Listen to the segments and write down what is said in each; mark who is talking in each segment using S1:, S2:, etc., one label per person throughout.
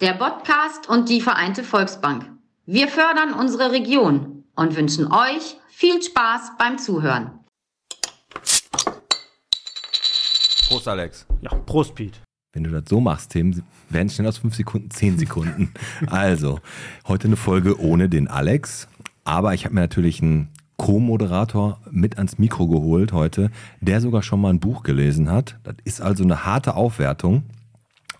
S1: der Podcast und die Vereinte Volksbank. Wir fördern unsere Region und wünschen euch viel Spaß beim Zuhören.
S2: Prost, Alex.
S3: Ja, Prost, Piet.
S4: Wenn du das so machst, Tim, werden schnell aus fünf Sekunden zehn Sekunden. also, heute eine Folge ohne den Alex. Aber ich habe mir natürlich einen Co-Moderator mit ans Mikro geholt heute, der sogar schon mal ein Buch gelesen hat. Das ist also eine harte Aufwertung.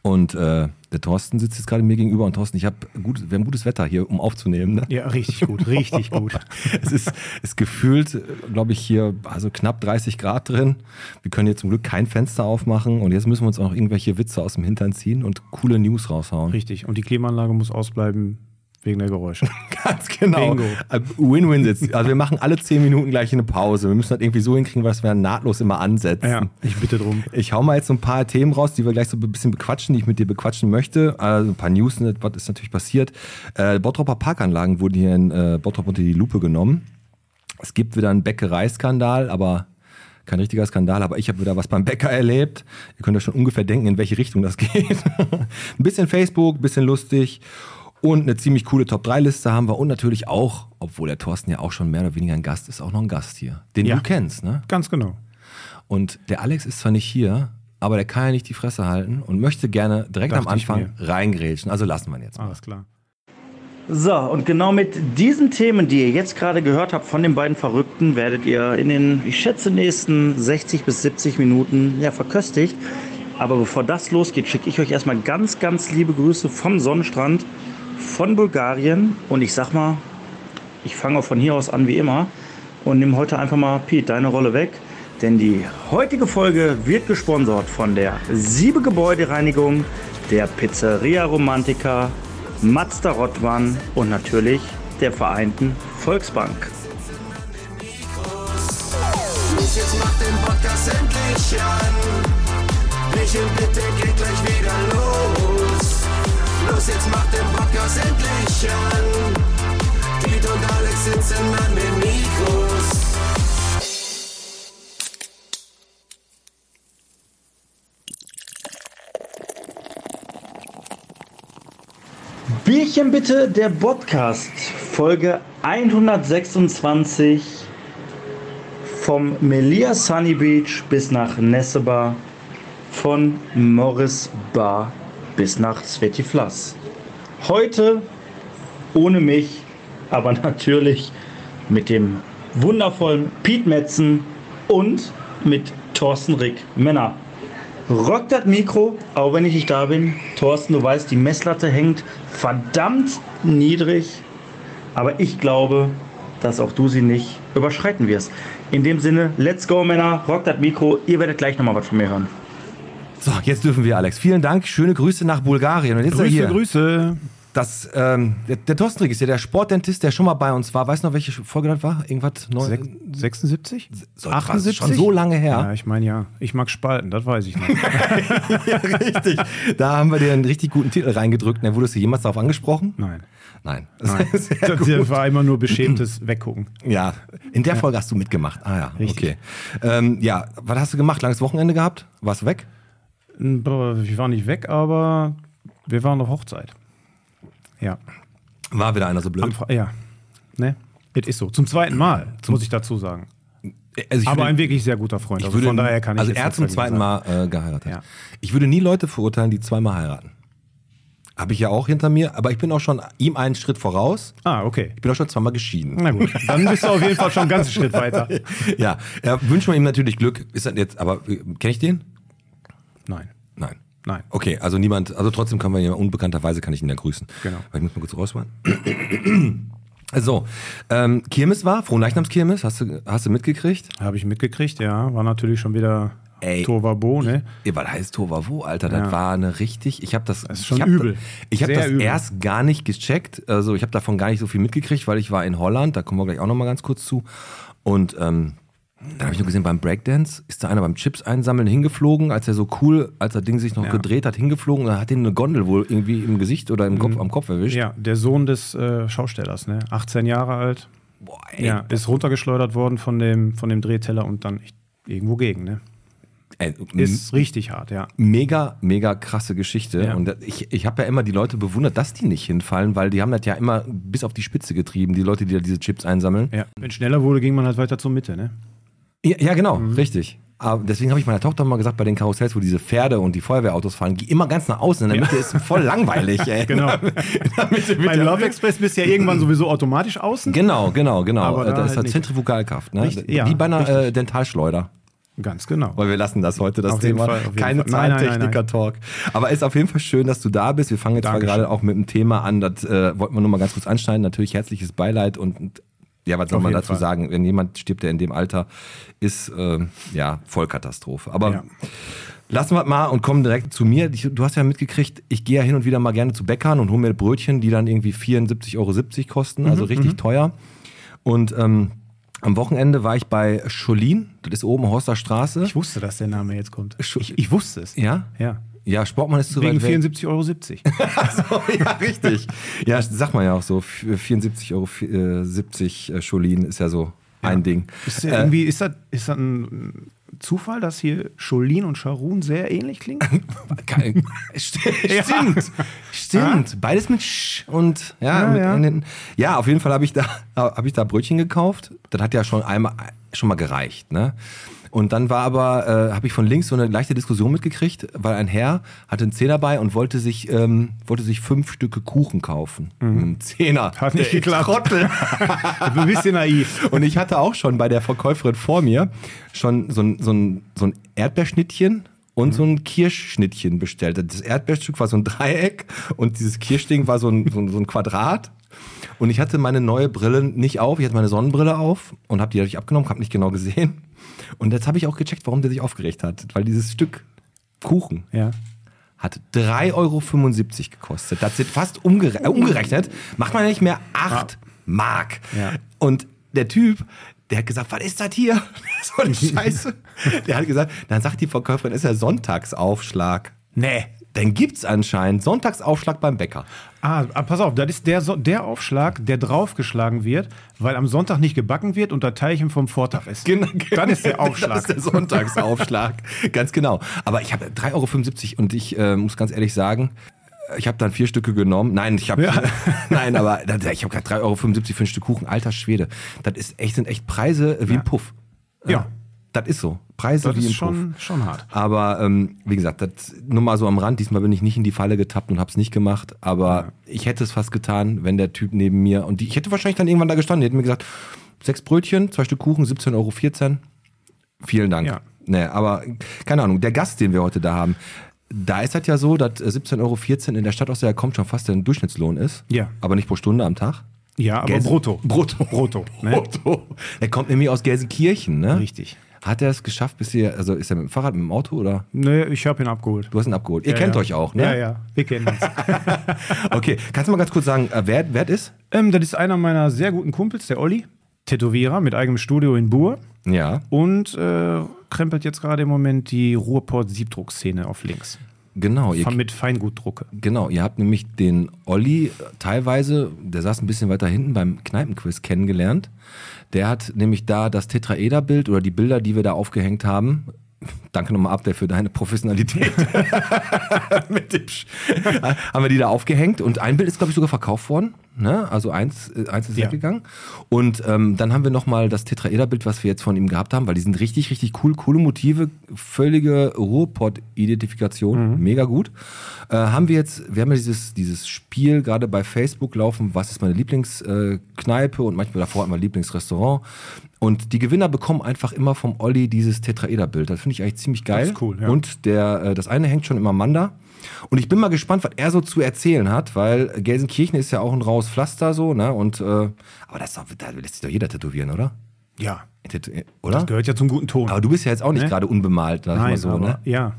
S4: Und äh, der Thorsten sitzt jetzt gerade mir gegenüber und Thorsten, ich habe gut, wir haben gutes Wetter hier, um aufzunehmen. Ne?
S3: Ja, richtig gut, richtig gut.
S4: es ist, ist gefühlt, glaube ich, hier also knapp 30 Grad drin. Wir können hier zum Glück kein Fenster aufmachen und jetzt müssen wir uns auch noch irgendwelche Witze aus dem Hintern ziehen und coole News raushauen.
S3: Richtig. Und die Klimaanlage muss ausbleiben wegen der Geräusche.
S4: Ganz genau.
S3: Bingo.
S4: Win-win sitzt. Also wir machen alle 10 Minuten gleich eine Pause. Wir müssen das irgendwie so hinkriegen, dass wir nahtlos immer ansetzen.
S3: Ja, ich bitte drum.
S4: Ich hau mal jetzt so ein paar Themen raus, die wir gleich so ein bisschen bequatschen, die ich mit dir bequatschen möchte. Also ein paar News, ne, was ist natürlich passiert. Äh, Bottroper Parkanlagen wurden hier in äh, Bottrop unter die Lupe genommen. Es gibt wieder einen Bäckereiskandal, aber kein richtiger Skandal, aber ich habe wieder was beim Bäcker erlebt. Ihr könnt euch schon ungefähr denken, in welche Richtung das geht. ein bisschen Facebook, ein bisschen lustig und eine ziemlich coole Top-3-Liste haben wir. Und natürlich auch, obwohl der Thorsten ja auch schon mehr oder weniger ein Gast ist, auch noch ein Gast hier, den
S3: Ja.
S4: du kennst, ne?
S3: Ganz genau.
S4: Und der Alex ist zwar nicht hier, aber der kann ja nicht die Fresse halten und möchte gerne direkt am
S3: Dachte ich Ah.
S4: Anfang reingrätschen. Also lassen wir ihn jetzt. mal.
S3: Alles klar.
S5: So, und genau mit diesen Themen, die ihr jetzt gerade gehört habt von den beiden Verrückten, werdet ihr in den, ich schätze, nächsten 60 bis 70 Minuten ja, verköstigt. Aber bevor das losgeht, schicke ich euch erstmal ganz, ganz liebe Grüße vom Sonnenstrand, von Bulgarien. Und ich sag mal, ich fange auch von hier aus an wie immer und nehme heute einfach mal, Pete, deine Rolle weg. Denn die heutige Folge wird gesponsert von der Siebe Gebäudereinigung, der Pizzeria Romantica, Mazda Rottmann und natürlich der Vereinten Volksbank.
S6: Los, jetzt mach den Podcast endlich an. Michel, bitte geht gleich wieder los. Los, jetzt mach den Podcast endlich an. Piet und Alex sitzen an den Mikros.
S5: Bierchen bitte, der Podcast, Folge 126 vom Melia Sunny Beach bis nach Nessebar, von Morris Bar bis nach Svetiflas. Heute ohne mich, aber natürlich mit dem wundervollen Piet Metzen und mit Thorsten Rick Männer. Rock das Mikro, auch wenn ich nicht da bin. Thorsten, du weißt, die Messlatte hängt verdammt niedrig. Aber ich glaube, dass auch du sie nicht überschreiten wirst. In dem Sinne, let's go, Männer. Rock das Mikro. Ihr werdet gleich nochmal was von mir hören.
S4: So, jetzt dürfen wir, Alex. Vielen Dank. Schöne Grüße nach Bulgarien. Und jetzt ist er
S3: Grüße,
S4: hier.
S3: Grüße.
S4: Das, ähm, der, der Thorsten Rieck ist ja der Sportdentist, der schon mal bei uns war. Weißt du noch, welche Folge das war? Irgendwas? Neu
S3: Sech- 76?
S4: So, krass, Schon so lange
S3: Ja,
S4: her.
S3: ich meine ja. Ich mag Spalten, das weiß ich nicht.
S4: Ja, richtig. Da haben wir dir einen richtig guten Titel reingedrückt. Ne, wurdest du jemals darauf angesprochen?
S3: Nein.
S4: Nein.
S3: Nein.
S4: Sehr
S3: das
S4: gut.
S3: war immer nur beschämtes Weggucken.
S4: Ja, in der Folge hast du mitgemacht. Ah ja,
S3: Richtig.
S4: okay. Ähm, ja, was hast du gemacht? Langes Wochenende gehabt? Warst du weg?
S3: Boah, Ich war nicht weg, aber wir waren auf Hochzeit. Ja.
S4: War wieder einer so
S3: Am
S4: blöd.
S3: Fre- ja. Ne? Es ist so. Zum zweiten Mal, muss ich dazu sagen.
S4: Also ich
S3: aber
S4: würde-
S3: ein wirklich sehr guter Freund.
S4: ich
S3: Also
S4: würde-
S3: von daher kann ich
S4: Also
S3: jetzt
S4: er hat
S3: nichts
S4: zum
S3: dagegen
S4: zweiten
S3: sagen.
S4: Mal äh, geheiratet.
S3: Ja.
S4: Ich würde nie Leute verurteilen, die zweimal heiraten. Habe ich ja auch hinter mir, aber ich bin auch schon ihm einen Schritt voraus.
S3: Ah, okay.
S4: Ich bin auch schon zweimal geschieden.
S3: Na gut, dann bist du auf jeden Fall schon einen ganzen Schritt weiter.
S4: ja, ja, wünschen wir ihm natürlich Glück. Ist das jetzt, aber äh, kenne ich den?
S3: Nein,
S4: Nein.
S3: nein.
S4: Okay, also niemand, also trotzdem kann man ihn unbekannterweise kann ich ihn ja grüßen.
S3: Genau.
S4: Aber ich muss mal kurz rausfahren. So, ähm, Kirmes war, Frohnleichnamskirmes, hast du, hast du mitgekriegt?
S3: Habe ich mitgekriegt, ja. War natürlich schon wieder
S4: Ey.
S3: Tovabo, ne?
S4: Ja, weil heißt Tovavo, Alter, das
S3: Ja.
S4: war eine richtig, ich habe das,
S3: ist schon
S4: ich hab,
S3: übel.
S4: Ich habe
S3: Sehr
S4: das
S3: übel.
S4: erst gar nicht gecheckt, also ich habe davon gar nicht so viel mitgekriegt, weil ich war in Holland, da kommen wir gleich auch nochmal ganz kurz zu und ähm, dann habe ich nur gesehen, beim Breakdance ist da einer beim Chips einsammeln hingeflogen, als er so cool, als er Ding sich noch gedreht hat, hingeflogen, und dann hat ihn eine Gondel wohl irgendwie im Gesicht oder im Kopf, am Kopf erwischt.
S3: Mhm. Ja, der Sohn des äh, Schaustellers, ne? 18 Jahre alt.
S4: Boah, ey,
S3: Ja, ist runtergeschleudert worden von dem, von dem Drehteller und dann echt irgendwo gegen, ne?
S4: Ey,
S3: Ist richtig hart, ja.
S4: Mhm. mega, mega krasse Geschichte.
S3: Ja.
S4: Und das- ich, ich habe ja immer die Leute bewundert, dass die nicht hinfallen, weil die haben das ja immer bis auf die Spitze getrieben, die Leute, die da diese Chips einsammeln.
S3: ja. Wenn schneller wurde, ging man halt weiter zur Mitte, ne?
S4: Ja, ja genau, richtig. Aber deswegen habe ich meiner Tochter mal gesagt, bei den Karussells, wo diese Pferde und die Feuerwehrautos fahren, geh immer ganz nach außen, in der Mitte ist voll langweilig, ey.
S3: Genau. Bei Love Express bist du ja irgendwann
S4: Mhm.
S3: sowieso automatisch außen.
S4: Genau, genau, genau.
S3: Aber da
S4: das ist
S3: halt
S4: halt
S3: nicht.
S4: Zentrifugalkraft, ne?
S3: Richtig, ja,
S4: Wie bei einer
S3: richtig.
S4: äh, Dentalschleuder.
S3: Ganz genau.
S4: Weil wir lassen das heute, das
S3: Auf jeden
S4: Thema.
S3: Fall, auf jeden
S4: Keine
S3: Fall. Nein, nein, nein,
S4: Zahntechniker-Talk. Aber ist auf jeden Fall schön, dass du da bist. Wir fangen jetzt mal
S3: Dankeschön.
S4: gerade auch mit dem Thema an. Das äh, wollten wir nur mal ganz kurz anschneiden. Natürlich herzliches Beileid und, und ja, was soll
S3: Auf
S4: man
S3: jeden
S4: dazu
S3: Fall.
S4: sagen? Wenn jemand stirbt, der in dem Alter ist, ähm, ja, Vollkatastrophe. Aber
S3: Ja.
S4: lassen wir mal und kommen direkt zu mir. Ich, du hast ja mitgekriegt, ich gehe ja hin und wieder mal gerne zu Bäckern und hole mir Brötchen, die dann irgendwie 74,70 Euro kosten,
S3: Mhm,
S4: also richtig teuer. Und ähm, am Wochenende war ich bei Scholin, das ist oben Horster Straße.
S3: Ich wusste, dass der Name jetzt kommt.
S4: Schu-
S3: Ich, ich wusste es.
S4: Ja?
S3: Ja.
S4: Ja, Sportmann ist zu
S3: Wegen
S4: weit weg. Oh,
S3: 74,70 Euro.
S4: ja, richtig. Ja, sag mal ja auch so, 74,70 Euro 70 äh, Scholin ist ja so ein Ding.
S3: Ist, ja irgendwie, ist, das, ist das ein Zufall, dass hier Scholin und Scharun sehr ähnlich klingen?
S4: Kein, St- stimmt, stimmt. Beides mit Sch und ne, ja,
S3: Ja,
S4: mit
S3: ja.
S4: In den, ja auf jeden Fall habe ich da habe ich da Brötchen gekauft. Das hat ja schon einmal schon mal gereicht, ne? Und dann war aber äh, habe ich von links so eine leichte Diskussion mitgekriegt, weil ein Herr hatte einen Zehner bei und wollte sich ähm, wollte sich fünf Stücke Kuchen kaufen. Ein Zehner.
S3: Hat nicht
S4: Der
S3: geklappt.
S4: Trottel.
S3: Ein bisschen naiv.
S4: Und ich hatte auch schon bei der Verkäuferin vor mir schon so ein, so ein, so ein Erdbeerschnittchen und so ein Kirschschnittchen bestellt. Das Erdbeerstück war so ein Dreieck und dieses Kirschding war so ein, so ein, so ein Quadrat. Und ich hatte meine neue Brille nicht auf, ich hatte meine Sonnenbrille auf und habe die dadurch abgenommen, habe nicht genau gesehen. Und jetzt habe ich auch gecheckt, warum der sich aufgeregt hat. Weil dieses Stück Kuchen
S3: Ja.
S4: hat 3,75 Euro gekostet. Das sind fast umgere äh, umgerechnet, macht man nicht mehr 8 Mark.
S3: Ja.
S4: Und der Typ, der hat gesagt, was ist das hier? so eine Scheiße. Der hat gesagt, dann sagt die Verkäuferin, ist ja Sonntagsaufschlag.
S3: Nee.
S4: Dann gibt's anscheinend Sonntagsaufschlag beim Bäcker.
S3: Ah, ah, pass auf, das ist der, So- der Aufschlag, der draufgeschlagen wird, weil am Sonntag nicht gebacken wird und das Teilchen vom Vortag ist. Dann ist der Aufschlag.
S4: Genau, Das ist der Sonntagsaufschlag. ganz genau. Aber ich habe 3,75 Euro und ich äh, muss ganz ehrlich sagen, ich habe dann vier Stücke genommen. Nein, ich habe
S3: Ja.
S4: nein, aber da- ich habe gerade 3,75 Euro für ein Stück Kuchen. Alter Schwede, das ist echt sind echt Preise wie ein Puff.
S3: ja,
S4: Das ist so Preise
S3: das
S4: wie
S3: ist
S4: ein
S3: schon,
S4: Puff.
S3: schon hart.
S4: Aber ähm, wie gesagt, das nur mal so am Rand. Diesmal bin ich nicht in die Falle getappt und habe es nicht gemacht. Aber ich hätte es fast getan, wenn der Typ neben mir und die, ich hätte wahrscheinlich dann irgendwann da gestanden. Die hätten mir gesagt, sechs Brötchen, zwei Stück Kuchen, 17,14 Euro. Vielen Dank.
S3: Ja.
S4: Nee, aber keine Ahnung, der Gast, den wir heute da haben, da ist das ja so, dass äh, 17,14 Euro in der Stadt, aus der er kommt, schon fast der Durchschnittslohn ist.
S3: Ja.
S4: Aber nicht pro Stunde am Tag.
S3: Ja, aber
S4: Gelsen-
S3: brutto.
S4: Brutto.
S3: Brutto, ne?
S4: Brutto. Er kommt nämlich aus Gelsenkirchen, ne?
S3: Richtig.
S4: Hat er es geschafft bis hier, also ist er mit dem Fahrrad, mit dem Auto oder?
S3: Nee, ich habe ihn abgeholt.
S4: Du hast ihn abgeholt. Ihr kennt
S3: ja.
S4: euch auch, ne?
S3: Ja, ja, wir kennen uns.
S4: Okay, kannst du mal ganz kurz sagen, äh, wer, wer das ist?
S3: ähm, das ist einer meiner sehr guten Kumpels, der Olli. Tätowierer mit eigenem Studio in Bur
S4: Ja.
S3: und äh, krempelt jetzt gerade im Moment die Ruhrport-Siebdruckszene auf links.
S4: Genau, ihr,
S3: Von mit Feingutdrucke.
S4: genau, ihr habt nämlich den Olli äh, teilweise, der saß ein bisschen weiter hinten beim Kneipenquiz kennengelernt. Der hat nämlich da das Tetraederbild oder die Bilder, die wir da aufgehängt haben. Danke nochmal Abdel für deine Professionalität. Mit dem Sch haben wir die da aufgehängt und ein Bild ist, glaube ich, sogar verkauft worden. Ne? Also eins, äh, eins ist
S3: Ja.
S4: weggegangen. Und ähm, dann haben wir nochmal das Tetraederbild, was wir jetzt von ihm gehabt haben, weil die sind richtig, richtig cool. Coole Motive, völlige Ruhrpott-Identifikation,
S3: Mhm.
S4: mega gut. Äh, haben wir jetzt, wir haben ja dieses, dieses Spiel gerade bei Facebook laufen, was ist meine Lieblingskneipe äh, Kneipe? und manchmal davor hatten wir Lieblingsrestaurant. Und die Gewinner bekommen einfach immer vom Olli dieses Tetraederbild. Das finde ich eigentlich ziemlich geil.
S3: ist cool, ja.
S4: Und und der, äh, das eine hängt schon im Amanda. Und ich bin mal gespannt, was er so zu erzählen hat, weil Gelsenkirchen ist ja auch ein raues Pflaster so, ne? Und äh, aber das ist doch, da lässt sich doch jeder tätowieren, oder?
S3: Ja,
S4: Tätu- Oder?
S3: das gehört ja zum guten Ton.
S4: Aber du bist ja jetzt auch nicht
S3: Ne?
S4: gerade unbemalt, sag ich mal
S3: Nein,
S4: so,
S3: aber,
S4: ne?
S3: ja.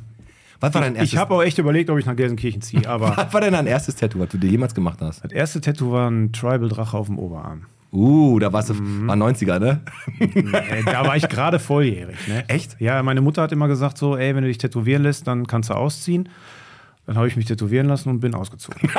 S4: Was war dein
S3: Ich
S4: erstes?
S3: habe auch echt überlegt, ob ich nach Gelsenkirchen ziehe, aber
S4: was war denn dein erstes Tattoo, was du dir jemals gemacht hast?
S3: das erste Tattoo war ein Tribal-Drache auf dem Oberarm.
S4: Uh, da warst du,
S3: Mhm.
S4: war 90er, ne?
S3: Äh, da war ich gerade volljährig. Ne?
S4: Echt?
S3: Ja, meine Mutter hat immer gesagt so, ey, wenn du dich tätowieren lässt, dann kannst du ausziehen. Dann habe ich mich tätowieren lassen und bin ausgezogen.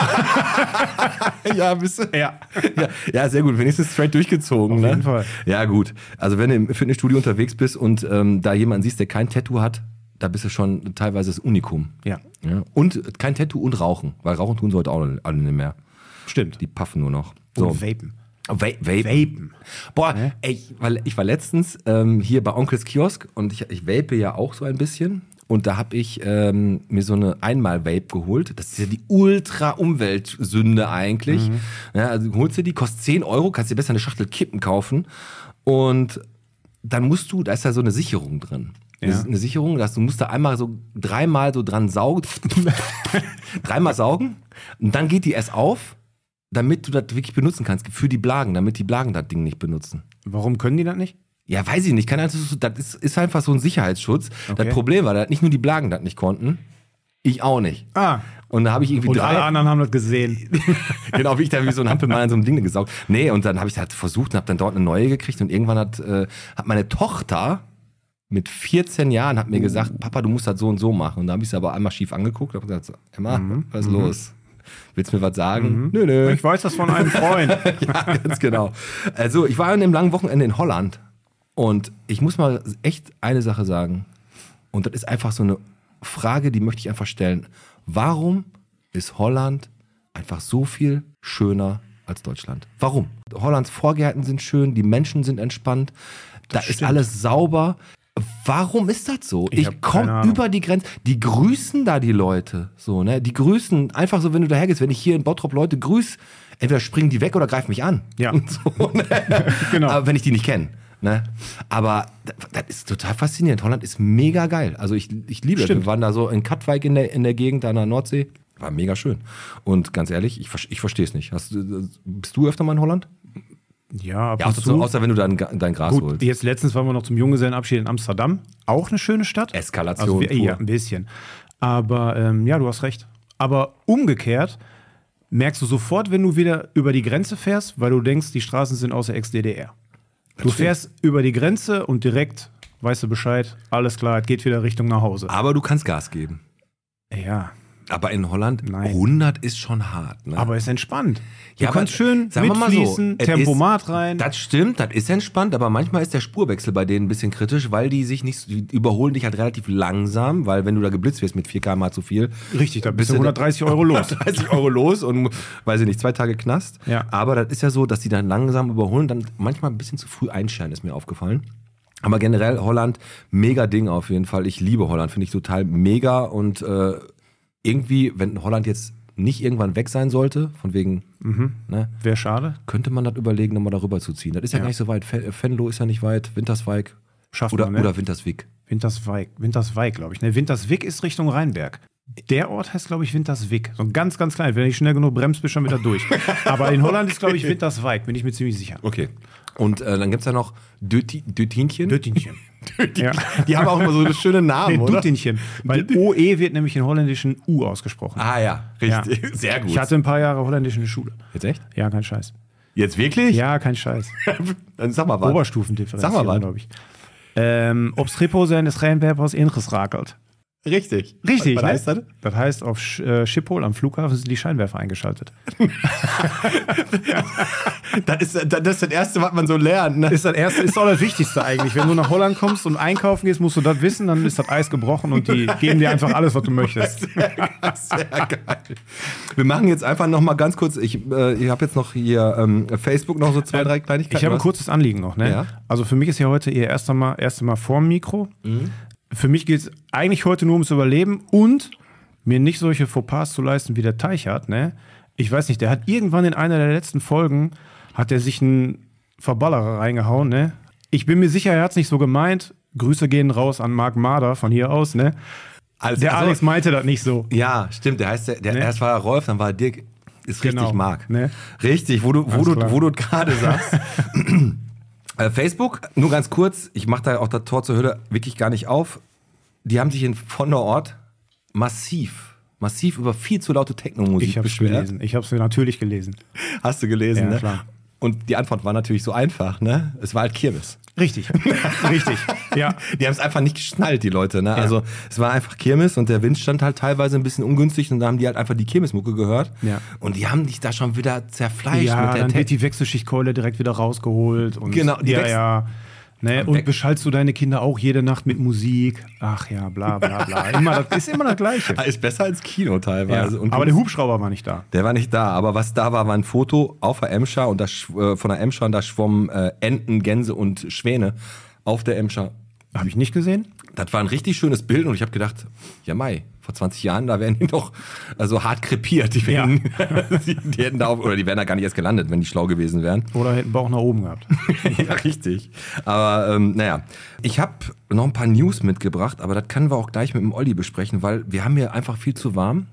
S4: ja, bist du.
S3: ja.
S4: ja, ja, sehr gut. Wenigstens straight durchgezogen. Auf ne?
S3: jeden Fall.
S4: Ja, gut. Also wenn du im Fitnessstudio unterwegs bist und ähm, da jemanden siehst, der kein Tattoo hat, da bist du schon teilweise das Unikum.
S3: Ja.
S4: Ja. Und kein Tattoo und Rauchen, weil Rauchen tun sollte auch alle nicht mehr.
S3: Stimmt.
S4: Die puffen nur noch.
S3: Und vapen.
S4: Va vapen. Boah, ey, weil ich war letztens ähm, hier bei Onkels Kiosk und ich, ich vape ja auch so ein bisschen. Und da habe ich ähm, mir so eine Einmal-Vape geholt. Das ist ja die Ultra-Umweltsünde eigentlich. Ja, also du holst dir die, kostet 10 Euro, kannst dir besser eine Schachtel Kippen kaufen. Und dann musst du, da ist ja so eine Sicherung drin.
S3: Ja.
S4: Eine Sicherung, dass du musst da einmal so dreimal so dran saugen, dreimal saugen und dann geht die erst auf, damit du das wirklich benutzen kannst für die Blagen, damit die Blagen das Ding nicht benutzen.
S3: Warum können die das nicht?
S4: Ja, weiß ich nicht. Keine Ahnung, das ist- das ist, ist einfach so ein Sicherheitsschutz.
S3: Okay.
S4: Das Problem war, dass nicht nur die Blagen das nicht konnten, ich auch nicht.
S3: Ah.
S4: Und da habe ich irgendwie
S3: Und alle
S4: drei,
S3: anderen haben das gesehen.
S4: genau wie ich da wie so ein Hampelmann an so einem Ding gesaugt. Nee, und dann habe ich das versucht und habe dann dort eine neue gekriegt und irgendwann hat, äh, hat meine Tochter mit 14 Jahren hat mir gesagt, Papa, du musst das so und so machen. Und da habe ich sie aber einmal schief angeguckt und habe gesagt, Emma,
S3: Mhm.
S4: was ist los? Willst du mir was sagen? Nö, nö.
S3: Ich weiß das von einem Freund.
S4: ja, ganz genau. Also, ich war an dem langen Wochenende in Holland und ich muss mal echt eine Sache sagen. Und das ist einfach so eine Frage, die möchte ich einfach stellen. Warum ist Holland einfach so viel schöner als Deutschland? Warum? Hollands Vorgärten sind schön, die Menschen sind entspannt, da ist alles sauber. Warum ist das so? Ich,
S3: hab keine
S4: komme
S3: Ahnung.
S4: über die Grenze. Die grüßen da die Leute. So, ne? Die grüßen einfach so, wenn du dahergehst. Wenn ich hier in Bottrop Leute grüße, entweder springen die weg oder greifen mich an.
S3: Ja.
S4: So, ne?
S3: Genau.
S4: Aber wenn ich die nicht kenne. Ne? Aber das, das ist total faszinierend. Holland ist mega geil. Also ich, ich liebe das.
S3: Stimmt.
S4: Wir waren da so in Katwijk in der, in der Gegend, da an der Nordsee. War mega schön. Und ganz ehrlich, ich, ver- ich verstehe es nicht. Hast, du- äh, bist du öfter mal in Holland?
S3: Ja, ab
S4: Ja,
S3: und
S4: außer,
S3: zu.
S4: außer wenn du dein, Ga- dein Gras
S3: Gut,
S4: holst.
S3: jetzt letztens waren wir noch zum Junggesellenabschied in Amsterdam. Auch eine schöne Stadt.
S4: Eskalation
S3: Also, wir-
S4: pur.
S3: ja, ein bisschen. Aber ähm, ja, du hast recht. Aber umgekehrt merkst du sofort, wenn du wieder über die Grenze fährst, weil du denkst, die Straßen sind außer Ex-DDR. Du fährst über die Grenze und direkt weißt du Bescheid, alles klar, es geht wieder Richtung nach Hause.
S4: Aber du kannst Gas geben.
S3: Ja,
S4: Aber in Holland,
S3: Nein.
S4: 100 ist schon hart. Ne?
S3: aber es ist entspannt. Du
S4: Ja, aber
S3: kannst schön
S4: sagen wir mal so,
S3: mitfließen,
S4: es
S3: Tempomat
S4: ist-
S3: rein.
S4: Das stimmt, das ist entspannt, aber manchmal ist der Spurwechsel bei denen ein bisschen kritisch, weil die sich nicht, die überholen dich halt relativ langsam, weil wenn du da geblitzt wirst mit 4 km zu viel.
S3: Richtig, da bist du 130 Euro los.
S4: 30 Euro los und weiß ich nicht, zwei Tage Knast.
S3: Ja.
S4: Aber das ist ja so, dass die dann langsam überholen und dann manchmal ein bisschen zu früh einscheren, ist mir aufgefallen. Aber generell Holland, mega Ding auf jeden Fall. Ich liebe Holland, finde ich total mega und äh, irgendwie, wenn Holland jetzt nicht irgendwann weg sein sollte, von wegen, ne,
S3: Wäre schade.
S4: könnte man das überlegen, nochmal darüber zu ziehen. Das ist ja, gar nicht so weit. Fe- äh, Venlo ist ja nicht weit, Winterswijk
S3: Schafft
S4: oder,
S3: man, ne?
S4: oder Winterswijk.
S3: Winterswijk, Winterswijk, glaube ich. Ne, Winterswick ist Richtung Rheinberg. Der Ort heißt, glaube ich, Winterswick. So ein ganz, ganz klein. Wenn ich schnell genug bremst, bist du schon wieder durch. Aber in Holland ist, glaube ich, Winterswijk, bin ich mir ziemlich sicher.
S4: Okay. Und äh, dann gibt es ja noch Döti- Dötinchen.
S3: Döttinchen. ja.
S4: Die haben auch immer so eine schöne Namen,
S3: Nee,
S4: oder?
S3: Döttinchen. Weil OE wird nämlich in holländischen U ausgesprochen.
S4: Ah ja, richtig. Sehr gut.
S3: Ich hatte ein paar Jahre holländische Schule.
S4: Jetzt echt?
S3: Ja, kein Scheiß.
S4: Jetzt wirklich?
S3: Ja, kein Scheiß.
S4: Dann sag mal was.
S3: Oberstufendifferenz,
S4: Sag mal was.
S3: glaube ich. Ähm, ob's Reposen des Rheinberghaus Inches rakelt.
S4: Richtig.
S3: Richtig. ne?
S4: Was, was heißt das?
S3: Das heißt, auf Sch äh, Schiphol am Flughafen sind die Scheinwerfer eingeschaltet.
S4: Das ist, das ist das Erste, was man so lernt. Ne?
S3: ist das erste, ist auch das Wichtigste eigentlich. Wenn du nach Holland kommst und einkaufen gehst, musst du das wissen, dann ist das Eis gebrochen und die geben dir einfach alles, was du möchtest.
S4: Sehr geil. Wir machen jetzt einfach noch mal ganz kurz. Ich, äh, ich habe jetzt noch hier ähm, Facebook noch so zwei, drei Kleinigkeiten.
S3: Ich habe ein
S4: Was?
S3: kurzes Anliegen noch, ne?
S4: Ja.
S3: Also für mich ist ja heute ihr erster Mal, erste Mal vorm Mikro.
S4: Mhm.
S3: Für mich geht es eigentlich heute nur ums Überleben und mir nicht solche Fauxpas zu leisten, wie der Teich hat, ne? Ich weiß nicht, der hat irgendwann in einer der letzten Folgen, hat er sich einen Verballerer reingehauen, ne? Ich bin mir sicher, er hat es nicht so gemeint. Grüße gehen raus an Marc Marder von hier aus, ne?
S4: Also,
S3: Der
S4: also-
S3: Alex meinte das nicht so.
S4: Ja, stimmt. Der heißt der, der
S3: Ne?
S4: erst war Rolf, dann war Dirk. Ist
S3: Genau,
S4: richtig Mark.
S3: ne?
S4: Richtig, wo du, wo
S3: Alles
S4: du,
S3: klar.
S4: wo du gerade sagst. Äh, Facebook, nur ganz kurz, ich mache da auch das Tor zur Hölle wirklich gar nicht auf. Die haben sich in von der Ort massiv, massiv über viel zu laute Techno-Musik
S3: Ich habe es
S4: beschwert.
S3: gelesen. Ich habe es natürlich gelesen.
S4: Hast du gelesen,
S3: Ja,
S4: ne?
S3: klar.
S4: Und die Antwort war natürlich so einfach, ne? Es war halt Kirmes.
S3: Richtig. Richtig. Ja.
S4: Die haben es einfach nicht geschnallt, die Leute. Ne? Also es war einfach Kirmes und der Wind stand halt teilweise ein bisschen ungünstig und da haben die halt einfach die Kirmesmucke gehört.
S3: Ja.
S4: Und die haben dich da schon wieder zerfleischt
S3: Ja,
S4: mit der
S3: dann wird
S4: Technik.
S3: die Wechselschichtkeule direkt wieder rausgeholt. Und
S4: Genau, die
S3: ja,
S4: Wechsel-
S3: ja. Ne? Und beschallst du deine Kinder auch jede Nacht mit Musik? Ach ja, bla bla bla. Immer, das ist immer das Gleiche.
S4: Ist besser als Kino
S3: Ja.
S4: teilweise. Und
S3: Aber der Hubschrauber war nicht da.
S4: Der war nicht da, aber was da war, war ein Foto auf der Emscher und da schw- äh, von der Emscher und da schwommen äh, Enten, Gänse und Schwäne auf der Emscher.
S3: Habe ich nicht gesehen.
S4: Das war ein richtig schönes Bild und ich habe gedacht, ja Mai, vor 20 Jahren, da wären die doch also hart krepiert. Die, wären, die, die hätten da auf, oder die wären da gar nicht erst gelandet, wenn die schlau gewesen wären.
S3: Oder hätten Bauch nach oben gehabt.
S4: ja, richtig. Aber ähm, naja, ich habe noch ein paar News mitgebracht, aber das können wir auch gleich mit dem Olli besprechen, weil wir haben hier einfach viel zu warm.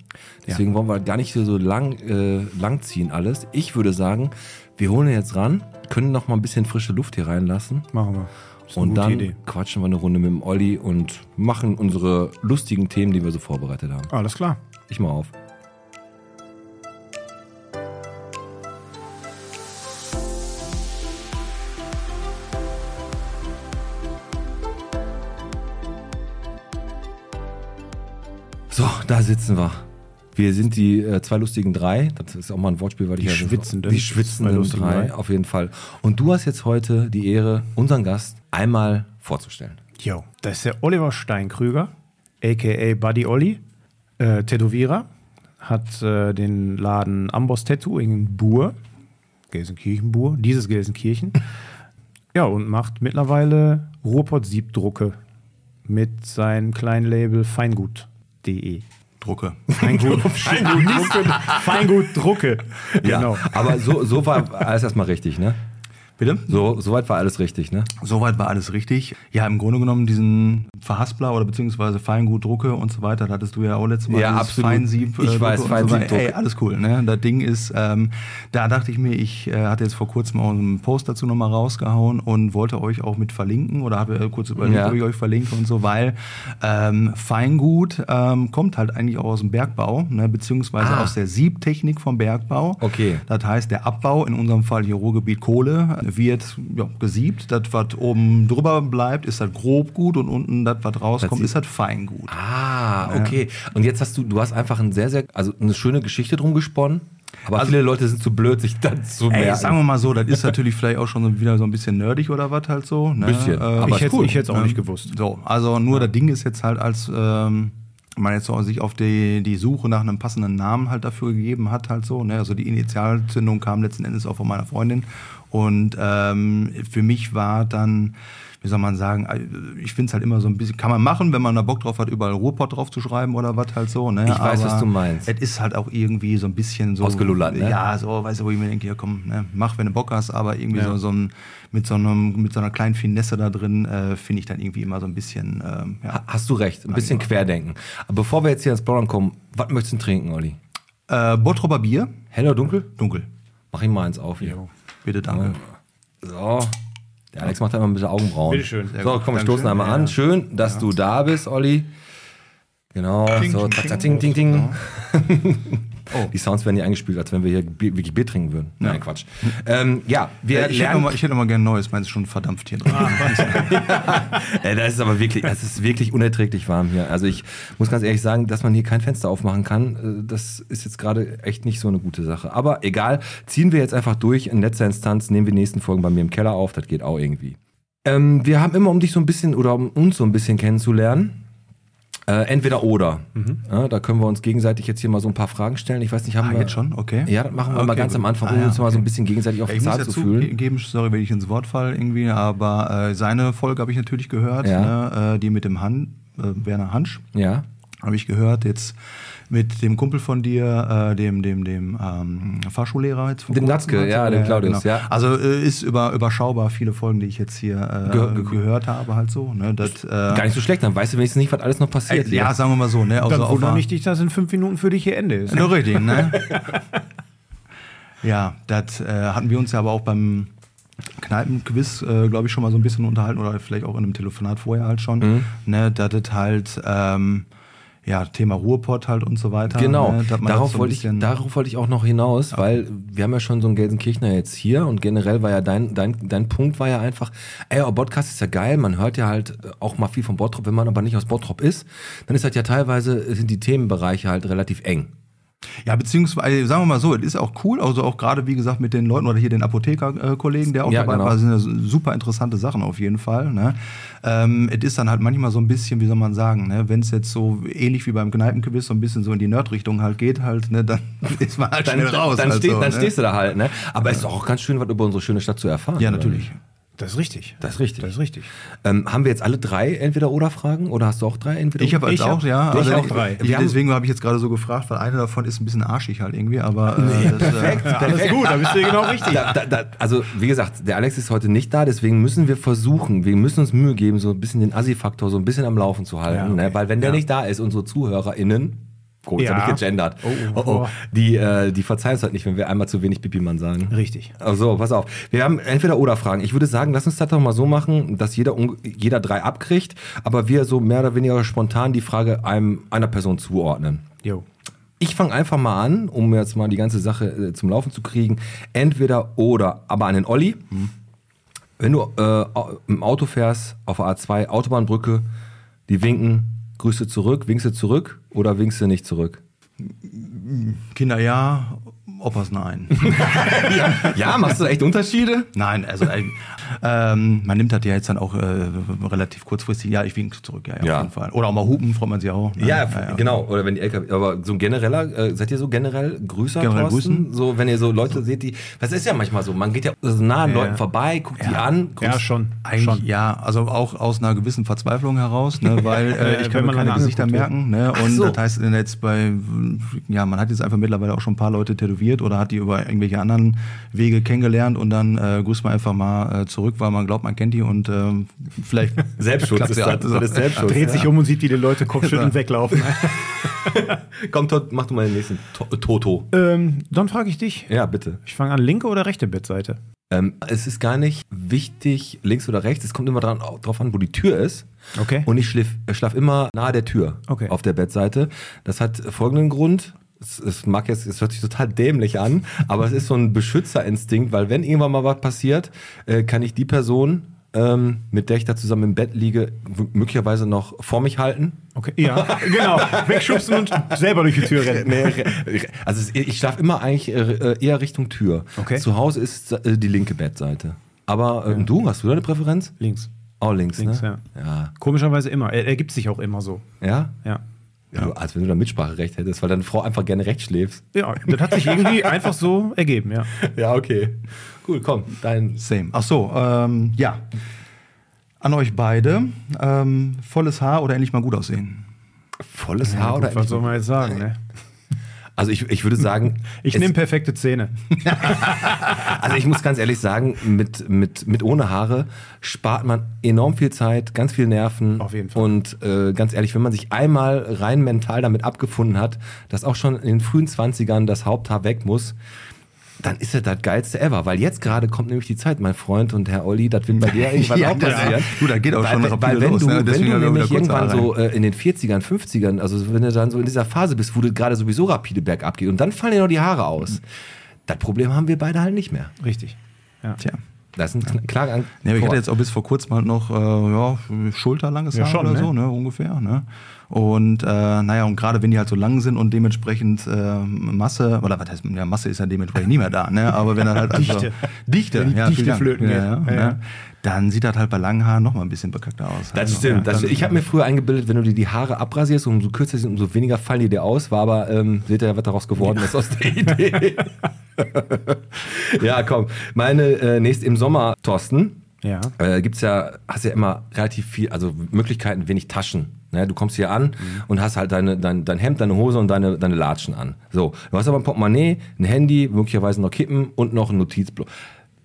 S4: Deswegen wollen wir gar nicht hier so lang, äh, lang ziehen alles. Ich würde sagen, wir holen ihn jetzt ran, können noch mal ein bisschen frische Luft hier reinlassen.
S3: Machen wir. Ist eine
S4: Und
S3: gute
S4: dann
S3: Idee.
S4: quatschen wir eine Runde mit dem Olli und machen unsere lustigen Themen, die wir so vorbereitet haben.
S3: Alles klar.
S4: Ich mal auf. So, da sitzen wir. Wir sind die äh, zwei lustigen drei. Das ist auch mal ein Wortspiel, weil die ich ja-
S3: schwitzenden
S4: Die
S3: zwei
S4: schwitzenden
S3: lustigen
S4: drei,
S3: drei.
S4: auf jeden Fall. Und du hast jetzt heute die Ehre, unseren Gast einmal vorzustellen.
S3: Jo, das ist der Oliver Steinkrüger, a.k.a. Buddy Olli, äh, Tätowierer, hat äh, den Laden Amboss Tattoo in Buhr, Gelsenkirchen-Buhr, dieses Gelsenkirchen. ja, und macht mittlerweile Ruhrpott-Siebdrucke mit seinem kleinen Label Feingut.de.
S7: Drucke.
S3: Feingut, Feingut, Drucke. Feingut Drucke. Genau.
S4: Aber so, so war alles erstmal richtig, ne?
S7: Bitte?
S4: So, soweit war alles richtig, ne?
S7: Soweit war alles richtig. Ja, im Grunde genommen diesen Verhaspler oder beziehungsweise Feingutdrucke und so weiter, da hattest du ja auch letztes Mal
S4: Ja,
S7: dieses
S4: absolut.
S7: Feinsieb. äh,
S4: Ich
S7: Drucke
S4: weiß,
S7: und
S4: Feinsiebdruck.
S7: So weiter. Ey, alles cool. Ne? Das Ding ist, ähm, da dachte ich mir, ich äh, hatte jetzt vor kurzem auch einen Post dazu nochmal rausgehauen und wollte euch auch mit verlinken oder habe äh, kurz überlegt,
S4: Ja.
S7: ob ich euch verlinke und so, weil ähm, Feingut ähm, kommt halt eigentlich auch aus dem Bergbau, ne? beziehungsweise
S4: Ah.
S7: aus der Siebtechnik vom Bergbau.
S4: Okay.
S7: Das heißt, der Abbau, in unserem Fall hier Ruhrgebiet Kohle, wird ja, gesiebt. Das, was oben drüber bleibt, ist das Grobgut und unten das, was rauskommt,
S4: sieht-
S7: ist das Feingut.
S4: Ah, okay. Und jetzt hast du, du hast einfach ein sehr, sehr, also eine schöne Geschichte drum gesponnen. Aber viele Leute sind zu blöd, sich dann zu merken.
S7: Also Ey, sagen wir mal so, das ist natürlich vielleicht auch schon so wieder so ein bisschen nerdig oder was halt so. Ne?
S4: Bisschen, aber
S7: ich
S4: ist
S7: hätte-
S4: cool.
S7: ich hätte es auch
S3: Ähm,
S7: nicht gewusst. So, also nur das Ding ist jetzt halt als, ähm, man jetzt so sich auf die, die Suche nach einem passenden Namen halt dafür gegeben hat halt so. Ne? Also die Initialzündung kam letzten Endes auch von meiner Freundin. Und ähm, für mich war dann, wie soll man sagen, äh, ich finde es halt immer so ein bisschen, kann man machen, wenn man da Bock drauf hat, überall Ruhrpott drauf zu schreiben oder was halt so. Ne?
S4: Ich weiß, was du meinst.
S7: Es ist halt auch irgendwie so ein bisschen so.
S4: Ausgelullert, ne?
S7: Ja, Ah, so, weißt du, wo ich mir denke, ja komm, ne, mach, wenn du Bock hast, aber irgendwie so, so ein, mit, so einem, mit so einer kleinen Finesse da drin, äh, finde ich dann irgendwie immer so ein bisschen, ähm, ja.
S4: Ha- Hast du recht, ein bisschen querdenken. Aber bevor wir jetzt hier ins Plaudern kommen, was möchtest du denn trinken, Olli?
S7: Äh, Bottroper Bier,
S4: Hell oder dunkel?
S7: dunkel.
S4: Mach ihm mal eins auf. Hier.
S7: Bitte, danke. Äh,
S4: So. Der Alex macht da immer ein bisschen Augenbrauen.
S3: Bitteschön. Sehr
S4: So,
S7: gut.
S4: komm, wir stoßen
S7: Dankeschön.
S4: einmal an. Schön, dass du da bist, Olli. Genau. so,
S7: ting,
S4: ting, ting, ting,
S7: ting.
S4: ting,
S7: Genau.
S4: Die Sounds werden hier eingespielt, als wenn wir hier Bier- wirklich Bier trinken würden. Nein, Quatsch. Ähm, ja, wir
S7: ich, hätte noch
S4: lernen.
S7: mal, ich hätte noch mal gerne Neues, meins ist schon verdampft hier
S4: Ah,
S7: drin.
S4: Äh, das ist aber wirklich, es ist wirklich unerträglich warm hier. Also ich muss ganz ehrlich sagen, dass man hier kein Fenster aufmachen kann, äh, das ist jetzt gerade echt nicht so eine gute Sache. Aber egal, ziehen wir jetzt einfach durch. In letzter Instanz nehmen wir die nächsten Folgen bei mir im Keller auf. Das geht auch irgendwie. Ähm, wir haben immer, um dich so ein bisschen oder um uns so ein bisschen kennenzulernen, äh, entweder oder. Ja, da können wir uns gegenseitig jetzt hier mal so ein paar Fragen stellen. Ich weiß nicht, haben
S7: Mhm. Ah,
S4: wir
S7: jetzt schon? Okay.
S4: Ja, das machen wir mal
S7: Okay,
S4: ganz
S7: gut.
S4: am Anfang, um
S7: Ah, ja,
S4: uns mal so ein
S7: okay.
S4: bisschen gegenseitig auf den
S7: ich muss
S4: Zahn
S7: ja
S4: zu fühlen.
S7: zugeben, sorry, wenn ich ins Wort falle irgendwie, aber äh, seine Folge habe ich natürlich gehört,
S4: Ja.
S7: ne, äh, die mit dem Han, äh, Werner Hansch.
S4: Ja.
S7: Habe ich gehört, jetzt mit dem Kumpel von dir, äh, dem, dem, dem ähm, Fahrschullehrer jetzt vor
S4: Dem
S7: kurzem
S4: Gatzke,
S7: halt.
S4: ja, dem Claudius, ja.
S7: Also äh, ist über, überschaubar viele Folgen, die ich jetzt hier äh,
S4: Ge- ge-
S7: gehört habe, halt so. Ne? Das, äh,
S4: Gar nicht so schlecht, dann weißt du wenigstens nicht, was alles noch
S7: äh,
S4: passiert. hier.
S7: ja, sagen wir mal so, ne?
S3: Dann
S7: auf
S3: wundere
S7: einer-
S3: mich nicht, dass in fünf Minuten für dich hier Ende ist.
S7: Ne, richtig, ne? ja, das äh, hatten wir uns ja aber auch beim Kneipenquiz, äh, glaube ich, schon mal so ein bisschen unterhalten oder vielleicht auch in einem Telefonat vorher halt schon.
S4: Mhm.
S7: Ne, dass das halt, ähm, ja, Thema Ruhrpott halt und so weiter.
S4: Genau,
S7: ne, dass man
S4: darauf,
S7: das so ein
S4: wollte ich,
S7: bisschen-
S4: darauf wollte ich auch noch hinaus, weil wir haben ja schon so einen Gelsenkirchner jetzt hier und generell war ja dein, dein, dein Punkt war ja einfach, ey, euer Podcast ist ja geil, man hört ja halt äh, auch mal viel von Bottrop, wenn man aber nicht aus Bottrop ist, dann ist halt ja teilweise, äh, sind die Themenbereiche halt relativ eng.
S7: Ja, beziehungsweise, sagen wir mal so, es ist auch cool, also auch gerade, wie gesagt, mit den Leuten oder hier den Apotheker-Kollegen, der auch
S4: Ja,
S7: dabei
S4: genau.
S7: war, sind ja super interessante Sachen auf jeden Fall. Ne? Ähm, es ist dann halt manchmal so ein bisschen, wie soll man sagen, ne? wenn es jetzt so ähnlich wie beim Kneipenquiz so ein bisschen so in die Nerd-Richtung halt geht, halt, ne? dann ist man halt schnell raus.
S4: dann,
S7: halt
S4: steh,
S7: so,
S4: dann
S7: ne?
S4: stehst du da halt, ne? Aber es ist auch ganz schön, was über unsere schöne Stadt zu erfahren.
S7: Ja,
S4: oder
S7: natürlich.
S4: nicht?
S3: Das ist richtig.
S4: Das ist richtig.
S3: Das ist richtig.
S4: Ähm, haben wir jetzt alle drei Entweder-Oder-Fragen oder hast du auch drei Entweder-
S7: Ich habe halt
S3: Ich
S7: auch,
S3: hab-
S7: ja.
S3: ich auch drei.
S4: Wir haben-
S7: deswegen habe ich jetzt gerade so gefragt, weil einer davon ist ein bisschen arschig halt irgendwie, aber. Äh, das, äh,
S3: Alles gut, da bist du genau richtig.
S4: Da, da, da, also, wie gesagt, der Alex ist heute nicht da, deswegen müssen wir versuchen, wir müssen uns Mühe geben, so ein bisschen den Assi-Faktor so ein bisschen am Laufen zu halten.
S3: Ja, okay.
S4: ne? Weil wenn der
S3: Ja.
S4: nicht da ist, unsere ZuhörerInnen, oh, jetzt
S3: Ja.
S4: habe ich gegendert, oh, oh, die, äh, die verzeihen es halt nicht, wenn wir einmal zu wenig Pipi-Mann sagen.
S3: Richtig.
S4: Also, pass auf. Wir haben entweder oder Fragen. Ich würde sagen, lass uns das doch mal so machen, dass jeder, un- jeder drei abkriegt, aber wir so mehr oder weniger spontan die Frage einem, einer Person zuordnen.
S3: Jo.
S4: Ich fange einfach mal an, um jetzt mal die ganze Sache äh, zum Laufen zu kriegen. Entweder oder, aber an den Olli. Wenn du äh, au- im Auto fährst, auf der A2, Autobahnbrücke, die winken, grüßt du zurück, winkst du zurück oder winkst du nicht zurück?
S7: Kinder ja, Opas nein.
S4: Ja, machst du da echt Unterschiede?
S7: Nein, also äh, ähm, man nimmt das ja jetzt dann auch äh, relativ kurzfristig. Ja, ich wink zurück, ja, ja,
S4: Ja.
S7: auf jeden Fall. Oder auch mal hupen, freut man sich auch. ne?
S4: Ja, genau. Oder wenn die LKW. Aber so ein genereller, äh, seid ihr so generell Grüßer,
S7: Generell
S4: Thorsten?
S7: grüßen?
S4: So, wenn ihr so Leute seht, die. Das ist ja manchmal so. Man geht ja so nah an
S7: Ja.
S4: Leuten vorbei, guckt die an, grüßt.
S3: Ja, schon.
S7: Eigentlich,
S3: schon.
S7: ja, also auch aus einer gewissen Verzweiflung heraus, ne, weil
S3: Ja,
S7: äh,
S3: ich
S7: ich
S3: kann
S7: kann mir
S3: mal
S7: keine
S3: eine
S7: Gesichter
S3: Anekdote.
S7: merken. Ne,
S4: Ach
S7: und
S4: so.
S7: das heißt äh, jetzt bei, ja, man hat jetzt einfach mittlerweile auch schon ein paar Leute tätowiert oder hat die über irgendwelche anderen Wege kennengelernt und dann äh, grüßt man einfach mal äh, zurück, weil man glaubt, man kennt die und ähm, vielleicht
S4: Selbstschutz
S7: klappt's
S4: ist
S7: ja
S4: das.
S7: halt so.
S4: Das ist Selbstschutz.
S3: Dreht sich um und sieht, wie die Leute kopfschüttelnd weglaufen.
S4: Komm, Tot, mach du mal den nächsten. To Toto.
S3: ähm, dann frage ich dich.
S4: Ja, bitte.
S3: Ich fange an, linke oder rechte Bettseite?
S4: Ähm, es ist gar nicht wichtig, links oder rechts. Es kommt immer dran, drauf an, wo die Tür ist.
S3: Okay.
S4: Und ich schliff, schlaf immer nahe der Tür
S3: Okay.
S4: auf der Bettseite. Das hat folgenden Grund. Es, es mag jetzt, es hört sich total dämlich an, aber es ist so ein Beschützerinstinkt, weil wenn irgendwann mal was passiert, äh, kann ich die Person, ähm, mit der ich da zusammen im Bett liege, w- möglicherweise noch vor mich halten.
S3: Okay. Ja, genau. Wegschubsen und selber durch die Tür rennen.
S4: Nee, re- re- also es- ich schlafe immer eigentlich äh, eher Richtung Tür.
S3: Okay.
S4: Zu Hause ist äh, die linke Bettseite. Aber ähm, du, hast du da eine Präferenz?
S3: Links.
S4: Auch links,
S3: Links,
S4: ne? Ja.
S3: Komischerweise immer. Er ergibt sich auch immer so.
S4: Ja? ja?
S3: Ja.
S4: Du, als wenn du da Mitspracherecht hättest, weil deine Frau einfach gerne rechts schläfst.
S3: Ja, das hat sich irgendwie einfach so ergeben, ja.
S4: Ja, okay. Cool, komm. Dein
S7: Same. Ach so, ähm, ja. An euch beide. Ähm, volles Haar oder endlich mal gut aussehen?
S4: volles Haar Ah, oder
S3: Gut, was soll man jetzt sagen, ne?
S4: Also ich, ich würde sagen,
S3: Ich
S4: es-
S3: nehme perfekte Zähne.
S4: also ich muss ganz ehrlich sagen, mit, mit, mit ohne Haare spart man enorm viel Zeit, ganz viel Nerven.
S3: Auf jeden Fall.
S4: Und äh, ganz ehrlich, wenn man sich einmal rein mental damit abgefunden hat, dass auch schon in den frühen 20ern das Haupthaar weg muss, dann ist das das geilste ever. Weil jetzt gerade kommt nämlich die Zeit, mein Freund und Herr Olli, das wird bei dir irgendwann
S7: Ja,
S4: auch
S7: das-
S4: passieren.
S7: du, da geht auch
S4: weil,
S7: schon
S4: weil,
S7: rapide
S4: weil wenn
S7: los,
S4: du,
S7: ne? Deswegen
S4: Wenn
S7: haben
S4: du
S7: wir wieder
S4: nämlich
S7: kurz
S4: irgendwann
S7: Haare
S4: so äh, in den 40ern, 50ern, also wenn du dann so in dieser Phase bist, wo du gerade sowieso rapide bergab geht und dann fallen dir noch die Haare
S7: Mhm.
S4: aus. Das Problem haben wir beide halt nicht mehr.
S3: Richtig. Ja.
S7: Tja.
S4: Das ist ein klarer An
S7: Ja, aber ich
S4: Vor-
S7: hatte jetzt auch bis vor kurzem halt noch äh, ja, schulterlanges
S3: Ja,
S7: Haar
S3: schon,
S7: oder
S3: ne?
S7: so, ne, ungefähr. Ne? Und äh, naja, und gerade wenn die halt so lang sind und dementsprechend äh, Masse, oder was heißt, ja, Masse ist ja dementsprechend nie mehr da, ne? Aber wenn dann halt also,
S3: Dichte.
S7: Dichte,
S3: Wenn die
S7: ja,
S3: Dichte
S7: vielen Dank.
S3: flöten
S7: ja,
S3: geht.
S7: ja,
S3: Ja, ja.
S7: Ne? Dann sieht das halt bei langen Haaren nochmal ein bisschen bekackter aus.
S4: das stimmt. das stimmt. Ich habe mir früher eingebildet, wenn du dir die Haare abrasierst, umso kürzer sie sind, umso weniger fallen die dir aus. War aber, ähm, seht ihr ja, was daraus geworden ist aus der Idee. ja, komm. Meine äh, nächste im Sommer, Thorsten.
S3: Ja.
S4: Äh, gibt's ja, hast ja immer relativ viel, also Möglichkeiten, wenig Taschen. Ne, du kommst hier an und hast halt deine, dein, dein Hemd, deine Hose und deine, deine Latschen an. So, du hast aber ein Portemonnaie, ein Handy, möglicherweise noch Kippen und noch ein Notizblock.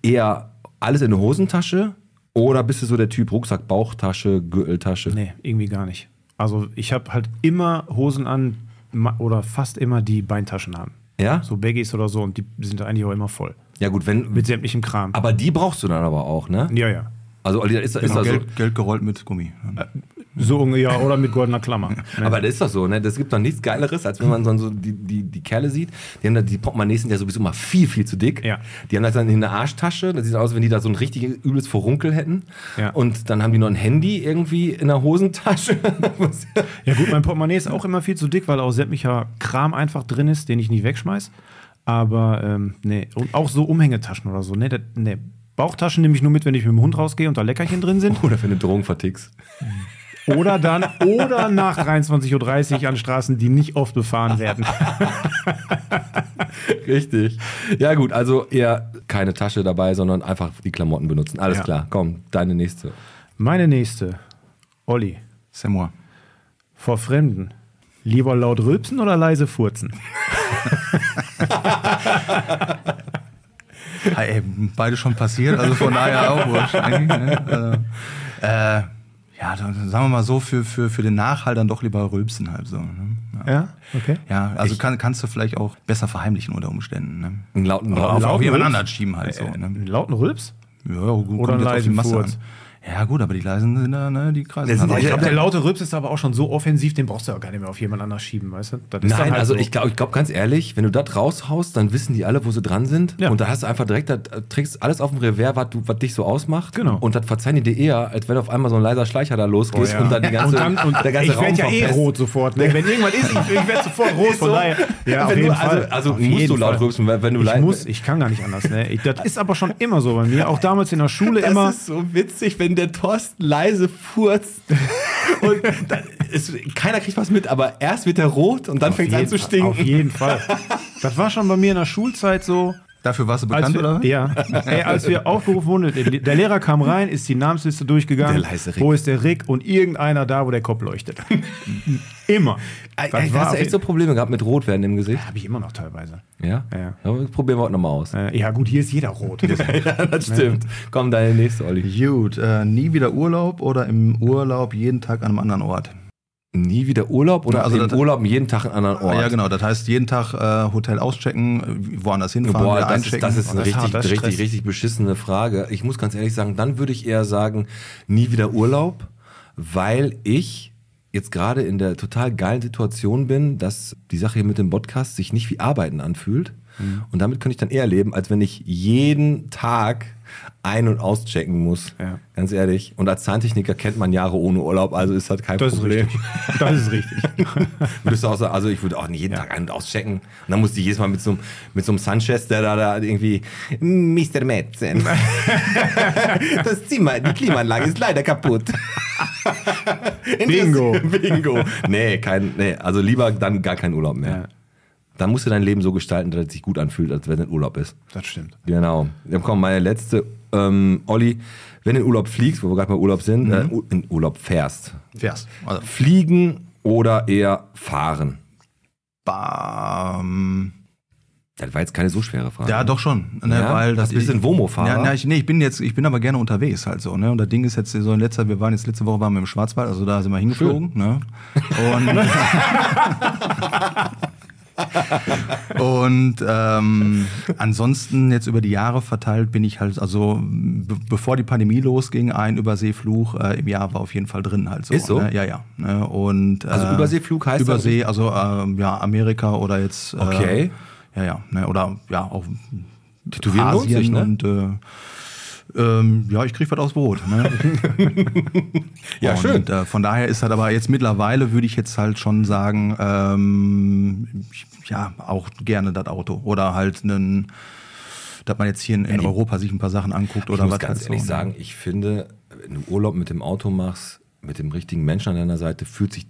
S4: Eher alles in eine Hosentasche oder bist du so der Typ Rucksack, Bauchtasche, Gürteltasche?
S3: Nee, irgendwie gar nicht. Also ich habe halt immer Hosen an ma- oder fast immer die Beintaschen haben.
S4: Ja?
S3: So Baggies oder so und die sind eigentlich auch immer voll.
S4: Ja gut, wenn,
S3: Mit sämtlichem Kram.
S4: aber die brauchst du dann aber auch, ne?
S3: Ja, ja.
S4: Also Olli, ist, ist
S7: Genau,
S4: da so,
S7: Geld, Geld gerollt mit Gummi.
S3: So unge- ja, oder mit goldener Klammer. Ne?
S4: Aber das ist doch so, ne? Das gibt doch nichts Geileres, als wenn man dann so die, die, die Kerle sieht. Die haben da, die Portemonnaies sind ja sowieso immer viel, viel zu dick.
S3: Ja.
S4: Die haben das dann in der Arschtasche. Das sieht aus, wenn die da so ein richtig übles Vorunkel hätten.
S3: Ja.
S4: Und dann haben die noch ein Handy irgendwie in der Hosentasche. Was-
S3: Ja gut, mein Portemonnaie ist auch immer viel zu dick, weil auch sämtlicher Kram einfach drin ist, den ich nicht wegschmeiß. Aber ähm, nee, und auch so Umhängetaschen oder so. Nee, das, nee. Bauchtaschen nehme ich nur mit, wenn ich mit dem Hund rausgehe und da Leckerchen drin sind.
S4: Oder wenn du Drogen vertickst.
S3: Oder dann, oder nach 23.30 Uhr an Straßen, die nicht oft befahren werden.
S4: Richtig. Ja, gut, also eher keine Tasche dabei, sondern einfach die Klamotten benutzen. Alles
S3: Ja.
S4: klar, komm, deine nächste.
S3: Meine nächste. Olli,
S7: C'est moi.
S3: vor Fremden. Lieber laut rülpsen oder leise furzen?
S7: Ja, ey, beide schon passiert, also von daher auch wurscht. eigentlich, Ne? Äh, äh, ja, dann sagen wir mal so, für, für, für den Nachhall dann doch lieber rülpsen halt so. Ne? Ja.
S3: Ja, okay.
S7: Ja, also kann, kannst du vielleicht auch besser verheimlichen unter Umständen. Ne?
S4: Einen lauten
S7: Oder auf,
S4: Raum.
S7: auf
S3: lauten
S7: jemand
S3: Rülps?
S7: anderen schieben halt so. Ne?
S3: Einen lauten Rülps?
S7: Ja, ja, gut, kommt
S3: Oder einen
S7: jetzt auf die
S3: leisen
S7: Masse
S3: Furz.
S7: an. Ja gut, aber die leisen sind da, ne, die kreisen.
S4: Das sind
S7: halt.
S4: die-
S3: Ich glaube,
S4: Ja.
S3: der laute Rülps ist aber auch schon so offensiv, den brauchst du ja gar nicht mehr auf jemand anders schieben, weißt du? Das ist dann
S4: Nein,
S3: halt
S4: also
S3: so.
S4: ich glaube, ich glaub, ganz ehrlich, wenn du das raushaust, dann wissen die alle, wo sie dran sind.
S3: Ja.
S4: Und da hast du einfach direkt, da äh, trägst alles auf dem Revers, was, du, was dich so ausmacht.
S3: Genau.
S4: Und das verzeihen die dir eher, als wenn auf einmal so ein leiser Schleicher da losgeht
S3: ja.
S4: Oh und dann die ganze,
S3: und dann, und
S4: der ganze
S3: ich werd ja eh
S4: verpest.
S3: rot sofort. Ne? Wenn irgendwas ist, ich, ich werde sofort rot.
S4: Ist so.
S3: Von daher.
S4: Wenn
S3: auf
S4: du-
S3: jeden
S4: also-
S3: Fall.
S4: also
S3: Auf
S4: musst
S3: jeden
S4: du laut
S3: Fall.
S4: rülpsen, wenn- wenn du
S3: ich
S4: leid-
S3: muss, ich kann gar nicht anders. Ne? Ich, das ist aber schon immer so bei mir. Auch damals in der Schule immer.
S4: ist so witzig, wenn der Thorsten leise furzt. und dann ist, keiner kriegt was mit, aber erst wird er rot und dann fängt es an
S3: jeden
S4: zu
S3: Fall,
S4: stinken.
S3: Auf jeden Fall. Das war schon bei mir in der Schulzeit so.
S7: Dafür warst du
S3: Als
S7: bekannt,
S3: wir,
S7: oder?
S3: ja, ey, als wir aufgerufen wurden, der der Lehrer kam rein, ist die Namensliste durchgegangen.
S4: Der leise Rick.
S3: Wo ist der Rick? Und irgendeiner da, wo der Kopf leuchtet. immer.
S4: Ey,
S3: Das
S4: ey,
S3: war
S4: hast du
S3: auf
S4: echt so
S3: jeden-
S4: Probleme gehabt mit rot werden im Gesicht?
S3: Hab ich immer noch teilweise.
S4: Ja?
S3: Ja.
S4: probieren wir heute nochmal aus.
S3: Äh, Ja, gut, hier ist jeder rot.
S4: Ja, das stimmt. Komm, deine nächste, Olli.
S7: Gut, äh, nie wieder Urlaub oder im Urlaub jeden Tag an einem anderen Ort.
S4: Nie wieder Urlaub oder
S7: Ja, also
S4: im
S7: das-
S4: Urlaub jeden Tag einen anderen Ort?
S7: Ja, genau. Das heißt, jeden Tag äh, Hotel auschecken, äh, woanders hinfahren,
S4: Boah,
S7: wieder
S4: das ist, das
S7: Oh,
S4: ist eine
S3: Das ist
S4: richtig,
S3: hart, das ist
S4: richtig,
S3: Stress.
S4: richtig beschissene Frage. Ich muss ganz ehrlich sagen, dann würde ich eher sagen, nie wieder Urlaub, weil ich jetzt gerade in der total geilen Situation bin, dass die Sache hier mit dem Podcast sich nicht wie Arbeiten anfühlt. Und damit könnte ich dann eher leben, als wenn ich jeden Tag ein- und auschecken muss.
S3: Ja.
S4: Ganz ehrlich. Und als Zahntechniker kennt man Jahre ohne Urlaub, also ist halt kein
S3: Das ist
S4: Problem.
S3: richtig. Das ist richtig.
S4: Würdest du auch sagen, also ich würde auch nicht jeden Tag ein- und auschecken. Und dann musste ich jedes Mal mit so, einem- mit so einem Sanchez, der da, da irgendwie, Mr. Metzen. das Zimmer, die Klimaanlage ist leider kaputt.
S3: Bingo.
S4: Bingo. Nee, kein, nee, also lieber dann gar keinen Urlaub mehr.
S3: Ja.
S4: Dann musst du dein Leben so gestalten, dass es sich gut anfühlt, als wenn es Urlaub ist.
S3: Das stimmt.
S4: Genau. Dann kommt meine letzte. Ähm, Olli, wenn du in Urlaub fliegst, wo wir gerade mal Urlaub sind,
S3: Mhm.
S4: äh, U- in Urlaub fährst.
S7: Fährst. Also,
S4: Fliegen oder eher fahren?
S7: bam.
S4: Das war jetzt keine so schwere Frage.
S7: Ja, doch schon. Ne,
S4: Ja?
S7: weil das
S4: Hast du ein bisschen Womo-Fahrer?
S7: Ja, na, ich, nee, ich bin jetzt, ich bin aber gerne unterwegs halt so. Ne? Und das Ding ist jetzt so in letzter, wir waren jetzt letzte Woche waren wir im Schwarzwald, also da sind wir hingeflogen. Ne? Und, und ähm, ansonsten jetzt über die Jahre verteilt bin ich halt, also be bevor die Pandemie losging, ein Überseefluch äh, im Jahr war auf jeden Fall drin halt so.
S4: Ist so?
S7: Ne? Ja, ja. Ne? Und, äh,
S4: Also Überseeflug heißt das-
S7: Übersee, also ähm, ja, Amerika oder jetzt. äh,
S4: Okay.
S7: ja, ja. Ne, oder ja, auch
S4: Tätowieren lohnt sich, ne?
S7: und äh, ähm, ja, ich krieg was aufs Brot. Ne?
S4: Ja,
S7: und,
S4: schön.
S7: Äh, von daher ist das aber jetzt mittlerweile, würde ich jetzt halt schon sagen, ähm, ich- ja, auch gerne das Auto. Oder halt einen, dass man jetzt hier in, in Europa sich ein paar Sachen anguckt
S4: ich
S7: oder
S4: muss
S7: was.
S4: ganz
S7: halt
S4: ehrlich
S7: so, ne?
S4: sagen, ich finde, wenn du Urlaub mit dem Auto machst, mit dem richtigen Menschen an deiner Seite, fühlt sich,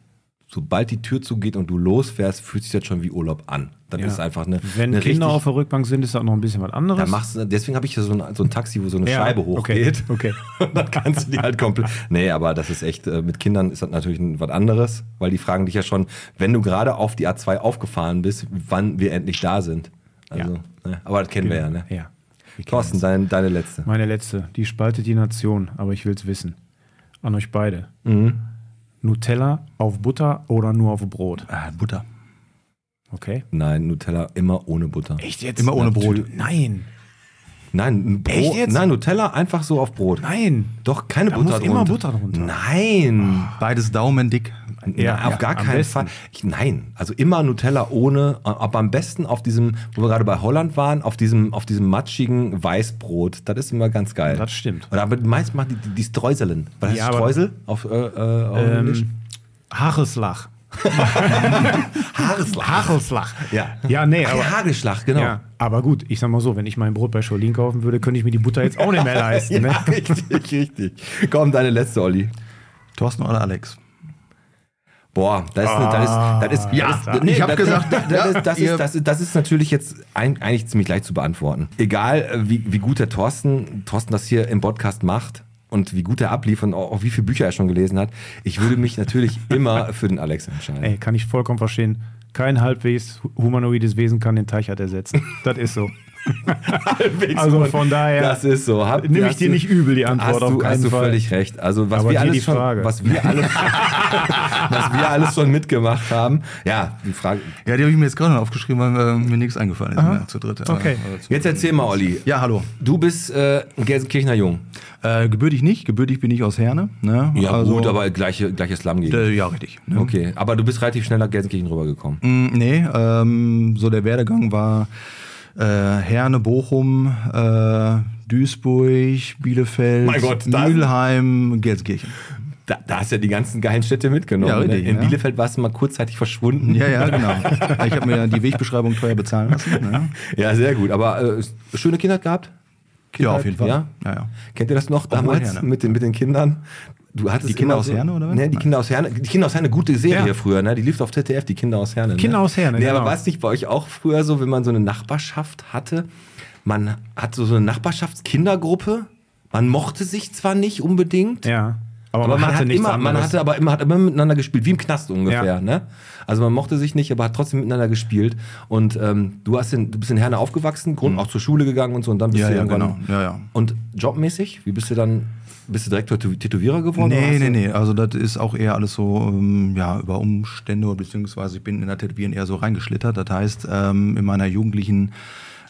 S4: sobald die Tür zugeht und du losfährst, fühlt sich das schon wie Urlaub an. Das ist einfach eine,
S3: Wenn
S4: eine
S3: Kinder auf
S4: richtig...
S3: der Rückbank sind, ist das noch ein bisschen was anderes.
S4: Da machst du, deswegen habe ich ja so ein, so ein Taxi, wo so eine
S3: Ja,
S4: Scheibe
S3: okay,
S4: hochgeht.
S3: okay.
S4: Dann kannst du die halt komplett. Nee, aber das ist echt, äh, mit Kindern ist das natürlich ein- was anderes, weil die fragen dich ja schon, wenn du gerade auf die A2 aufgefahren bist, wann wir endlich da sind. Also, ne? Aber das kennen wir ja, ne?
S3: Genau. ja. Genau.
S4: Thorsten, dein, deine letzte.
S3: Meine letzte. Die spaltet die Nation, aber ich will's wissen. An euch beide.
S4: Mhm.
S3: Nutella auf Butter oder nur auf Brot?
S7: Ah, Butter.
S3: Okay.
S4: Nein, Nutella immer ohne Butter.
S3: Echt jetzt?
S7: Immer ohne Brot.
S3: Nein.
S4: Nein, Brot,
S3: Echt jetzt?
S4: nein, Nutella einfach so auf Brot.
S3: Nein.
S4: Doch, keine
S3: Da
S4: Butter
S3: muss
S4: drunter.
S3: immer Butter drunter. Ah.
S4: Nein.
S7: Beides daumendick.
S3: Ja,
S4: Na, auf
S3: ja,
S4: gar
S3: am
S4: keinen
S3: besten.
S4: Fall. Ich, nein, also immer Nutella ohne, aber am besten auf diesem, wo wir gerade bei Holland waren, auf diesem, auf diesem matschigen Weißbrot. Das ist immer ganz geil.
S3: Das stimmt.
S4: Oder aber meist machen die, die, die Streuselen. Was heißt
S3: Ja, aber- Ähm,
S4: Streusel auf äh, äh, auf Englisch?
S3: Haareslach.
S4: Haareslach.
S3: Haareslach.
S4: Ja.
S3: Ja, nee, aber.
S4: Ja, Hagelschlag, genau.
S3: Ja, aber gut, ich sag mal so, wenn ich mein Brot bei Scholin kaufen würde, könnte ich mir die Butter jetzt auch nicht mehr leisten. Ne?
S4: Ja, richtig, richtig. Komm, deine letzte, Olli.
S7: Thorsten oder Alex?
S4: Boah, das ist,
S3: Ah,
S4: das ist, das ist, ja, das ist, nee,
S7: ich hab
S4: das-
S7: gesagt,
S4: das, das, ist- das, ist, das, ist, das ist natürlich jetzt ein, eigentlich ziemlich leicht zu beantworten. Egal, äh, wie, wie gut der Thorsten, Thorsten das hier im Podcast macht und wie gut er abliefert und auch, auch wie viele Bücher er schon gelesen hat, ich würde mich natürlich immer für den Alex entscheiden.
S3: Ey, kann ich vollkommen verstehen. Kein halbwegs humanoides Wesen kann den Teichert ersetzen. Das ist so. also von daher.
S4: Das ist so. Hab,
S3: Nimm ich
S4: hast
S3: dir
S4: du-
S3: nicht übel, die Antwort
S4: hast
S3: auf
S4: du,
S3: keinen
S4: hast du
S3: Fall.
S4: völlig recht. Also was
S3: Aber
S4: wir
S3: dir
S4: alles
S3: die Frage.
S4: schon, was wir alles, was wir alles schon mitgemacht haben. Ja, die Frage.
S7: Ja, die habe ich mir jetzt gerade noch aufgeschrieben, weil äh, mir nichts eingefallen ist. Ne, zu dritt. aber-
S3: Okay.
S7: aber zu-
S4: Jetzt erzähl mal, Olli.
S7: Ja, hallo.
S4: Du bist äh, ein Gelsenkirchener Jung.
S7: Äh, gebürtig nicht, gebürtig bin ich aus Herne. Ne?
S4: Ja,
S7: Also,
S4: gut, aber gleiche, gleiche Slum-Gegend.
S7: Äh, ja, richtig. Ne?
S4: Okay, aber du bist relativ schnell nach Gelsenkirchen rübergekommen.
S7: Mm, Nee, ähm, so der Werdegang war äh, Herne, Bochum, äh, Duisburg, Bielefeld,
S4: Mein Gott, das-
S7: Mülheim, Gelsenkirchen.
S4: Da, da hast du ja die ganzen geilen Städte mitgenommen.
S7: Ja, richtig,
S4: ne? In
S7: ja.
S4: Bielefeld warst du mal kurzzeitig verschwunden.
S7: Ja, ja, genau. Ich habe mir die Wegbeschreibung teuer bezahlen lassen. Ne?
S4: Ja, sehr gut. Aber äh, schöne Kindheit gehabt?
S7: Ja, auf jeden Fall.
S4: Ja?
S7: Ja, ja.
S4: Kennt ihr das noch damals
S3: ne.
S7: Herne.
S4: mit den, mit den Kindern? Du hattest
S7: Die Kinder
S4: immer
S7: aus Herne, oder was?
S4: Ne, die Kinder aus Herne. Die Kinder aus Herne, gute Serie
S3: Ja.
S4: früher, ne? Die lief auf ZDF, die Kinder aus Herne.
S3: Kinder
S4: ne?
S3: aus Herne,
S4: Nee, aber
S3: genau.
S4: war es nicht bei euch auch früher so, wenn man so eine Nachbarschaft hatte? Man hatte so eine Nachbarschaftskindergruppe. Man mochte sich zwar nicht unbedingt.
S3: ja. Aber,
S4: Aber
S3: man, hatte
S4: hat
S3: nichts
S4: immer, man
S3: anderes.
S4: hatte aber immer, hat immer miteinander gespielt, wie im Knast ungefähr.
S3: Ja.
S4: Ne? Also man mochte sich nicht, aber hat trotzdem miteinander gespielt. Und ähm, du, hast in, du bist in Herne aufgewachsen, Grund auch zur Schule gegangen und so. Und dann bist
S7: Ja,
S4: du
S7: ja,
S4: irgendwann-
S7: genau. Ja, ja.
S4: Und jobmäßig, wie bist du dann? Bist du direkt Tätow- Tätowierer geworden? oder
S7: Nee,
S4: hast
S7: nee,
S4: du-
S7: nee. Also das ist auch eher alles so ähm, ja, über Umstände, beziehungsweise ich bin in der Tätowieren eher so reingeschlittert. Das heißt, ähm, in meiner jugendlichen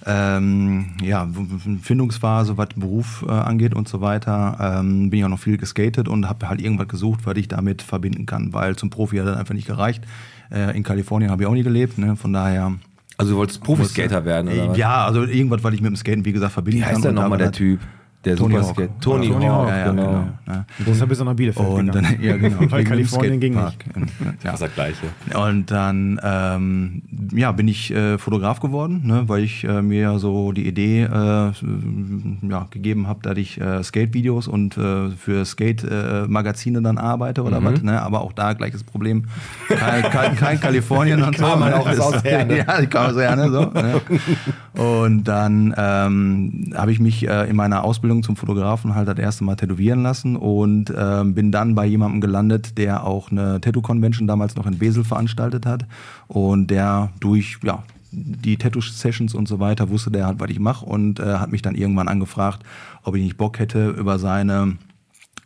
S7: ähm, ja, w- w- Findungsphase, was Beruf äh, angeht und so weiter, ähm, bin ich auch noch viel geskatet und habe halt irgendwas gesucht, was ich damit verbinden kann, weil zum Profi hat das einfach nicht gereicht. Äh, in Kalifornien habe ich auch nie gelebt, ne? von daher...
S4: Also du wolltest Profiskater werden, oder? was?
S7: Ja, also irgendwas, was ich mit dem Skaten, wie gesagt, verbinden
S4: Wie
S7: kann.
S4: heißt denn
S7: Und da
S4: nochmal
S7: war
S4: der
S7: das-
S4: Typ? Der
S7: Tony Hawk.
S4: Superskater. Tony,
S7: Tony
S4: Hawk,
S7: Ja, ja,
S4: genau.
S7: genau. Ja.
S3: Deshalb ist er nach Bielefeld
S7: Und
S3: gegangen.
S7: dann, ja,
S3: Weil
S7: genau. wegen dem
S3: Kalifornien ging nicht.
S7: Skatepark. Ja.
S4: Das ist das Gleiche.
S7: Und dann ähm, ja, bin ich äh, Fotograf geworden, ne, weil ich äh, mir so die Idee äh, ja, gegeben habe, dass ich äh, Skate-Videos und äh, für Skate-Magazine dann arbeite
S4: Mhm.
S7: oder was. Ne? Aber auch da gleiches Problem. Kein, kein, kein Kalifornien und
S4: kam halt auch aus Herne.
S7: Ja, ich kam aus Herne, so. Ne? Und dann ähm, habe ich mich äh, in meiner Ausbildung zum Fotografen halt das erste Mal tätowieren lassen und ähm, bin dann bei jemandem gelandet, der auch eine Tattoo-Convention damals noch in Wesel veranstaltet hat und der durch, ja, die Tattoo-Sessions und so weiter wusste der halt, was ich mache und äh, hat mich dann irgendwann angefragt, ob ich nicht Bock hätte, über seine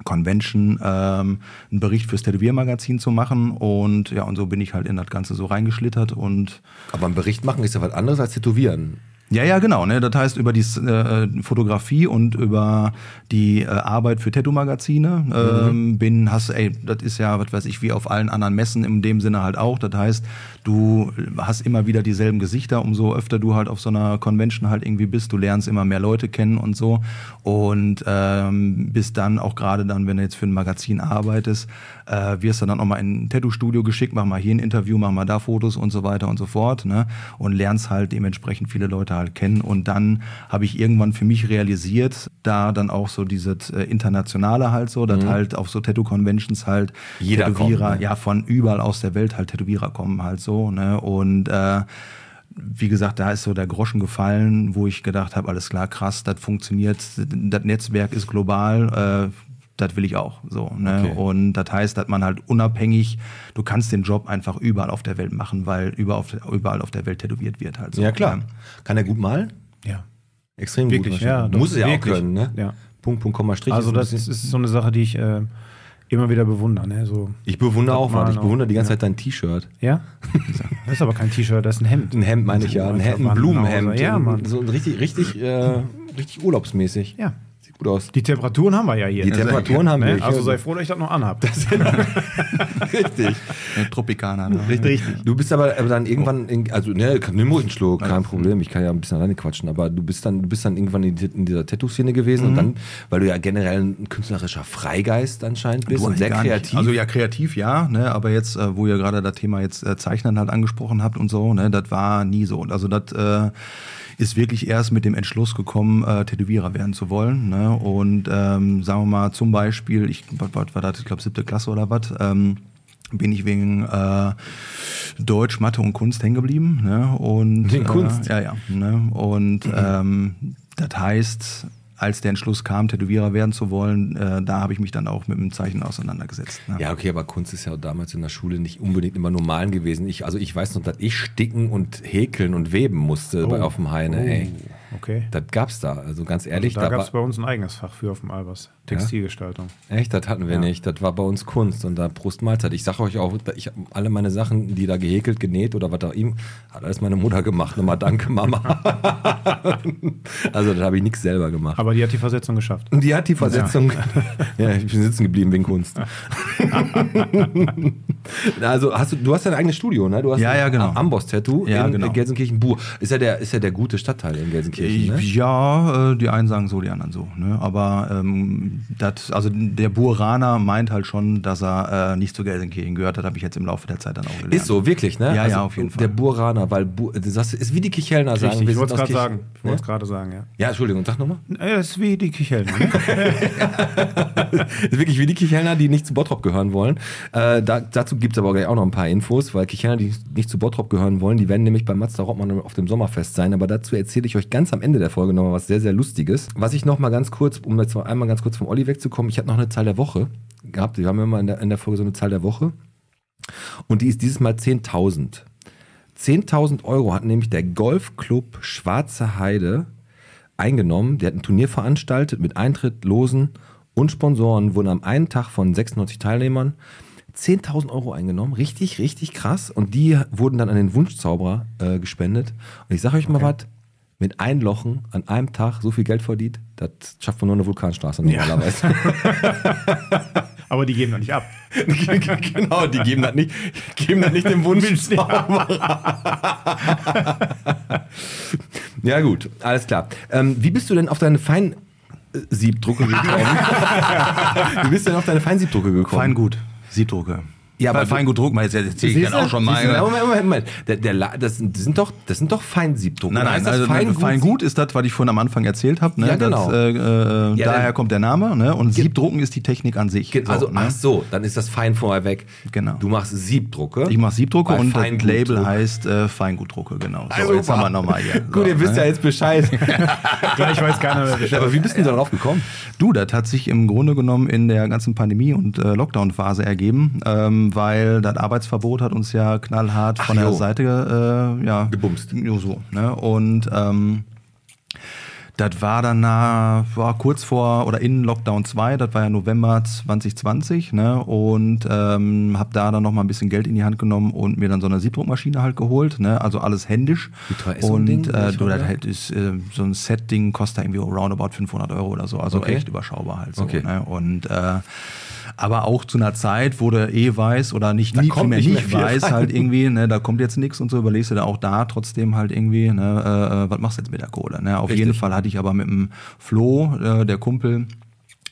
S7: Convention ähm, einen Bericht fürs Tätowiermagazin zu machen und ja, und so bin ich halt in das Ganze so reingeschlittert und
S4: Aber einen Bericht machen ist ja was anderes als tätowieren.
S7: ja, ja, genau. Ne? Das heißt, über die äh, Fotografie und über die äh, Arbeit für Tattoo-Magazine ähm, bin, hast, ey, das ist ja, was weiß ich, wie auf allen anderen Messen in dem Sinne halt auch. Das heißt, du hast immer wieder dieselben Gesichter, umso öfter du halt auf so einer Convention halt irgendwie bist, du lernst immer mehr Leute kennen und so. Und ähm, bist dann auch gerade dann, wenn du jetzt für ein Magazin arbeitest, äh, wirst du dann auch mal in ein Tattoo-Studio geschickt, mach mal hier ein Interview, mach mal da Fotos und so weiter und so fort. Ne? Und lernst halt dementsprechend viele Leute halt kennen. Und dann habe ich irgendwann für mich realisiert, da dann auch so dieses äh, Internationale halt so, dass halt auf so Tattoo-Conventions halt
S4: Mhm. Jeder kommt,
S7: Tätowierer,
S4: ne?
S7: ja, von überall aus der Welt halt Tätowierer kommen halt so. Ne? Und äh, wie gesagt, da ist so der Groschen gefallen, wo ich gedacht habe, alles klar, krass, das funktioniert, das Netzwerk ist global, äh, das will ich auch. So, ne?
S4: Okay.
S7: Und das heißt, dass man halt unabhängig, du kannst den Job einfach überall auf der Welt machen, weil überall auf, überall auf der Welt tätowiert wird halt. So, ne?
S4: Kann er gut malen?
S3: ja.
S4: Extrem
S3: Wirklich,
S4: gut.
S3: ja,
S4: wahrscheinlich.
S3: doch,
S4: Muss es ja
S3: wirklich.
S4: auch können, ne?
S3: Ja.
S4: Punkt, Punkt, Komma, Strich.
S3: Also
S4: ein
S3: das
S4: bisschen-
S3: ist, ist so eine Sache, die ich äh, immer wieder bewundere. Ne? So,
S4: Ich bewundere auch,
S3: Malen
S4: warte, ich
S3: auch,
S4: bewundere die ganze
S3: ja.
S4: Zeit dein T-Shirt.
S3: ja? Das ist aber kein T-Shirt, das ist ein Hemd.
S4: Ein Hemd meine ich ja, ein, Hemd, ein Blumenhemd.
S3: Ja, Mann.
S4: So ein richtig, richtig äh, richtig urlaubsmäßig.
S3: Ja.
S4: Sieht gut aus.
S3: Die Temperaturen haben wir ja hier.
S4: Die Temperaturen haben wir.
S3: ne?
S4: Ich-
S3: Also sei froh, dass ich das noch anhab.
S4: richtig.
S7: Eine Tropikaner. Ne?
S4: Richtig. Du bist aber, aber dann irgendwann, in, also ne, kann- nimm ruhig einen Schluck, kein Problem. Ich kann ja ein bisschen alleine quatschen, aber du bist dann, du bist dann irgendwann in, die- in dieser Tattoo-Szene gewesen
S3: Mhm.
S4: und dann, weil du ja generell ein künstlerischer Freigeist anscheinend bist
S7: Du
S4: und
S7: eigentlich
S4: sehr
S7: gar nicht.
S4: kreativ.
S7: Also ja, kreativ, ja, ne, aber jetzt, äh, wo ihr gerade das Thema jetzt äh, Zeichnen halt angesprochen habt und so, ne, das war nie so. Also das äh, ist wirklich erst mit dem Entschluss gekommen, äh, Tätowierer werden zu wollen. Ne? Und ähm, sagen wir mal zum Beispiel, ich was, was war das, ich glaube siebte Klasse oder was, ähm, bin ich wegen äh, Deutsch, Mathe und Kunst hängen geblieben. Ne? Und,
S4: Wegen Kunst? Mhm.
S7: Äh, ja, ja. Ne? Und ähm, das heißt, als der Entschluss kam, Tätowierer werden zu wollen, äh, da habe ich mich dann auch mit dem Zeichen auseinandergesetzt. Ne?
S4: Ja, okay, aber Kunst ist ja damals in der Schule nicht unbedingt immer normal gewesen. Ich, also ich weiß noch, dass ich sticken und häkeln und weben musste bei auf dem Heine, ey.
S3: Okay.
S4: Das gab's da, also ganz ehrlich,
S3: Oh. Da gab es
S4: da
S3: bei
S4: war,
S3: uns ein eigenes Fach für auf dem Albers. Textilgestaltung.
S4: echt, das hatten wir nicht. Das war bei uns Kunst und da Prost Mahlzeit. Ich sag euch auch, da- ich hab alle meine Sachen, die da gehäkelt, genäht oder was da ihm, hat alles meine Mutter gemacht. Nochmal danke, Mama. also da habe ich nichts selber gemacht.
S3: Aber die hat die Versetzung geschafft.
S4: Und die hat die Versetzung. Ja, ich bin sitzen geblieben wegen Kunst. also hast du, du hast dein eigenes Studio, ne? Du hast
S7: Ja, ja, genau.
S4: ein Amboss-Tattoo
S7: Ja,
S4: in
S7: genau.
S4: Gelsenkirchen-Buhr. Ist ja, der, ist ja der gute Stadtteil in Gelsenkirchen, ne?
S7: Ja, äh, die einen sagen so, die anderen so. Ne? Aber ähm, das, also der Buraner meint halt schon, dass er äh, nicht zu Gelsenkirchen gehört. Das habe ich jetzt im Laufe der Zeit dann auch gelernt.
S4: Ist so, wirklich, ne?
S7: Ja, ja, auf jeden Fall.
S4: Der Buraner, weil Bu das ist wie die Kichelner sagen.
S3: Richtig, ich
S4: sind
S3: wollte es
S4: aus
S3: gerade
S4: Kirch-
S3: sagen. Ich
S4: Ne?
S3: wollte es gerade sagen, ja.
S4: Ja, Entschuldigung, sag nochmal.
S3: Es ist wie die Kicheln. Ne?
S4: Ist wirklich wie die Kichelner, die nicht zu Bottrop gehören wollen. Äh, da, dazu gibt es aber gleich auch noch ein paar Infos, weil Kichelner, die nicht zu Bottrop gehören wollen, die werden nämlich bei Mazda Rottmann auf dem Sommerfest sein. Aber dazu erzähle ich euch ganz am Ende der Folge nochmal was sehr, sehr Lustiges. Was ich nochmal ganz kurz, um jetzt mal einmal ganz kurz vom Olli wegzukommen, ich hatte noch eine Zahl der Woche gehabt. Wir haben ja immer in der, in der Folge so eine Zahl der Woche. Und die ist dieses Mal 10.000. 10.000 Euro hat nämlich der Golfclub Schwarze Heide eingenommen. Der hat ein Turnier veranstaltet mit Eintritt, Losen und Sponsoren. Wurden am einen Tag von 96 Teilnehmern 10.000 Euro eingenommen. Richtig, richtig krass. Und die wurden dann an den Wunschzauberer äh, gespendet. Und ich sage euch mal was. Mit Einlochen an einem Tag so viel Geld verdient, das schafft man nur eine Vulkanstraße normalerweise.
S3: Aber die geben doch nicht ab.
S4: genau, die geben das nicht, geben das nicht dem Wunschzauberer. ja gut, alles klar. Ähm, wie bist du denn auf deine Feinsiebdrucke gekommen? wie bist du denn auf deine Feinsiebdrucke gekommen?
S7: Feingut, Siebdrucke.
S4: Ja, aber
S7: Weil
S4: du-
S7: Feingut-Druck, meinst du, jetzt erzähle ich
S4: Siehst
S7: dann
S4: du?
S7: auch schon
S4: Siehst du?
S7: mal.
S4: Moment, Moment, Moment. Der, der, La- das, sind- das sind doch, das sind doch Feinsiebdrucke.
S7: Nein,
S4: Oder
S7: nein,
S4: heißt das
S7: also Feingut, Feingut ist das, was ich vorhin am Anfang erzählt habe. Ne?
S4: Ja, genau.
S7: Das, äh, äh,
S4: Ja,
S7: daher
S4: dann-
S7: kommt der Name. Ne? Und Siebdrucken ist die Technik an sich.
S4: Ge- Also,
S7: So, ne?
S4: ach so, dann ist das Fein vorher weg.
S7: Genau.
S4: Du machst Siebdrucke.
S7: Ich mache Siebdrucke
S4: Bei
S7: und das
S4: Feingutdruck.
S7: Label heißt äh, Feingutdrucke, genau. So,
S4: Also,
S7: jetzt haben wir
S4: super.
S7: nochmal hier. So,
S4: Gut, ihr wisst
S7: ne?
S4: ja jetzt Bescheid.
S3: Gleich weiß keiner mehr Bescheid.
S4: Aber wie bist du darauf gekommen?
S7: Du, das hat sich im Grunde genommen in der ganzen Pandemie- und äh, Lockdown-Phase ergeben, ähm, weil das Arbeitsverbot hat uns ja knallhart von der
S4: jo.
S7: Seite äh, ja,
S4: Gebumst.
S7: Jo, so, ne? Und ähm, das war dann na, war kurz vor oder in Lockdown 2, das war ja November 2020, ne? Und ähm, habe da dann nochmal ein bisschen Geld in die Hand genommen und mir dann so eine Siebdruckmaschine halt geholt, ne? Also alles händisch.
S4: Wie teuer ist so ein
S7: und
S4: Ding?
S7: äh,
S4: Ich
S7: du, das
S4: hoffe-
S7: halt ist, äh, so ein Set-Ding kostet da irgendwie roundabout 500 Euro oder so. Also
S4: Okay.
S7: echt überschaubar halt so.
S4: Okay.
S7: Ne? Und äh, aber auch zu einer Zeit, wo du eh weiß oder nicht nie
S4: kommt
S7: primär
S4: nicht
S7: nicht,
S4: mehr viel
S7: weiß,
S4: rein.
S7: halt irgendwie, ne, da kommt jetzt nichts und so, überlegst du da auch da trotzdem halt irgendwie, ne, äh, äh, was machst du jetzt mit der Kohle? Ne? Auf
S4: Richtig.
S7: jeden Fall hatte ich aber mit dem Flo, äh, der Kumpel,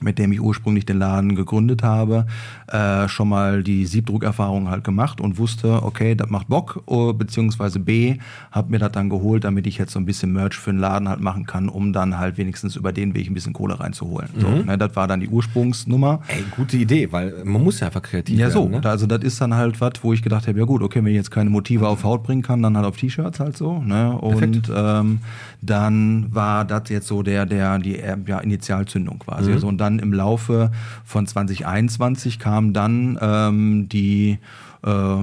S7: mit dem ich ursprünglich den Laden gegründet habe, äh, schon mal die Siebdruckerfahrung halt gemacht und wusste, okay, das macht Bock, oh, beziehungsweise B, habe mir das dann geholt, damit ich jetzt so ein bisschen Merch für den Laden halt machen kann, um dann halt wenigstens über den Weg ein bisschen Kohle reinzuholen. So, ne, das war dann die Ursprungsnummer.
S4: Ey, gute Idee, weil man muss ja einfach kreativ
S7: Ja, so.
S4: werden. Ne?
S7: Da- Also, das ist dann halt was, wo ich gedacht habe, ja gut, okay, wenn ich jetzt keine Motive auf Haut bringen kann, dann halt auf T-Shirts halt so. Ne? Und ähm, dann war das jetzt so der, der, die äh, ja, Initialzündung
S4: Mhm.
S7: quasi. Also, und dann im Laufe von 2021 kam dann ähm, die äh,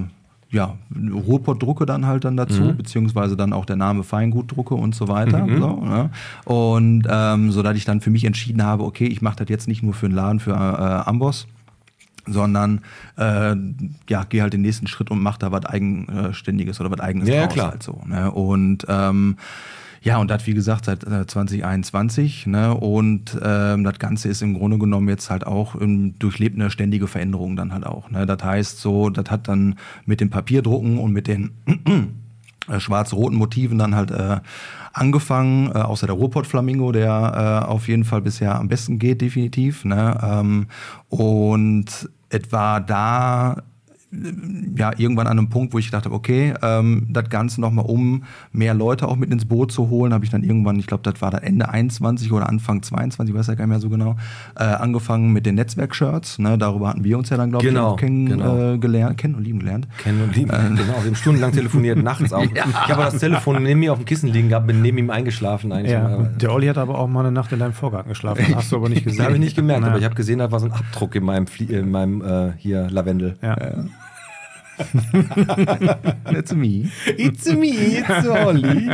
S7: ja, Ruhrpott-Drucke dann halt dann dazu,
S4: Mhm.
S7: beziehungsweise dann auch der Name Feingutdrucke und so weiter. So, ne? Und ähm, so dass ich dann für mich entschieden habe, okay, ich mache das jetzt nicht nur für einen Laden, für äh, Amboss, sondern äh, ja, geh halt den nächsten Schritt und mach da äh, was Eigenständiges oder was Eigenes
S4: Ja, ja,
S7: draus
S4: klar.
S7: halt so. Ne? Und ähm, Ja, und das, wie gesagt, seit äh, 2021. Ne? Und ähm, das Ganze ist im Grunde genommen jetzt halt auch ähm, durchlebt eine ständige Veränderung dann halt auch. Ne? Das heißt so, das hat dann mit dem Papierdrucken und mit den äh, schwarz-roten Motiven dann halt äh, angefangen, äh, außer der Ruhrpott-Flamingo, der äh, auf jeden Fall bisher am besten geht, definitiv. Ne? Ähm, und etwa da ja, irgendwann an einem Punkt, wo ich gedacht habe, okay, ähm, das Ganze nochmal um mehr Leute auch mit ins Boot zu holen, habe ich dann irgendwann, ich glaube, das war dann Ende 21 oder Anfang 22, ich weiß ja gar nicht mehr so genau, äh, angefangen mit den Netzwerk-Shirts. Ne? Darüber hatten wir uns ja dann, glaube
S4: Genau,
S7: ich, auch kennen,
S4: genau.
S7: äh, gelernt, kennen und lieben gelernt.
S4: Kennen und lieben. genau, wir haben stundenlang telefoniert, nachts auch. Ich habe das Telefon neben mir auf dem Kissen liegen gehabt, bin neben ihm eingeschlafen eigentlich.
S3: Ja,
S4: Aber-
S3: der Olli hat aber auch mal eine Nacht in deinem Vorgarten geschlafen. Das hast du aber nicht
S4: Das
S3: gesehen.
S4: habe ich nicht gemerkt,
S3: Ja.
S4: aber ich habe gesehen, da war so ein Abdruck in meinem, Flie in meinem äh, hier Lavendel.
S3: Ja.
S7: That's me.
S4: It's me, it's Olli.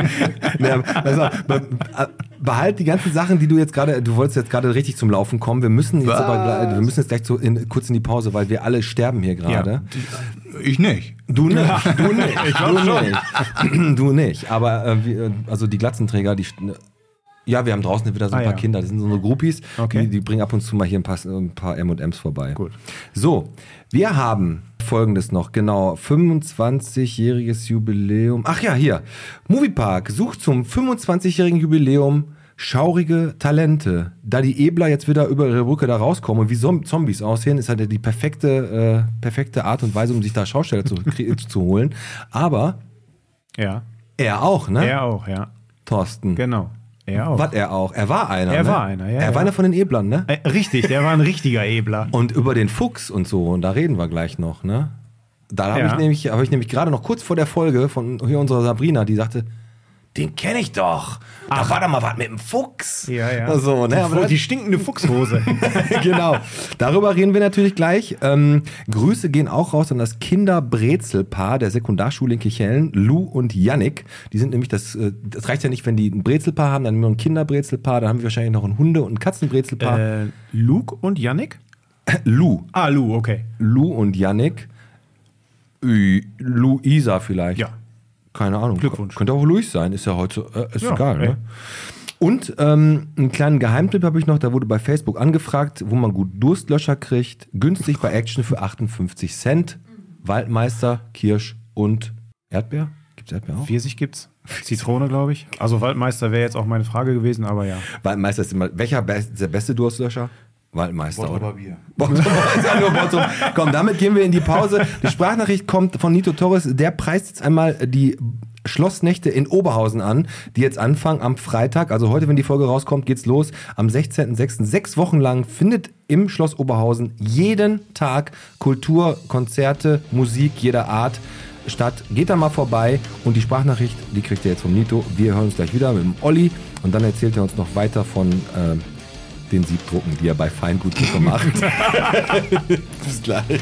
S4: naja, also, be äh, behalt die ganzen Sachen, die du jetzt gerade, du wolltest jetzt gerade richtig zum Laufen kommen. Wir müssen jetzt aber gle- wir müssen jetzt gleich zu, in, kurz in die Pause, weil wir alle sterben hier gerade.
S3: Ja.
S7: Ich nicht.
S4: Du nicht, du nicht, du nicht. du nicht. Aber äh, wir, also die Glatzenträger, die ne, ja, wir haben draußen wieder so ein
S3: Ah,
S4: paar
S3: ja.
S4: Kinder, das sind so unsere Groupies,
S3: Okay.
S4: die, die bringen ab und zu mal hier ein paar, ein paar M&Ms vorbei.
S3: Gut.
S4: So, wir haben folgendes noch, genau, 25-jähriges Jubiläum. Ach ja, hier, Moviepark sucht zum 25-jährigen Jubiläum schaurige Talente. Da die Ebler jetzt wieder über ihre Brücke da rauskommen und wie Zom- Zombies aussehen, ist halt ja die perfekte, äh, perfekte Art und Weise, um sich da Schausteller zu, kre- zu holen. Aber
S3: ja.
S4: er auch, ne?
S3: Er auch, ja.
S4: Thorsten.
S3: Genau. Er auch.
S4: Was er auch. Er war einer.
S3: Er
S4: ne?
S3: war einer, ja,
S4: Er war
S3: ja.
S4: einer von den Eblern, ne?
S3: Äh, richtig, der war ein richtiger Ebler.
S4: Und über den Fuchs und so, und da reden wir gleich noch, ne? Da habe
S3: Ja.
S4: ich nämlich, habe ich nämlich gerade noch kurz vor der Folge von hier unserer Sabrina, die sagte, den kenne ich doch. Da war doch mal was mit dem Fuchs. So, ne? Aber
S3: die,
S4: das-
S3: die stinkende Fuchshose.
S4: genau. Darüber reden wir natürlich gleich. Ähm, Grüße gehen auch raus an das Kinderbrezelpaar der Sekundarschule in Kichellen, Lou und Yannick. Die sind nämlich das, äh, das reicht ja nicht, wenn die ein Brezelpaar haben, dann nur ein Kinderbrezelpaar, dann haben wir wahrscheinlich noch ein Hunde- und ein Katzenbrezelpaar.
S3: äh, Luke und Yannick?
S4: Lou.
S3: Ah, Lou, okay.
S4: Lou und Yannick. Ü- Luisa vielleicht.
S3: Ja.
S4: Keine Ahnung.
S3: Glückwunsch.
S4: Könnte auch Luis sein, ist ja heute, äh, ist
S3: Ja,
S4: egal, ne?
S3: ey.
S4: Und ähm, einen kleinen Geheimtipp habe ich noch, da wurde bei Facebook angefragt, wo man gut Durstlöscher kriegt. Günstig bei Action für 58 Cent. Waldmeister, Kirsch und Erdbeer. Gibt es Erdbeer auch?
S3: Pfirsich gibt's. Zitrone, glaube ich. Also Waldmeister wäre jetzt auch meine Frage gewesen, aber ja.
S4: Waldmeister ist immer, welcher be ist der beste Durstlöscher? Waldmeister, oder?
S7: Bottroper Bier.
S4: Bottrop ist ja nur Bottrop. Komm, damit gehen wir in die Pause. Die Sprachnachricht kommt von Nito Torres. Der preist jetzt einmal äh, die Schlossnächte in Oberhausen an, die jetzt anfangen am Freitag. Also heute, wenn die Folge rauskommt, geht's los. Am 16.06. Sechs Wochen lang findet im Schloss Oberhausen jeden Tag Kultur, Konzerte, Musik jeder Art statt. Geht da mal vorbei und die Sprachnachricht, die kriegt ihr jetzt vom Nito. Wir hören uns gleich wieder mit dem Olli und dann erzählt er uns noch weiter von ähm, den Siebdrucken, die er bei Feingutdrucker macht. Bis gleich.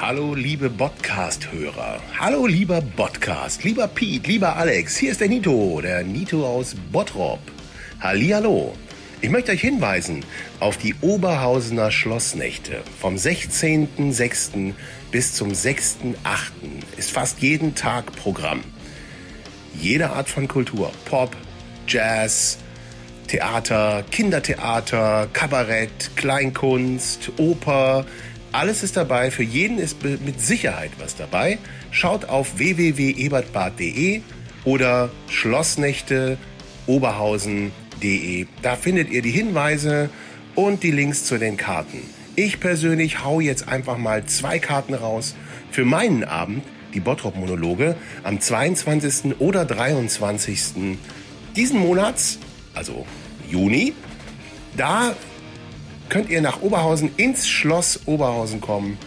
S8: Hallo, liebe Podcast-Hörer. Hallo, lieber Podcast. Lieber Pete, lieber Alex. Hier ist der Nito, der Nito aus Bottrop. Hallihallo. Ich möchte euch hinweisen auf die Oberhausener Schlossnächte. Vom 16.06. bis zum 6.08. ist fast jeden Tag Programm. Jede Art von Kultur. Pop, Jazz, Theater, Kindertheater, Kabarett, Kleinkunst, Oper. Alles ist dabei. Für jeden ist be- mit Sicherheit was dabei. Schaut auf www.ebertbad.de oder schlossnächteoberhausen.de. Da findet ihr die Hinweise und die Links zu den Karten. Ich persönlich hau jetzt einfach mal zwei Karten raus für meinen Abend, die Bottrop-Monologe, am 22. oder 23 diesen Monats, also Juni, da könnt ihr nach Oberhausen ins Schloss Oberhausen kommen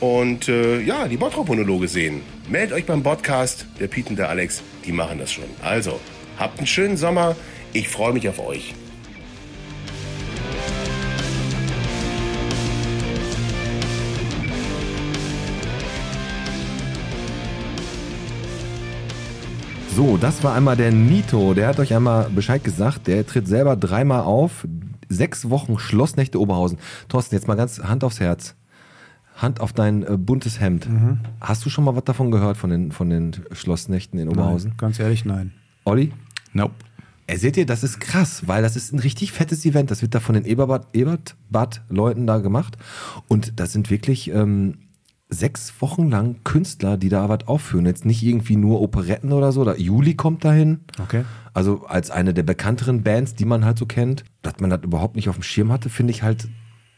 S8: und äh, ja, die Bottrop-Monologe sehen. Meldet euch beim Podcast, der Piet und der Alex, die machen das schon. Also, habt einen schönen Sommer, ich freue mich auf euch.
S4: So, das war einmal der Nito. Der hat euch einmal Bescheid gesagt. Der tritt selber dreimal auf. Sechs Wochen Schlossnächte Oberhausen. Thorsten, jetzt mal ganz Hand aufs Herz. Hand auf dein äh, buntes Hemd. Hast du schon mal was davon gehört, von den, von den Schlossnächten in Oberhausen?
S3: Ganz ehrlich, nein.
S4: Olli?
S7: Nope.
S4: Ey, seht ihr, das ist krass, weil das ist ein richtig fettes Event. Das wird da von den Eberbad, Eberbad-Leuten da gemacht. Und das sind wirklich ähm, sechs Wochen lang Künstler, die da was aufführen. Jetzt nicht irgendwie nur Operetten oder so. Da, Juli kommt dahin.
S3: Okay.
S4: Also als eine der bekannteren Bands, die man halt so kennt. Dass man das überhaupt nicht auf dem Schirm hatte, finde ich halt,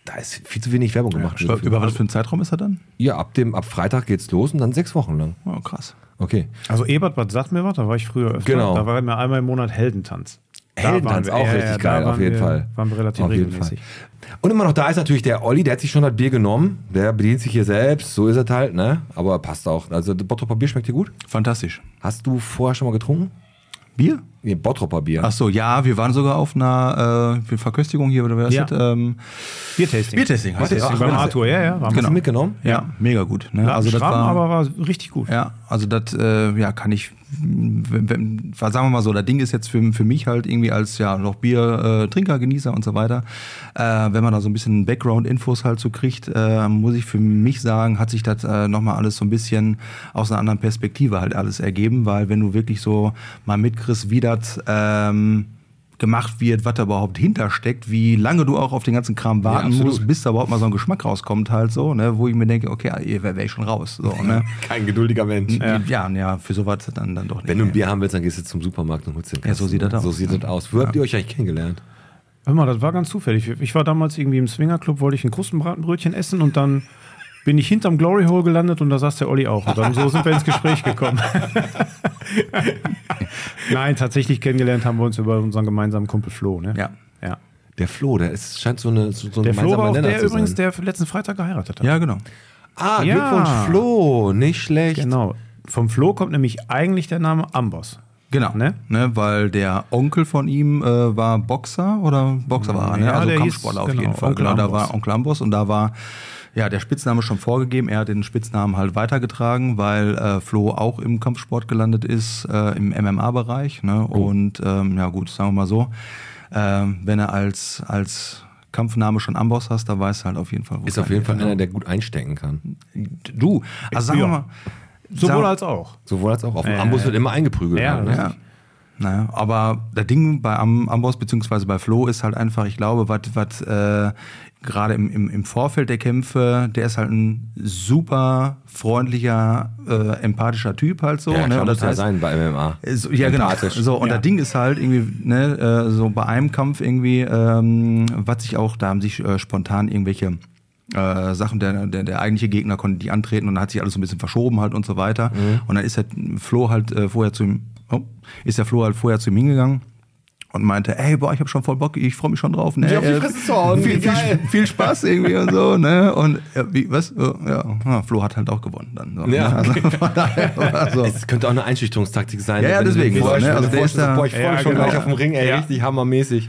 S4: da ist viel zu wenig Werbung gemacht.
S7: Über, Äh, über was für einen Zeitraum ist er dann?
S4: ja, ab, dem, ab Freitag geht's los und dann sechs Wochen lang.
S7: Oh, krass.
S4: Okay.
S3: Also Ebertbad sagt mir was, da war ich früher öfter.
S4: Genau.
S3: Da war mir einmal im Monat Heldentanz. Da
S4: Heldentanz,
S3: waren
S4: auch
S3: wir- ja, ja,
S4: richtig
S3: da
S4: geil, auf
S3: waren
S4: jeden
S3: wir-
S4: Fall.
S3: Waren wir relativ
S4: auf jeden
S3: regelmäßig.
S4: Fall. Und immer noch da ist natürlich der Olli, der hat sich schon das Bier genommen. Der bedient sich hier selbst, so ist er halt, ne? Aber passt auch. Also das Bottroper Bier schmeckt dir gut.
S7: Fantastisch.
S4: Hast du vorher schon mal getrunken?
S7: Bier?
S4: Nee, Bottroper Bier.
S7: Ach so, ja, wir waren sogar auf einer äh, Verköstigung hier, oder wer ist
S3: Ja.
S7: das? Ähm,
S3: Biertasting.
S7: Biertasting heißt das.
S3: Biertasting beim Arthur, ja, genau. ja. Waren
S4: Hast du mitgenommen?
S7: ja, mega gut. Ne?
S3: Also das war, aber war richtig gut.
S7: Ja, also das äh, ja, kann ich, m, wenn, wenn, sagen wir mal so, das Ding ist jetzt für, für mich halt irgendwie als ja noch Biertrinker, äh, Trinker, Genießer und so weiter, äh, wenn man da so ein bisschen Background-Infos halt so kriegt, äh, muss ich für mich sagen, hat sich das äh, nochmal alles so ein bisschen aus einer anderen Perspektive halt alles ergeben, weil wenn du wirklich so mal mitkriegst, wie das... Ähm, gemacht wird, was da überhaupt hintersteckt, wie lange du auch auf den ganzen Kram warten
S4: absolut.
S7: musst, bis da überhaupt mal so ein Geschmack rauskommt halt so, ne, wo ich mir denke, okay, hier wäre wär ich schon raus, so, ne.
S4: Kein geduldiger Mensch.
S7: Ja, ja, ja für sowas dann, dann doch nicht.
S4: Wenn du ein Bier haben willst, dann gehst du zum Supermarkt und holst dir einen
S7: Ja, so
S4: Kasten,
S7: sieht
S4: ne?
S7: das
S4: So
S7: aus,
S4: sieht
S7: ne?
S4: das aus. Wo habt ihr euch eigentlich kennengelernt?
S3: Hör mal, das war ganz zufällig. Ich war damals irgendwie im Swingerclub, wollte ich ein Krustenbratenbrötchen essen und dann bin ich hinterm Glory Hole gelandet und da saß der Olli auch. Und dann so sind wir ins Gespräch gekommen. Nein, tatsächlich kennengelernt haben wir uns über unseren gemeinsamen Kumpel Flo. Ne?
S7: Ja.
S3: ja.
S4: Der Flo, der ist, scheint so, eine, so, so ein
S3: Der Flo war
S4: gemeinsamer
S3: auch
S4: Nenner
S3: der
S4: zu sein.
S3: übrigens, der letzten Freitag geheiratet hat.
S7: Ja, genau.
S4: ah,
S3: Ja.
S4: Glückwunsch Flo, nicht schlecht.
S3: Genau. Vom Flo kommt nämlich eigentlich der Name Amboss.
S7: Genau.
S3: Ne?
S7: Ne? weil der Onkel von ihm äh, war Boxer oder Boxer war er, ne?
S3: Ja,
S7: also
S3: der
S7: Kampfsportler
S3: hieß,
S7: auf
S3: genau,
S7: jeden Fall.
S3: Onkel
S7: genau, da
S3: Amboss.
S7: war Onkel Ambos und da war ja der Spitzname schon vorgegeben. Er hat den Spitznamen halt weitergetragen, weil äh, Flo auch im Kampfsport gelandet ist, äh, im MMA-Bereich. Ne?
S3: Oh.
S7: Und ähm, ja gut, sagen wir mal so, ähm, wenn er als, als Kampfname schon Amboss hast, da weiß er halt auf jeden Fall, wo
S4: Ist
S7: es
S4: auf jeden
S7: lang
S4: Fall einer, der gut einstecken kann.
S7: geht. Du, also sagen wir
S3: Ja.
S7: mal.
S3: Sowohl
S7: sagen-
S3: als auch.
S4: Sowohl als auch. Auf dem Ambus wird immer eingeprügelt.
S3: Ja,
S4: halt, ne?
S7: Ja. Naja, aber das Ding bei Am Amboss bzw. bei Flo ist halt einfach, ich glaube, was was, äh, gerade im, im, im Vorfeld der Kämpfe, der ist halt ein super freundlicher, äh, empathischer Typ halt so.
S4: Ja, klar,
S7: ne? Und
S4: muss
S7: das
S4: ja
S7: heißt,
S4: sein bei MMA.
S7: so, ja, genau.
S4: Empathisch.
S7: So, und
S3: Ja.
S7: das Ding ist halt irgendwie, ne, äh, so bei einem Kampf irgendwie, ähm, was sich auch, da haben sich äh, spontan irgendwelche äh, Sachen, der, der, der eigentliche Gegner konnte die antreten und dann hat sich alles so ein bisschen verschoben halt und so weiter.
S4: Mhm.
S7: Und dann ist halt Flo halt äh, vorher zu ihm, oh, ist der Flo halt vorher zu ihm hingegangen und meinte, ey, boah, ich hab schon voll Bock, ich freue mich schon drauf. Ne?
S4: Ja, auf die
S7: Äh,
S4: Fresse zu hauen,
S7: viel,
S4: wie geil.
S7: viel, viel Spaß irgendwie und so, ne? Und äh, wie, was? Äh, Ja, ja, Flo hat halt auch gewonnen dann. So,
S4: Ja,
S7: ne? also, von daher war so.
S4: Es könnte auch eine Einschüchterungstaktik sein.
S7: Ja, ja,
S4: wenn du dir
S7: deswegen.
S4: vorstellst,
S7: Boah, ne,
S4: wenn
S7: also
S4: du vorstellst,
S7: der ist da-
S4: boah, ich freue
S3: Ja,
S4: mich schon
S3: genau.
S4: gleich auf dem Ring, ey,
S3: Ja.
S4: richtig hammermäßig.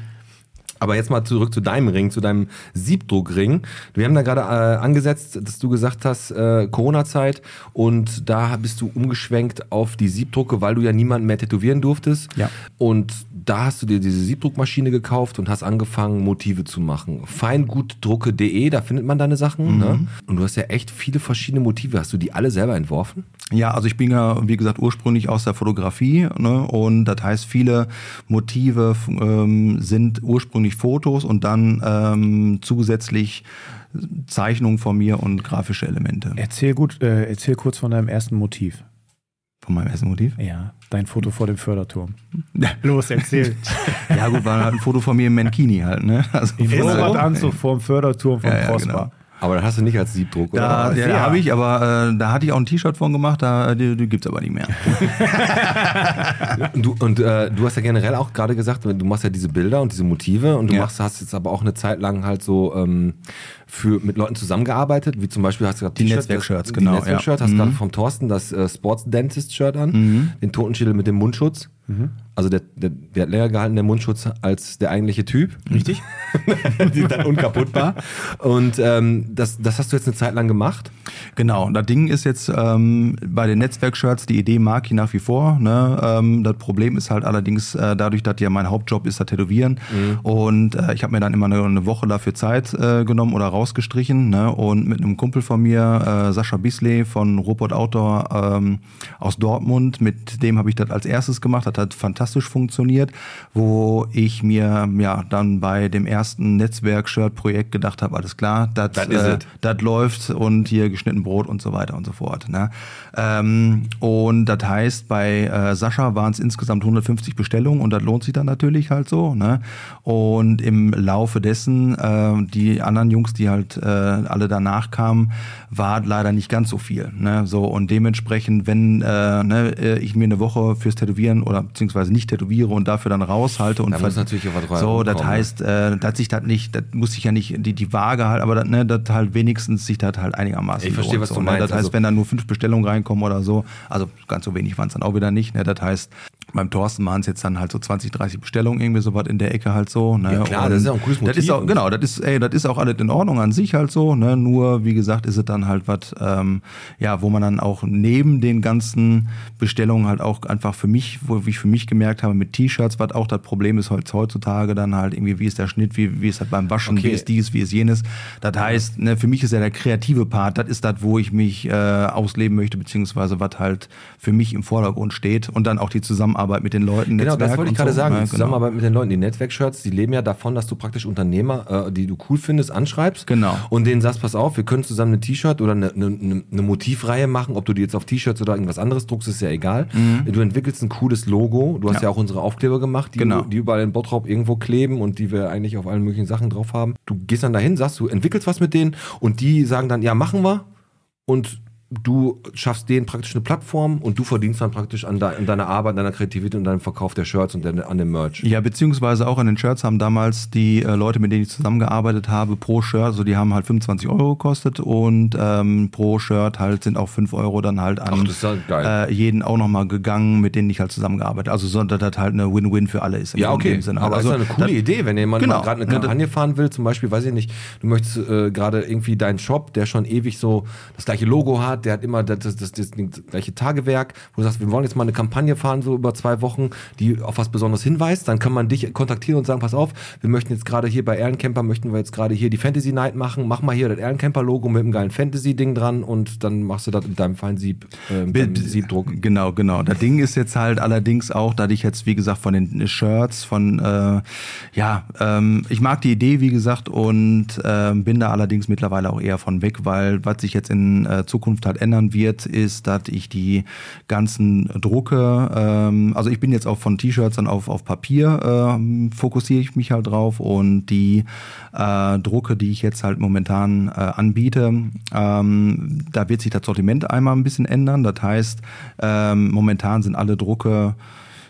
S4: Aber jetzt mal zurück zu deinem Ring, zu deinem Siebdruckring. Wir haben da gerade äh, angesetzt, dass du gesagt hast, äh, Corona-Zeit und da bist du umgeschwenkt auf die Siebdrucke, weil du ja niemanden mehr tätowieren durftest.
S3: Ja.
S4: Und da hast du dir diese Siebdruckmaschine gekauft und hast angefangen, Motive zu machen. Feingutdrucke.de, da findet man deine Sachen. Ne? Und du hast ja echt viele verschiedene Motive. Hast du die alle selber entworfen?
S7: Ja, also ich bin ja, wie gesagt, ursprünglich aus der Fotografie ne? und das heißt, viele Motive f- ähm, sind ursprünglich Fotos und dann ähm, zusätzlich Zeichnungen von mir und grafische Elemente.
S3: Erzähl gut, äh, erzähl kurz von deinem ersten Motiv.
S7: Von meinem ersten Motiv?
S3: Ja, dein Foto vor dem Förderturm. Los, erzähl.
S7: Ja gut, war halt ein Foto von mir im Mankini halt. Ne? Also,
S3: Im
S7: von daher-
S3: Fahrradanzug vorm Förderturm vom
S7: Ja, ja,
S3: Prosper.
S4: Aber das hast du nicht als Siebdruck,
S7: Da, ja, da habe ich, aber äh, da hatte ich auch ein T-Shirt von gemacht, da, die, die gibt's aber nicht mehr.
S4: Du, und äh, du hast ja generell auch gerade gesagt, du machst ja diese Bilder und diese Motive und du
S7: Ja.
S4: machst, hast jetzt aber auch eine Zeit lang halt so ähm, für, mit Leuten zusammengearbeitet, wie zum Beispiel hast du gerade
S7: Die
S4: T-Shirt,
S7: Netzwerk-Shirts,
S4: das-
S7: genau,
S4: Die Netzwerk-Shirt,
S7: ja.
S4: hast
S7: Mhm.
S4: gerade vom Thorsten das äh, Sports Dentist-Shirt an, den Totenschädel mit dem Mundschutz.
S7: Mhm.
S4: Also der, der, der hat länger gehalten, der Mundschutz, als der eigentliche Typ. Richtig. Die sind dann unkaputtbar. Und ähm, das, das hast du jetzt eine Zeit lang gemacht.
S7: Genau, und das Ding ist jetzt ähm, bei den Netzwerk-Shirts, die Idee mag ich nach wie vor. Ne? Ähm, Das Problem ist halt allerdings äh, dadurch, dass ja mein Hauptjob ist, das Tätowieren. Und äh, ich habe mir dann immer eine, eine Woche dafür Zeit äh, genommen oder rausgestrichen. Ne? Und mit einem Kumpel von mir, äh, Sascha Bisley von Robot Outdoor ähm, aus Dortmund, mit dem habe ich das als erstes gemacht. Das hat fantastisch funktioniert, wo ich mir ja dann bei dem ersten Netzwerk-Shirt-Projekt gedacht habe, alles klar, das
S2: Das
S7: äh,
S2: is it.
S7: das läuft und hier geschnitten Brot und so weiter und so fort. Ne? Ähm, und das heißt, bei äh, Sascha waren es insgesamt 150 Bestellungen und das lohnt sich dann natürlich halt so. Ne? Und im Laufe dessen, äh, die anderen Jungs, die halt äh, alle danach kamen, war das leider nicht ganz so viel. Ne? So und dementsprechend, wenn äh, ne, äh, ich mir eine Woche fürs Tätowieren oder beziehungsweise nicht tätowiere und dafür dann raushalte und
S4: Da muss
S7: ver-
S4: natürlich auch was
S7: so, das
S4: rumkommen, ne?
S7: heißt, äh, dass sich das nicht, das muss ich ja nicht die, die Waage halt, aber das, ne, das halt wenigstens sich das halt einigermaßen.
S4: Ich verstehe,
S7: lohnt,
S4: was
S7: so,
S4: du
S7: ne?
S4: meinst.
S7: Das heißt,
S4: Also-
S7: wenn da nur fünf Bestellungen reinkommen oder so, also ganz so wenig waren es dann auch wieder nicht. Ne? Das heißt, beim Thorsten waren es jetzt dann halt so 20, 30 Bestellungen, irgendwie so was in der Ecke halt so. Ne?
S4: Ja, klar,
S7: Und
S4: das ist ja auch ein cooles
S7: Das ist
S4: Motiv
S7: auch,
S4: und-
S7: genau, das ist, ey, das ist auch alles in Ordnung an sich halt so. Ne? Nur, wie gesagt, ist es dann halt was, ähm, ja, wo man dann auch neben den ganzen Bestellungen halt auch einfach für mich, wo ich für mich gemerkt habe, mit T-Shirts, was auch das Problem ist heutz- heutzutage dann halt irgendwie, wie ist der Schnitt, wie, wie ist das beim Waschen,
S4: Okay.
S7: wie ist dies, wie ist jenes. Das heißt, ne, für mich ist ja der kreative Part, das ist das, wo ich mich äh, ausleben möchte, beziehungsweise was halt für mich im Vordergrund steht und dann auch die Zusammenarbeit mit den Leuten.
S4: Genau, das
S7: Netzwerk
S4: wollte ich
S7: und
S4: gerade
S7: so.
S4: sagen.
S7: Ja,
S4: die
S7: genau.
S4: Zusammenarbeit mit den Leuten, die Netzwerk-Shirts, die leben ja davon, dass du praktisch Unternehmer, äh, die du cool findest, anschreibst.
S7: Genau.
S4: Und denen sagst, pass auf, wir können zusammen ein T-Shirt oder eine, eine, eine eine Motivreihe machen. Ob du die jetzt auf T-Shirts oder irgendwas anderes druckst, ist ja egal. Du entwickelst ein cooles Logo. Du hast ja,
S7: Mhm. Ja.
S4: auch unsere Aufkleber gemacht, die,
S7: Genau.
S4: die überall in Bottrop irgendwo kleben und die wir eigentlich auf allen möglichen Sachen drauf haben. Du gehst dann dahin, sagst, du entwickelst was mit denen und die sagen dann, ja, machen wir. Und du schaffst denen praktisch eine Plattform und du verdienst dann praktisch an, de an deiner Arbeit, deiner Kreativität und deinem Verkauf der Shirts und der, an dem Merch.
S7: Ja, beziehungsweise auch an den Shirts haben damals die äh, Leute, mit denen ich zusammengearbeitet habe, pro Shirt, also die haben halt 25 Euro gekostet und ähm, pro Shirt halt sind auch 5 Euro dann halt an
S4: Ach, das ist ja geil.
S7: Äh, jeden auch nochmal gegangen, mit denen ich halt zusammengearbeitet habe. Also so, dass das halt eine Win-Win für alle ist. in
S4: Ja,
S7: dem
S4: okay.
S7: Sinne.
S4: Aber
S7: also,
S4: ist ja eine coole
S7: das-
S4: Idee, wenn jemand
S7: Genau.
S4: mal gerade eine
S7: Ja, da-
S4: Kampagne fahren will, zum Beispiel, weiß ich nicht, du möchtest äh, gerade irgendwie deinen Shop, der schon ewig so das gleiche Logo hat, der hat immer das, das, das, das gleiche Tagewerk, wo du sagst, wir wollen jetzt mal eine Kampagne fahren, so über zwei Wochen, die auf was Besonderes hinweist, dann kann man dich kontaktieren und sagen, pass auf, wir möchten jetzt gerade hier bei Erlencamper, möchten wir jetzt gerade hier die Fantasy Night machen, mach mal hier das Erlencamper-Logo mit einem geilen Fantasy-Ding dran und dann machst du das mit deinem feinen Sieb, äh, mit
S7: Bi-
S4: deinem
S7: bi-
S4: Siebdruck.
S7: Genau, genau. Das Ding ist jetzt halt allerdings auch, dass ich jetzt, wie gesagt, von den Shirts, von, äh, ja, ähm, ich mag die Idee, wie gesagt, und ähm, bin da allerdings mittlerweile auch eher von weg, weil was sich jetzt in äh, Zukunft halt ändern wird, ist, dass ich die ganzen Drucke, ähm, also ich bin jetzt auch von T-Shirts dann auf, auf Papier, ähm, fokussiere ich mich halt drauf und die äh, Drucke, die ich jetzt halt momentan äh, anbiete, ähm, da wird sich das Sortiment einmal ein bisschen ändern. Das heißt, ähm, momentan sind alle Drucke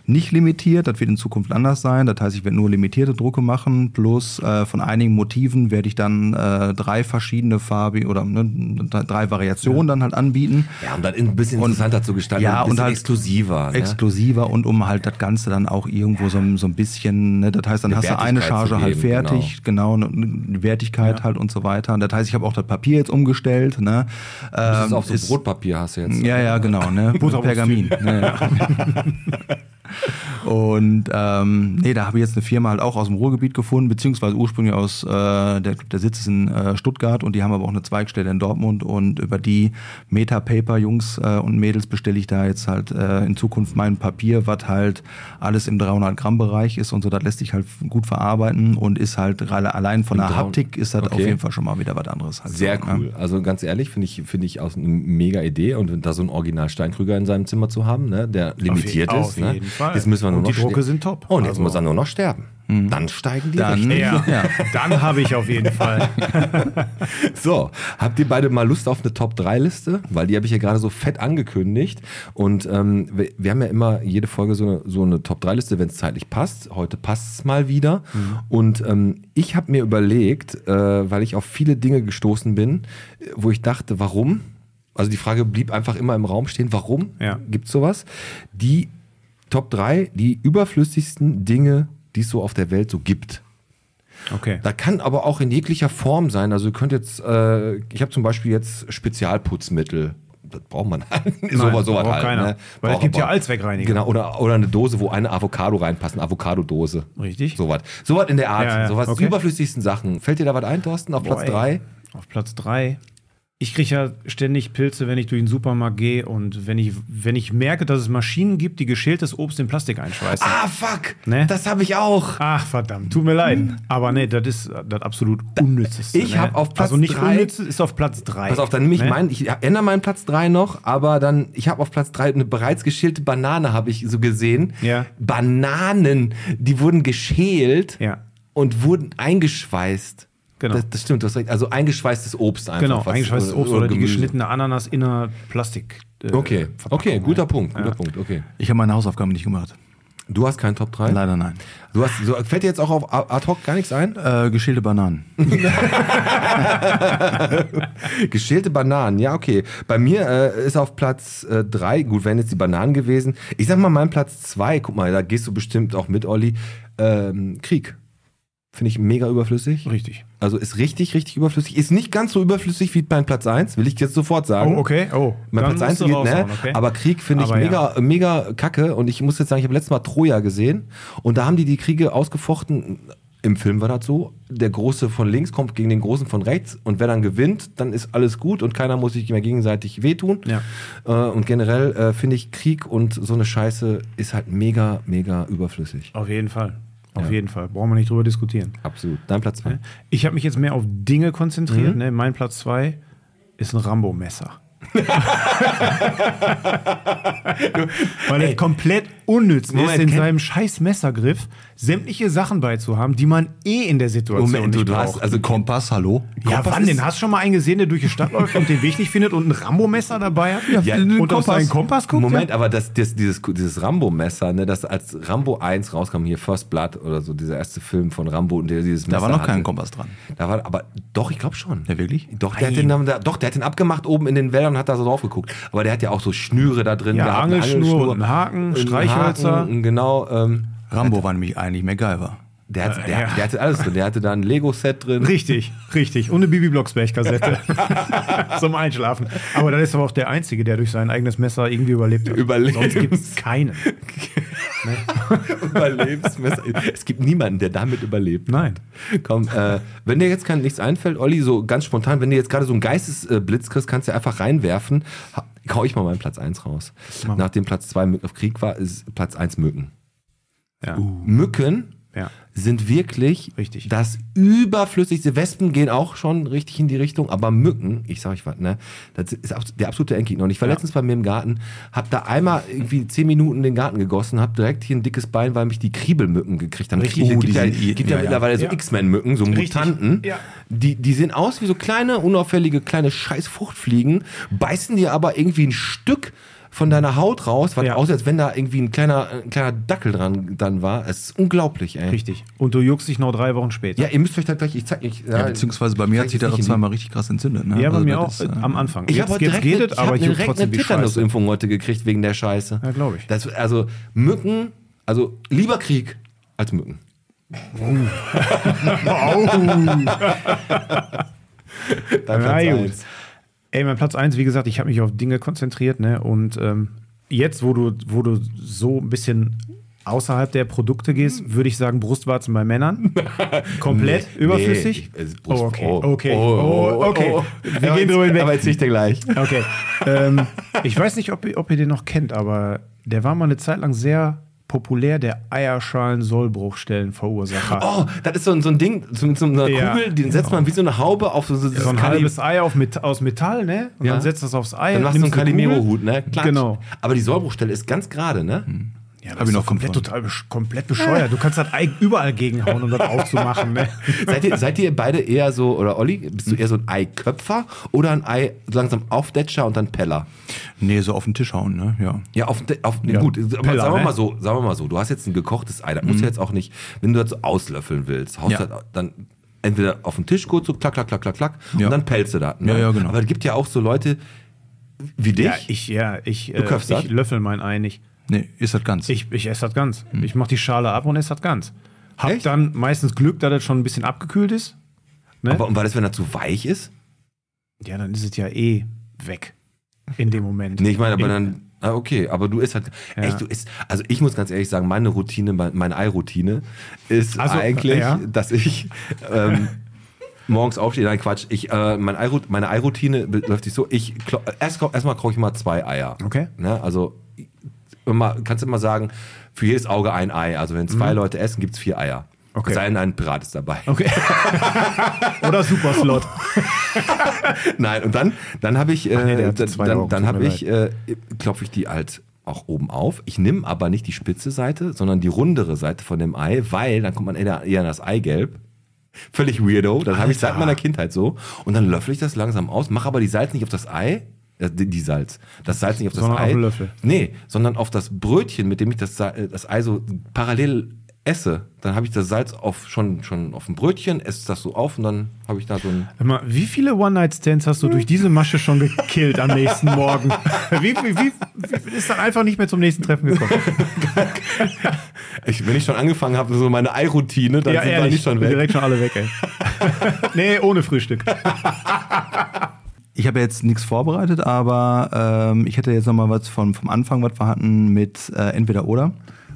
S7: nicht limitiert, das wird in Zukunft anders sein. Das heißt, ich werde nur limitierte Drucke machen, plus äh, von einigen Motiven werde ich dann äh, drei verschiedene Farben oder ne, drei Variationen dann halt anbieten.
S4: Ja, um das ein bisschen
S7: Und-
S4: interessanter zu gestalten,
S7: Ja,
S4: ein bisschen
S7: und halt
S4: exklusiver. ne?
S7: Exklusiver und um halt das Ganze dann auch irgendwo so, ein- so ein bisschen, ne, das heißt, dann
S4: Eine
S7: hast du eine
S4: Wertigkeit zu
S7: Charge halt
S4: geben,
S7: fertig, genau, ne, die Wertigkeit halt und so weiter. Und das heißt, ich habe auch das Papier jetzt umgestellt. Ne?
S4: Das
S7: Ähm,
S4: ist auf so Brotpapier hast du jetzt.
S7: Ja, ja, genau, ne? Butter Pergamin. Ne? Und ähm, nee, da habe ich jetzt eine Firma halt auch aus dem Ruhrgebiet gefunden, beziehungsweise ursprünglich aus, äh, der, der Sitz ist in äh, Stuttgart und die haben aber auch eine Zweigstelle in Dortmund und über die Meta-Paper-Jungs äh, und Mädels bestelle ich da jetzt halt äh, in Zukunft mein Papier, was halt alles im 300-Gramm-Bereich ist und so, das lässt sich halt gut verarbeiten und ist halt gerade allein von der
S4: 300
S7: Haptik ist das auf
S4: Okay.
S7: jeden Fall schon mal wieder was anderes. Halt
S4: Sehr
S7: so,
S4: cool. Also ganz ehrlich, finde ich, finde ich aus eine mega Idee und da so einen Original Steinkrüger in seinem Zimmer zu haben, ne, der limitiert
S3: je-
S4: ist.
S3: auf
S4: ne?
S3: jeden Fall.
S4: Jetzt müssen wir nur
S3: Und die
S4: noch
S3: Drucke
S4: ster-
S3: sind top.
S4: Und jetzt
S3: Also-
S4: muss er nur noch sterben. Dann steigen die
S7: Dann-
S4: Rechnungen.
S3: Ja,
S7: Ja.
S3: dann habe ich auf jeden Fall.
S4: So, habt ihr beide mal Lust auf eine Top-3-Liste? Weil die habe ich ja gerade so fett angekündigt. Und ähm, wir, wir haben ja immer jede Folge so eine, so eine Top-3-Liste, wenn es zeitlich passt. Heute passt es mal wieder. Und ähm, ich habe mir überlegt, äh, weil ich auf viele Dinge gestoßen bin, äh, wo ich dachte, warum? Also die Frage blieb einfach immer im Raum stehen, warum
S3: Ja.
S4: gibt es sowas? Die Top 3, die überflüssigsten Dinge, die es so auf der Welt so gibt.
S3: Okay.
S4: Da kann aber auch in jeglicher Form sein. Also ihr könnt jetzt, äh, ich habe zum Beispiel jetzt Spezialputzmittel. das braucht man halt. sowas sowas
S3: braucht
S4: halt.
S3: keiner.
S4: Ne?
S3: Weil es
S4: Braucht
S3: gibt ja
S4: aber-
S3: Allzweckreiniger.
S4: Genau, oder, oder eine Dose, wo eine Avocado reinpasst, eine Avocado-Dose.
S3: Richtig.
S4: Sowas. Sowas in der Art.
S3: Ja, ja,
S4: Sowas
S3: okay.
S4: die überflüssigsten Sachen. Fällt dir da was ein, Thorsten, auf Platz
S3: Boah, ey.
S4: 3?
S3: Auf Platz 3. Ich kriege ja ständig Pilze, wenn ich durch den Supermarkt gehe und wenn ich, wenn ich merke, dass es Maschinen gibt, die geschältes Obst in Plastik einschweißen.
S4: Ah, fuck!
S3: Ne?
S4: Das habe ich auch.
S3: Ach, verdammt, tut mir leid. Aber nee, das ist das absolut unnützeste.
S4: Ich
S3: ne?
S4: hab auf Platz
S3: Also nicht
S4: drei-
S3: unnütz, ist auf Platz Ne? 3.
S4: Pass auf, dann nehme ich meinen, ich ändere meinen Platz 3 noch, aber dann, ich habe auf Platz 3 eine bereits geschälte Banane, habe ich so gesehen.
S3: Ja.
S4: Bananen, die wurden geschält
S3: Ja.
S4: und wurden eingeschweißt.
S3: Genau.
S4: Das, das stimmt, du hast recht. Also eingeschweißtes Obst einfach.
S3: Genau,
S4: was- äh,
S3: eingeschweißtes Obst oder, die
S4: Gemüse.
S3: geschnittene Ananas in einer Plastik. äh,
S4: Okay,
S3: Verpackung,
S4: okay,
S3: ne?
S4: guter Punkt, guter Punkt, okay.
S7: Ich habe meine Hausaufgaben nicht gemacht.
S4: Du hast keinen Top 3?
S7: Leider nein.
S4: Du hast, so, fällt dir jetzt auch auf a- ad hoc gar nichts ein?
S7: Äh, geschälte Bananen.
S4: Geschälte Bananen, ja, okay. Bei mir äh, ist auf Platz 3, gut, wären jetzt die Bananen gewesen. Ich sag mal, mein Platz 2, guck mal, da gehst du bestimmt auch mit, Olli. Ähm, Krieg. Finde ich mega überflüssig.
S3: Richtig.
S4: Also ist richtig, richtig überflüssig. Ist nicht ganz so überflüssig wie mein Platz 1, will ich jetzt sofort sagen.
S3: Oh, okay, oh.
S4: Mein
S3: Dann
S4: Platz 1
S3: musst du
S4: geht, ne?
S3: raushauen, okay.
S4: Aber Krieg finde ich
S3: Aber ja.
S4: mega, mega kacke. Und ich muss jetzt sagen, ich habe letztes Mal Troja gesehen. Und da haben die die Kriege ausgefochten. Im Film war das so. Der Große von links kommt gegen den Großen von rechts. Und wer dann gewinnt, dann ist alles gut. Und keiner muss sich mehr gegenseitig wehtun.
S3: Ja.
S4: Äh, und generell äh, finde ich Krieg und so eine Scheiße ist halt mega, mega überflüssig.
S3: Auf jeden Fall. Auf jeden Fall. Brauchen wir nicht drüber diskutieren.
S4: Absolut. Dein Platz 2.
S3: Ich habe mich jetzt mehr auf Dinge konzentriert.
S4: Mhm.
S3: Ne? Mein Platz 2 ist ein Rambo-Messer. Weil er komplett unnütz ist,
S4: Moment,
S3: in
S4: kenn-
S3: seinem scheiß Messergriff sämtliche Sachen beizuhaben, die man eh in der Situation nicht braucht.
S4: also
S7: Kompass, hallo?
S3: ja,
S4: Kompass
S3: wann
S4: ist-
S3: denn? Hast du schon mal einen gesehen, der durch die Stadt läuft und den Weg nicht findet und ein Rambo-Messer dabei hat?
S4: Ja,
S3: und
S4: einen
S3: auf seinen Kompass guckt?
S4: Moment, aber das, das, dieses, dieses Rambo-Messer, ne, das als Rambo 1 rauskam, hier First Blood oder so, dieser erste Film von Rambo und der dieses
S7: Da war noch
S4: hatte.
S7: kein Kompass dran.
S4: Da war, aber doch, ich glaube schon.
S7: Ja, wirklich?
S4: Doch der, hat den, dann da- doch, der hat den abgemacht oben in den Wäldern und hat da so drauf geguckt. Aber der hat ja auch so Schnüre da drin.
S3: Ja,
S4: gehabt, eine
S3: Angelschnur und einen Haken,
S4: einen
S3: Streichhölzer.
S4: Haken, genau. Ähm,
S7: Rambo war nämlich eigentlich MacGyver.
S4: der, hat, der,
S3: Ja.
S4: der hatte alles drin. Der hatte da ein Lego-Set drin.
S3: Richtig, richtig. Und eine Bibi Blocksberg-Kassette zum Einschlafen. Aber dann ist aber auch der Einzige, der durch sein eigenes Messer irgendwie überlebt hat.
S4: Überlebt.
S3: Sonst gibt es keinen.
S4: Überlebensmesser. Es gibt niemanden, der damit überlebt.
S3: Nein.
S4: Komm, äh, wenn dir jetzt kein, nichts einfällt, Olli, so ganz spontan, wenn dir jetzt gerade so ein Geistesblitz kriegst, kannst du einfach reinwerfen. Ha- Hau ich mal meinen Platz 1 raus. Nachdem Platz 2 auf Krieg war, ist Platz 1 Mücken.
S3: Ja.
S4: Uh. Mücken
S3: Ja.
S4: sind wirklich
S3: Richtig.
S4: das überflüssigste. Wespen gehen auch schon richtig in die Richtung, aber Mücken, ich sag euch was, ne, das ist abs- der absolute Endgegner. Und ich war letztens bei mir im Garten, hab da einmal irgendwie zehn Minuten den Garten gegossen, hab direkt hier ein dickes Bein, weil mich die Kriebelmücken gekriegt haben.
S7: Richtig.
S4: Kriebel,
S7: Oh,
S4: gibt
S7: die
S4: ja,
S7: sind i-
S4: gibt ja,
S7: ja, ja.
S4: mittlerweile so
S3: Ja.
S4: X-Men-Mücken, so
S3: Richtig.
S4: Mutanten.
S3: Ja.
S4: Die, die sehen aus wie so kleine, unauffällige, kleine Scheißfruchtfliegen, beißen dir aber irgendwie ein Stück von deiner Haut raus, was
S3: Ja.
S4: aussieht, als wenn da irgendwie ein kleiner, ein kleiner Dackel dran dann war. Es ist unglaublich, ey.
S3: Richtig. Und du juckst dich noch drei Wochen später.
S4: Ja, ihr müsst euch da gleich, ich zeig ich,
S3: Also,
S7: Ja, beziehungsweise bei mir hat sich das zweimal richtig krass entzündet. Ne?
S3: Ja, bei
S7: Also
S3: mir auch
S7: das ist, äh,
S3: am Anfang.
S4: Ich habe heute direkt,
S3: geht
S4: eine-
S3: es,
S4: ich
S3: aber
S4: hab
S3: ich juck
S4: direkt eine
S3: trotzdem die Scheiße.
S4: Tetanus-Impfung heute gekriegt wegen der Scheiße.
S3: Ja, glaub ich.
S4: Das, also Mücken, also lieber Krieg als Mücken. Dein Platz
S3: Na gut.
S4: eins.
S3: Ey, mein Platz 1, wie gesagt, ich habe mich auf Dinge konzentriert, ne? Und ähm, jetzt, wo du, wo du so ein bisschen außerhalb der Produkte gehst, würde ich sagen, Brustwarzen bei Männern. Komplett
S4: Mhm. Nee,
S3: überflüssig.
S4: nee, ich-
S3: oh,
S4: Brust-
S3: okay.
S4: oh,
S3: okay.
S4: oh, oh, oh,
S3: okay.
S4: oh.
S3: Wir
S4: Aber
S3: gehen
S4: jetzt-
S3: drüber hinweg.
S4: Aber jetzt nicht der gleich.
S3: Okay. ähm, ich weiß nicht, ob, ihr- ob ihr den noch kennt, aber der war mal eine Zeit lang sehr populär, der Eierschalen-Sollbruchstellen-Verursacher.
S4: Oh, das ist so, ein- so ein Ding, so mit so einer
S3: Ja, Genau.
S4: Kugel, den setzt man wie so eine Haube auf so, so,
S3: so ein halbes Ei auf Met aus Metall, ne? Und
S4: Ja.
S3: dann setzt das aufs Ei.
S4: Dann machst du so einen
S3: nimmst eine Kugel.
S4: Calimero-Hut, ne? Klatsch.
S3: Genau.
S4: Aber die Sollbruchstelle ist ganz gerade, ne?
S3: Ja, das
S7: Hab ich
S3: ist
S7: noch
S3: doch komplett
S7: von.
S3: total besch- komplett bescheuert. Du kannst das Ei überall gegenhauen, um das aufzumachen. Ne?
S4: Seid ihr, seid ihr beide eher so, oder Olli, bist du eher so ein Eiköpfer oder ein Ei so langsam aufdetscher und dann Peller?
S7: Nee, so auf den Tisch hauen, ne? Ja.
S4: Ja, auf, auf gut, aber
S3: Peller,
S4: sagen wir
S3: ne?
S4: mal so, sagen wir mal so, du hast jetzt ein gekochtes Ei, das muss jetzt auch nicht, wenn du das so auslöffeln willst, haust
S7: Ja.
S4: du das dann entweder auf den Tisch kurz so klack klack klack klack klack
S7: Ja.
S4: und dann pellst du das. Ne?
S7: Ja, ja, genau.
S4: Aber es gibt ja auch so Leute wie dich.
S3: Ja, ich, ja, ich, äh,
S4: köpfst das?
S3: ich löffel mein Ei nicht.
S7: Nee, ist das ganz.
S3: Ich, ich esse das ganz. Ich mache die Schale ab und esse das ganz. Hab
S4: Echt?
S3: dann meistens Glück, da das schon ein bisschen abgekühlt ist.
S4: aber und weil das wenn das zu weich ist?
S3: Ja, dann ist es ja eh weg. in dem Moment.
S4: Nee, ich meine, aber dann. Ah, okay, aber du isst halt. Echt, du isst. Also ich muss ganz ehrlich sagen, meine Routine, mein- meine Ei-Routine ist
S3: Also,
S4: eigentlich,
S3: ja.
S4: dass ich ähm, morgens aufstehe. Nein, Quatsch. Ich, äh, mein Ei meine Ei-Routine läuft sich so. Ich klo- erst ko- erstmal koche ich mal zwei Eier.
S3: Okay.
S4: Ne? Also immer, kannst du immer sagen, für jedes Auge ein Ei. Also wenn zwei Leute essen, gibt es vier Eier.
S3: Mhm. Okay.
S4: Es sei denn, ein Pirat ist dabei.
S3: Okay. Oder Superslot.
S4: Nein, und dann, dann habe ich, äh,
S3: nee, der hat
S4: dann,
S3: zwei
S4: dann,
S3: Augen,
S4: dann
S3: tut
S4: habe
S3: mir
S4: ich, äh, klopfe ich die halt auch oben auf. Ich nehme aber nicht die spitze Seite, sondern die rundere Seite von dem Ei, weil dann kommt man eher, eher an das Eigelb. Völlig weirdo. Das habe ich seit meiner Kindheit so. Und dann löffel ich das langsam aus, mache aber die Salz nicht auf das Ei. äh, Die die Salz. Das Salz nicht auf das
S3: Sondern
S4: Ei.
S3: auf den Löffel.
S4: Nee, sondern auf das Brötchen, mit dem ich das, Sa- äh, das Ei so parallel esse. Dann habe ich das Salz auf, schon, schon auf dem Brötchen, esse das so auf und dann habe ich da so ein.
S3: Hör mal, wie viele One-Night-Stands hast du durch diese Masche schon gekillt am nächsten Morgen? Wie, wie, wie, wie ist dann einfach nicht mehr zum nächsten Treffen gekommen?
S4: Ich, wenn ich schon angefangen habe, so meine Ei-Routine, dann sind wir nicht schon weg.
S3: direkt schon alle weg, ey. nee, ohne Frühstück.
S7: Ich habe jetzt nichts vorbereitet, aber ähm, ich hätte jetzt nochmal was vom, vom Anfang, was wir hatten mit äh, entweder oder.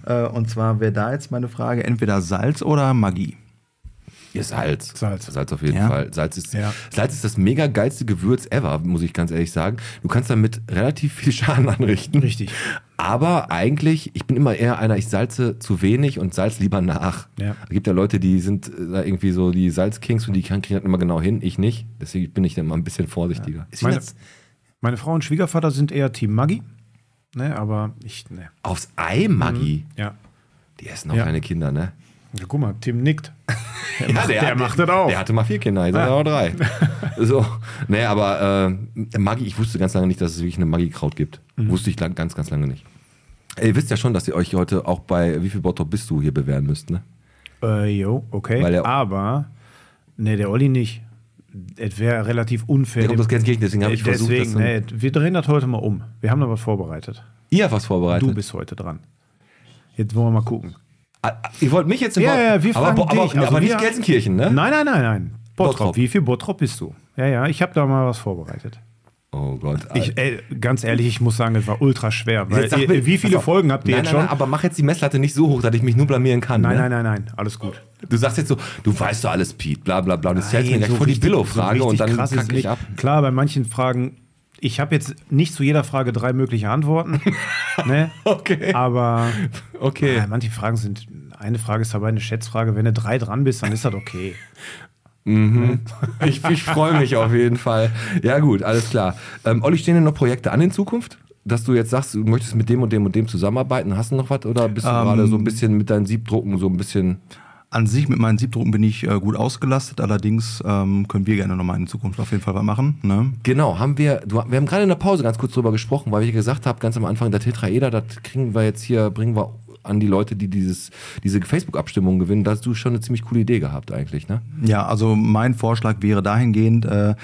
S7: Äh, und zwar wäre da jetzt meine Frage, entweder Salz oder Magie.
S4: Ja, Salz.
S3: Salz.
S4: Salz auf jeden
S7: Ja.
S4: Fall. Salz ist,
S3: Ja.
S4: Salz ist das mega geilste Gewürz ever, muss ich ganz ehrlich sagen. Du kannst damit relativ viel Schaden anrichten.
S3: Richtig.
S4: Aber eigentlich, ich bin immer eher einer, ich salze zu wenig und salz lieber nach.
S3: Ja.
S4: Es gibt ja Leute, die sind äh, da irgendwie so die Salzkings und die kriegen das immer genau hin, ich nicht. Deswegen bin ich dann mal ein bisschen vorsichtiger. Ist
S3: Meine-
S4: jetzt
S3: Meine Frau und Schwiegervater sind eher Team Maggi. Ne, aber ich, ne.
S4: aufs Ei, Maggi.
S3: Ja.
S4: Die essen auch
S3: Ja.
S4: keine Kinder, ne?
S3: ja. Guck mal, Tim nickt.
S4: Ja,
S3: der
S4: hat-
S3: macht das auch.
S4: Der hatte mal vier Kinder, jetzt
S3: Ah.
S4: hat er auch drei. So, nee, aber äh, Maggi, ich wusste ganz lange nicht, dass es wirklich eine Maggi-Kraut gibt.
S3: Mhm.
S4: Wusste ich lang, ganz, ganz lange nicht. Ihr wisst ja schon, dass ihr euch heute auch bei Wie viel Bottrop bist du hier bewähren müsst, ne?
S3: Äh, jo, okay.
S4: Weil der-
S3: aber, ne, der Olli nicht. Es wäre relativ unfair.
S4: Der kommt
S3: dem-
S4: aus Gelsenkirchen, deswegen habe ich versucht, das
S3: Deswegen, ne, wir drehen das heute mal um. Wir haben da was vorbereitet.
S4: Ihr habt was vorbereitet.
S3: Du bist heute dran. Jetzt wollen wir mal gucken.
S4: Ah, ah, ihr wollt mich jetzt im
S3: Ja,
S4: Wort-
S3: ja, wir
S4: aber,
S3: fragen
S4: aber,
S3: dich.
S4: aber,
S3: Also
S4: aber nicht
S3: wir-
S4: Gelsenkirchen, ne?
S3: Nein, nein, nein, nein. Bottrop.
S4: Bottrop.
S3: Wie viel Bottrop bist du? Ja, ja, ich habe da mal was vorbereitet.
S4: Oh Gott.
S3: Ich, ey, ganz ehrlich, ich muss sagen, es war ultra schwer. Weil
S4: Jetzt sag
S3: ihr,
S4: mir-
S3: wie viele
S4: pass auf.
S3: Folgen habt ihr
S4: nein,
S3: jetzt
S4: nein,
S3: schon?
S4: Nein, aber mach jetzt die Messlatte nicht so hoch, dass ich mich nur blamieren kann.
S3: nein,
S4: ne?
S3: nein, nein, nein, alles gut.
S4: Du sagst jetzt so, du weißt doch alles, Pete, bla bla bla. Und jetzt stellst du mir
S3: Nein,
S4: gleich
S3: so
S4: vor die
S3: richtig-
S4: Billo-Frage
S3: so
S4: und
S3: richtig
S4: dann
S3: krass ist
S4: kacke
S3: nicht.
S4: ich ab.
S3: Klar, bei manchen Fragen, ich habe jetzt nicht zu jeder Frage drei mögliche Antworten. ne?
S4: Okay.
S3: Aber
S4: Okay.
S3: Ah, manche Fragen sind, eine Frage ist dabei eine Schätzfrage. Wenn du drei dran bist, dann ist das okay.
S4: Ich, ich freue mich auf jeden Fall. Ja, gut, alles klar. Ähm, Olli, stehen denn noch Projekte an in Zukunft? Dass du jetzt sagst, du möchtest mit dem und dem und dem zusammenarbeiten, hast du noch was? Oder bist du gerade so ein bisschen mit deinen Siebdrucken so ein bisschen.
S7: An sich mit meinen Siebdrucken bin ich äh, gut ausgelastet, allerdings ähm, können wir gerne nochmal in Zukunft auf jeden Fall was machen. Ne?
S4: Genau, haben wir, du, wir haben gerade in der Pause ganz kurz drüber gesprochen, weil ich gesagt habe, ganz am Anfang, der Tetraeder, das kriegen wir jetzt hier, bringen wir an die Leute, die dieses, diese Facebook-Abstimmung gewinnen. Da hast du schon eine ziemlich coole Idee gehabt, eigentlich, ne?
S7: Ja, also mein Vorschlag wäre dahingehend, äh,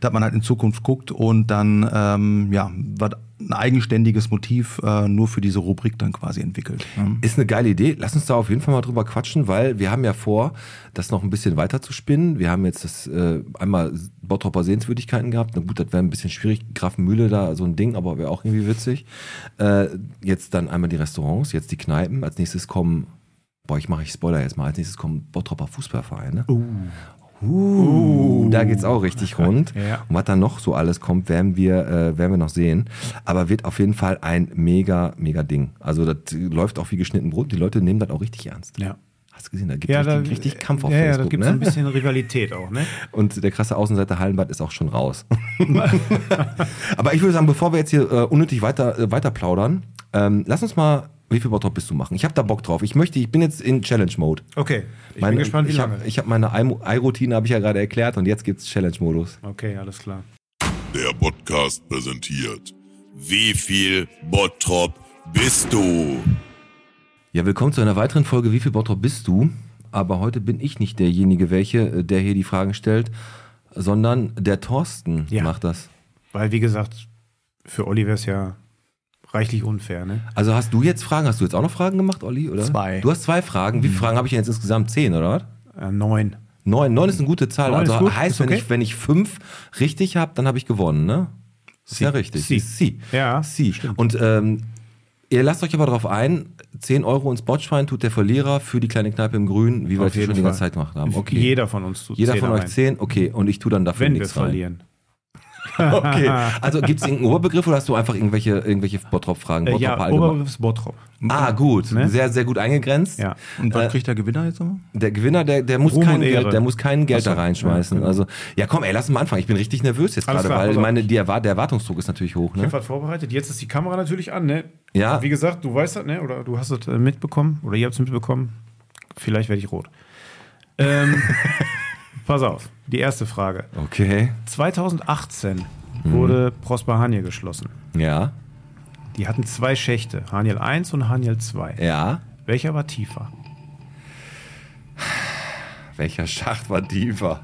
S7: dass man halt in Zukunft guckt und dann ähm, ja, was ein eigenständiges Motiv äh, nur für diese Rubrik dann quasi entwickelt. Ne?
S4: Ist eine geile Idee. Lass uns da auf jeden Fall mal drüber quatschen, weil wir haben ja vor, das noch ein bisschen weiter zu spinnen. Wir haben jetzt das äh, einmal Bottropper Sehenswürdigkeiten gehabt. Na gut, das wäre ein bisschen schwierig. Grafenmühle da so ein Ding, aber wäre auch irgendwie witzig. Äh, jetzt dann einmal die Restaurants, jetzt die Kneipen. Als nächstes kommen, boah, ich mache ich Spoiler jetzt mal. Als nächstes kommen Bottropper Fußballvereine. Uh. Uh, da geht's auch richtig rund.
S3: Ja.
S4: Und was da noch so alles kommt, werden wir, äh, werden wir noch sehen. Aber wird auf jeden Fall ein mega, mega Ding. Also das äh, läuft auch wie geschnitten Brot. Die Leute nehmen das auch richtig ernst.
S3: Ja. äh,
S4: Hast du gesehen, da gibt es richtig, richtig Kampf auf
S3: ja, Ja, da
S4: Facebook.
S3: gibt es
S4: ne?
S3: ein bisschen Rivalität auch, ne?
S4: Und der krasse Außenseiter Hallenbad ist auch schon raus. Aber ich würde sagen, bevor wir jetzt hier äh, unnötig weiter, äh, weiter plaudern, ähm, lass uns mal, wie viel Bottrop bist du machen? Ich habe da Bock drauf. Ich möchte, ich bin jetzt in Challenge-Mode.
S3: Okay, ich
S4: Meine-
S3: bin gespannt, wie
S4: ich
S3: lange.
S4: Hab, ich habe meine Ei- Ei-Routine, habe ich ja gerade erklärt, und jetzt gibt's Challenge-Modus.
S3: okay, alles klar.
S9: Der Podcast präsentiert. Wie viel Bottrop bist du?
S4: Ja, willkommen zu einer weiteren Folge Wie viel Bottrop bist du? Aber heute bin ich nicht derjenige, welche, äh, der hier die Fragen stellt, sondern der Thorsten
S3: Ja.
S4: macht das.
S3: Weil, wie gesagt, für Olli wäre es ja reichlich unfair, ne?
S4: Also hast du jetzt Fragen? Hast du jetzt auch noch Fragen gemacht, Olli? Oder?
S7: Zwei.
S4: Du hast zwei Fragen.
S3: Mhm.
S4: Wie viele Fragen habe ich denn jetzt insgesamt? Zehn, oder was?
S3: Äh, neun.
S4: Neun. Neun ist eine gute Zahl.
S3: Neun ist
S4: also
S3: gut,
S4: heißt,
S3: ist
S4: wenn,
S3: okay.
S4: ich, wenn ich fünf richtig habe, dann habe ich gewonnen, ne? Ist ja richtig.
S3: Sie.
S4: Sie.
S3: Ja,
S4: Sie. Und ähm, ihr lasst euch aber darauf ein, 10 Euro ins Botschwein tut der Verlierer für die kleine Kneipe im Grün, wie wir das
S3: jeden
S4: schon die ganze
S3: Fall.
S4: Zeit gemacht haben. Okay.
S3: Jeder von uns tut
S4: Jeder
S3: Zehner
S4: von euch
S3: rein.
S4: 10, okay, und ich tue dann dafür
S3: wenn wir
S4: nichts rein.
S3: verlieren.
S4: Okay. Also gibt es irgendeinen Oberbegriff oder hast du einfach irgendwelche, irgendwelche Bottrop-Fragen?
S3: Äh, ja,
S4: Bottroper allgemein?
S7: Oberbegriffs Bottrop.
S4: ah, gut.
S3: Ne?
S4: Sehr, sehr gut eingegrenzt.
S3: Ja.
S7: Und was kriegt der Gewinner jetzt nochmal?
S4: Der Gewinner, der, der muss
S3: Ruhm
S4: kein
S3: und Ehre.
S4: Geld, der muss kein Geld da reinschmeißen. Also, ja, komm, ey, lass mal anfangen. Ich bin richtig nervös jetzt
S3: genau. Alles
S4: gerade,
S3: klar,
S4: weil
S3: pass auf.
S4: meine, die Erwart der Erwartungsdruck ist natürlich hoch.
S3: Ich
S4: Ne?
S3: hab was vorbereitet. Jetzt ist die Kamera natürlich an, ne?
S4: Ja.
S3: Wie gesagt, du weißt das, ne? Oder du hast es äh, mitbekommen. Oder ihr habt es mitbekommen. Vielleicht werde ich rot. Ähm, pass auf. Die erste Frage.
S4: Okay.
S3: 2018 wurde Prosper Haniel geschlossen.
S4: Ja.
S3: Die hatten zwei Schächte. Haniel 1 und Haniel 2.
S4: Ja.
S3: Welcher war tiefer?
S4: Welcher Schacht war tiefer?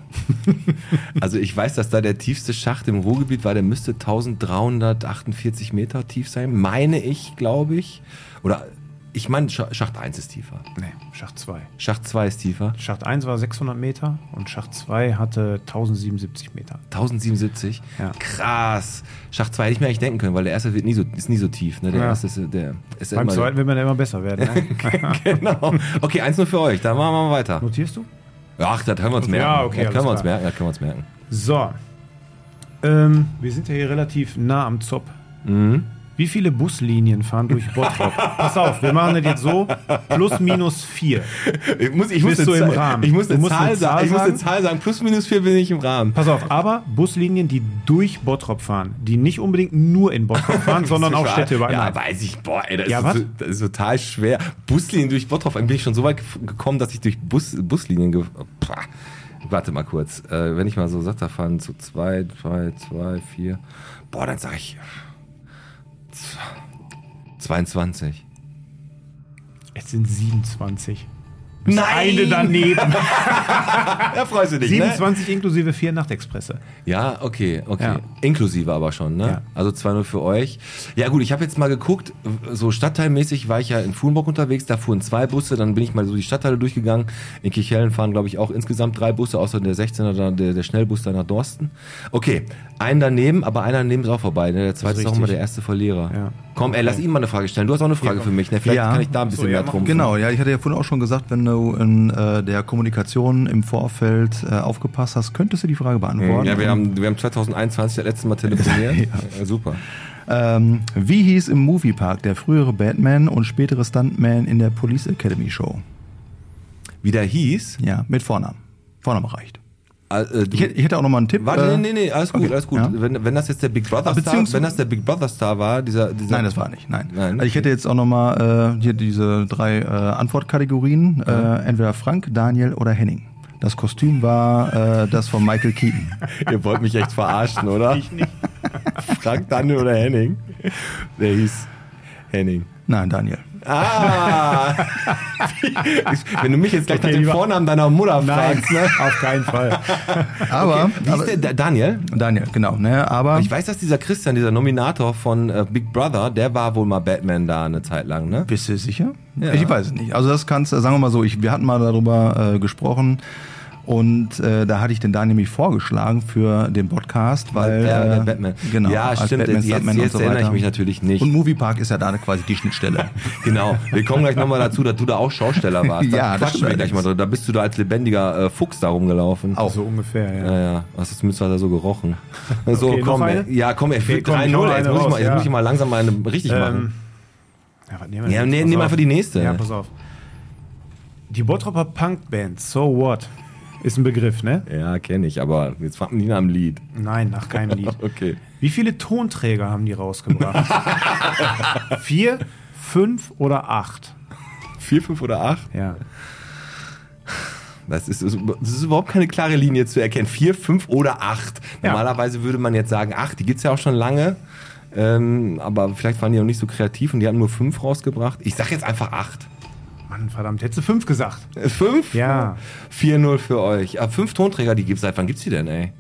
S4: also ich weiß, dass da der tiefste Schacht im Ruhrgebiet war, der müsste 1348 Meter tief sein, meine ich, glaube ich. Oder ich meine, Scha- Schacht 1 ist tiefer.
S3: Nee, Schacht 2.
S4: Schacht 2 ist tiefer.
S3: Schacht 1 war 600 Meter und Schacht 2 hatte 1077 Meter.
S4: 1077.
S3: Ja.
S4: Krass. Schacht 2 hätte ich mir eigentlich denken können, weil der erste wird nie so, ist nie so tief. Ne? Der
S3: Ja.
S4: erste ist, äh, der ist
S3: Beim
S4: immer-
S3: zweiten will man ja immer besser werden. Ne?
S4: genau. Okay, eins nur für euch, dann machen wir mal weiter.
S3: Notierst du?
S4: Ach, das können wir uns merken.
S3: okay,
S4: das
S3: alles
S4: können wir uns
S3: klar.
S4: merken, das können wir uns merken.
S3: So. Ähm, wir sind ja hier relativ nah am Zopp. Wie viele Buslinien fahren durch Bottrop? Pass auf, wir machen das jetzt so: plus minus vier.
S4: Ich muss, ich
S3: Bist
S4: muss
S3: du
S4: eine
S3: im
S4: Zahl-
S3: Rahmen?
S4: Ich muss eine,
S3: Du musst
S4: Zahl,
S3: eine
S4: sagen.
S3: Zahl
S4: Ich muss eine
S3: sagen?
S4: Zahl sagen. Plus minus vier bin ich im Rahmen.
S3: Pass auf, aber Buslinien, die durch Bottrop fahren, die nicht unbedingt nur in Bottrop fahren, sondern auch Städte über
S4: Ja, Ah, weiß ich. Boah, ey, das,
S3: Ja,
S4: ist,
S3: was?
S4: so, das ist total schwer. Buslinien durch Bottrop. Dann bin ich schon so weit gef- gekommen, dass ich durch Bus, Buslinien. Ge oh, Pah. Warte mal kurz. Äh, wenn ich mal so satt da fahren, so zwei, zwei, zwei, vier. Boah, dann sag ich. z- 22.
S3: Es sind 27.
S4: Nein! Ne?
S3: Eine daneben.
S4: Da freust du dich, ne?
S3: 27 inklusive vier Nachtexpresse.
S4: Ja, okay, okay.
S3: Ja.
S4: Inklusive aber schon, ne?
S3: Ja.
S4: Also 2-0 für euch. Ja gut, ich habe jetzt mal geguckt, so stadtteilmäßig war ich ja in Fuhlenburg unterwegs, da fuhren zwei Busse, dann bin ich mal so die Stadtteile durchgegangen. In Kirchhellen fahren, glaube ich, auch insgesamt drei Busse, außer der 16er, da- der, der Schnellbus da nach Dorsten. Okay, einen daneben, aber einer daneben ist auch vorbei, ne? Der zweite ist, auch
S3: richtig.
S4: immer der erste Verlierer.
S3: Ja.
S4: Komm, ey, lass ihm mal eine Frage stellen. Du hast auch eine Frage für mich, ne? Vielleicht
S7: Ja.
S4: kann ich da ein bisschen
S3: ja,
S4: mehr
S3: mach-
S4: drum.
S7: Genau, ja, ich hatte ja vorhin auch schon gesagt, wenn du in äh, der Kommunikation im Vorfeld äh, aufgepasst hast, könntest du die Frage beantworten.
S4: Ja, wir haben, wir haben 2021 das letzte Mal telefoniert. ja. Super.
S7: ähm, wie hieß im Moviepark der frühere Batman und spätere Stuntman in der Police Academy Show?
S4: Wie der hieß,
S7: Ja, mit Vornamen. Vornamen reicht.
S4: äh, äh, du-
S7: Ich, hätte- ich hätte auch nochmal einen Tipp.
S4: Warte,
S7: äh,
S4: nee, nee, nee, alles gut,
S7: okay,
S4: alles gut.
S7: ja.
S4: Wenn, wenn das jetzt der Big Brother
S7: Ah,
S4: Star,
S7: beziehungsweise-
S4: wenn das der Big Brother Star war, dieser, dieser
S7: Nein, das war nicht. Nein.
S4: Ne? Nein,
S7: Also ich hätte jetzt auch nochmal äh, hier diese drei äh, Antwortkategorien. Äh, entweder Frank, Daniel oder Henning. Das Kostüm war äh, das von Michael Keaton.
S4: Ihr wollt mich echt verarschen, oder? Ich nicht. Frank Daniel oder Henning? Der hieß Henning.
S7: Nein, Daniel.
S4: Ah! Ich- wenn du mich jetzt gleich
S3: Okay,
S4: nach dem
S3: lieber-
S4: Vornamen deiner Mutter
S3: Nein,
S4: fragst, ne?
S3: auf keinen Fall.
S7: Aber,
S4: Wie
S7: aber
S4: ist der, Da- Daniel?
S7: Daniel, genau. Ne, aber
S4: Ich weiß, dass dieser Christian, dieser Nominator von äh, Big Brother, der war wohl mal Batman da eine Zeit lang, ne?
S7: Bist du sicher?
S4: Ja.
S7: Ich weiß es nicht. Also das kannst du, sagen wir mal so, ich, wir hatten mal darüber äh, gesprochen und äh, da hatte ich den Daniel nämlich vorgeschlagen für den Podcast, weil
S4: Ja,
S7: äh,
S4: der Batman.
S7: Genau,
S4: Ja,
S7: als
S4: stimmt, jetzt-
S7: Stuntman
S4: jetzt erinnere ich mich natürlich nicht.
S7: Und Moviepark ist ja da quasi die Schnittstelle.
S4: Genau, wir kommen gleich nochmal dazu, dass du da auch Schausteller warst. Da
S7: Ja, das
S4: quatschen
S7: stimmt
S4: wir gleich mal drüber. Da bist du da als lebendiger äh, Fuchs da rumgelaufen.
S7: Auch.
S3: So ungefähr, ja.
S4: Ja, ja, was ist zumindest hat er so gerochen. So,
S3: Okay,
S4: komm,
S3: noch eine?
S4: ey. ja, komm, ey,
S3: Okay, komm,
S4: 3-0,
S3: hau
S4: ey, jetzt,
S3: eine
S4: muss ich
S3: raus,
S4: mal, jetzt
S3: ja.
S4: muss ich mal langsam mal eine
S3: Ähm,
S4: richtig machen.
S3: Ja, was nehmen wir
S4: Ja,
S3: denn
S4: nee,
S3: jetzt? Pass
S4: nimm
S3: auf.
S4: einfach die nächste.
S3: Ja, pass auf. Die Bottropper Punkband, So What, ist ein Begriff, ne?
S4: Ja, kenne ich, aber jetzt fragt mich nicht nach dem Lied.
S3: Nein, nach keinem Lied.
S4: Okay.
S3: Wie viele Tonträger haben die rausgebracht? Vier, fünf oder acht?
S4: 4, 5 oder 8?
S3: Ja.
S4: Das ist, das ist überhaupt keine klare Linie zu erkennen. 4, 5 oder 8.
S3: Ja.
S4: Normalerweise würde man jetzt sagen, 8, die gibt es ja auch schon lange. Ähm, aber vielleicht waren die noch nicht so kreativ und die haben nur 5 rausgebracht. Ich sag jetzt einfach 8.
S3: Mann, verdammt, hättest du fünf gesagt.
S4: 5?
S3: Ja.
S4: 4-0 für euch. Ab 5 Tonträger, die gibt's. Seit wann gibt's die denn, ey?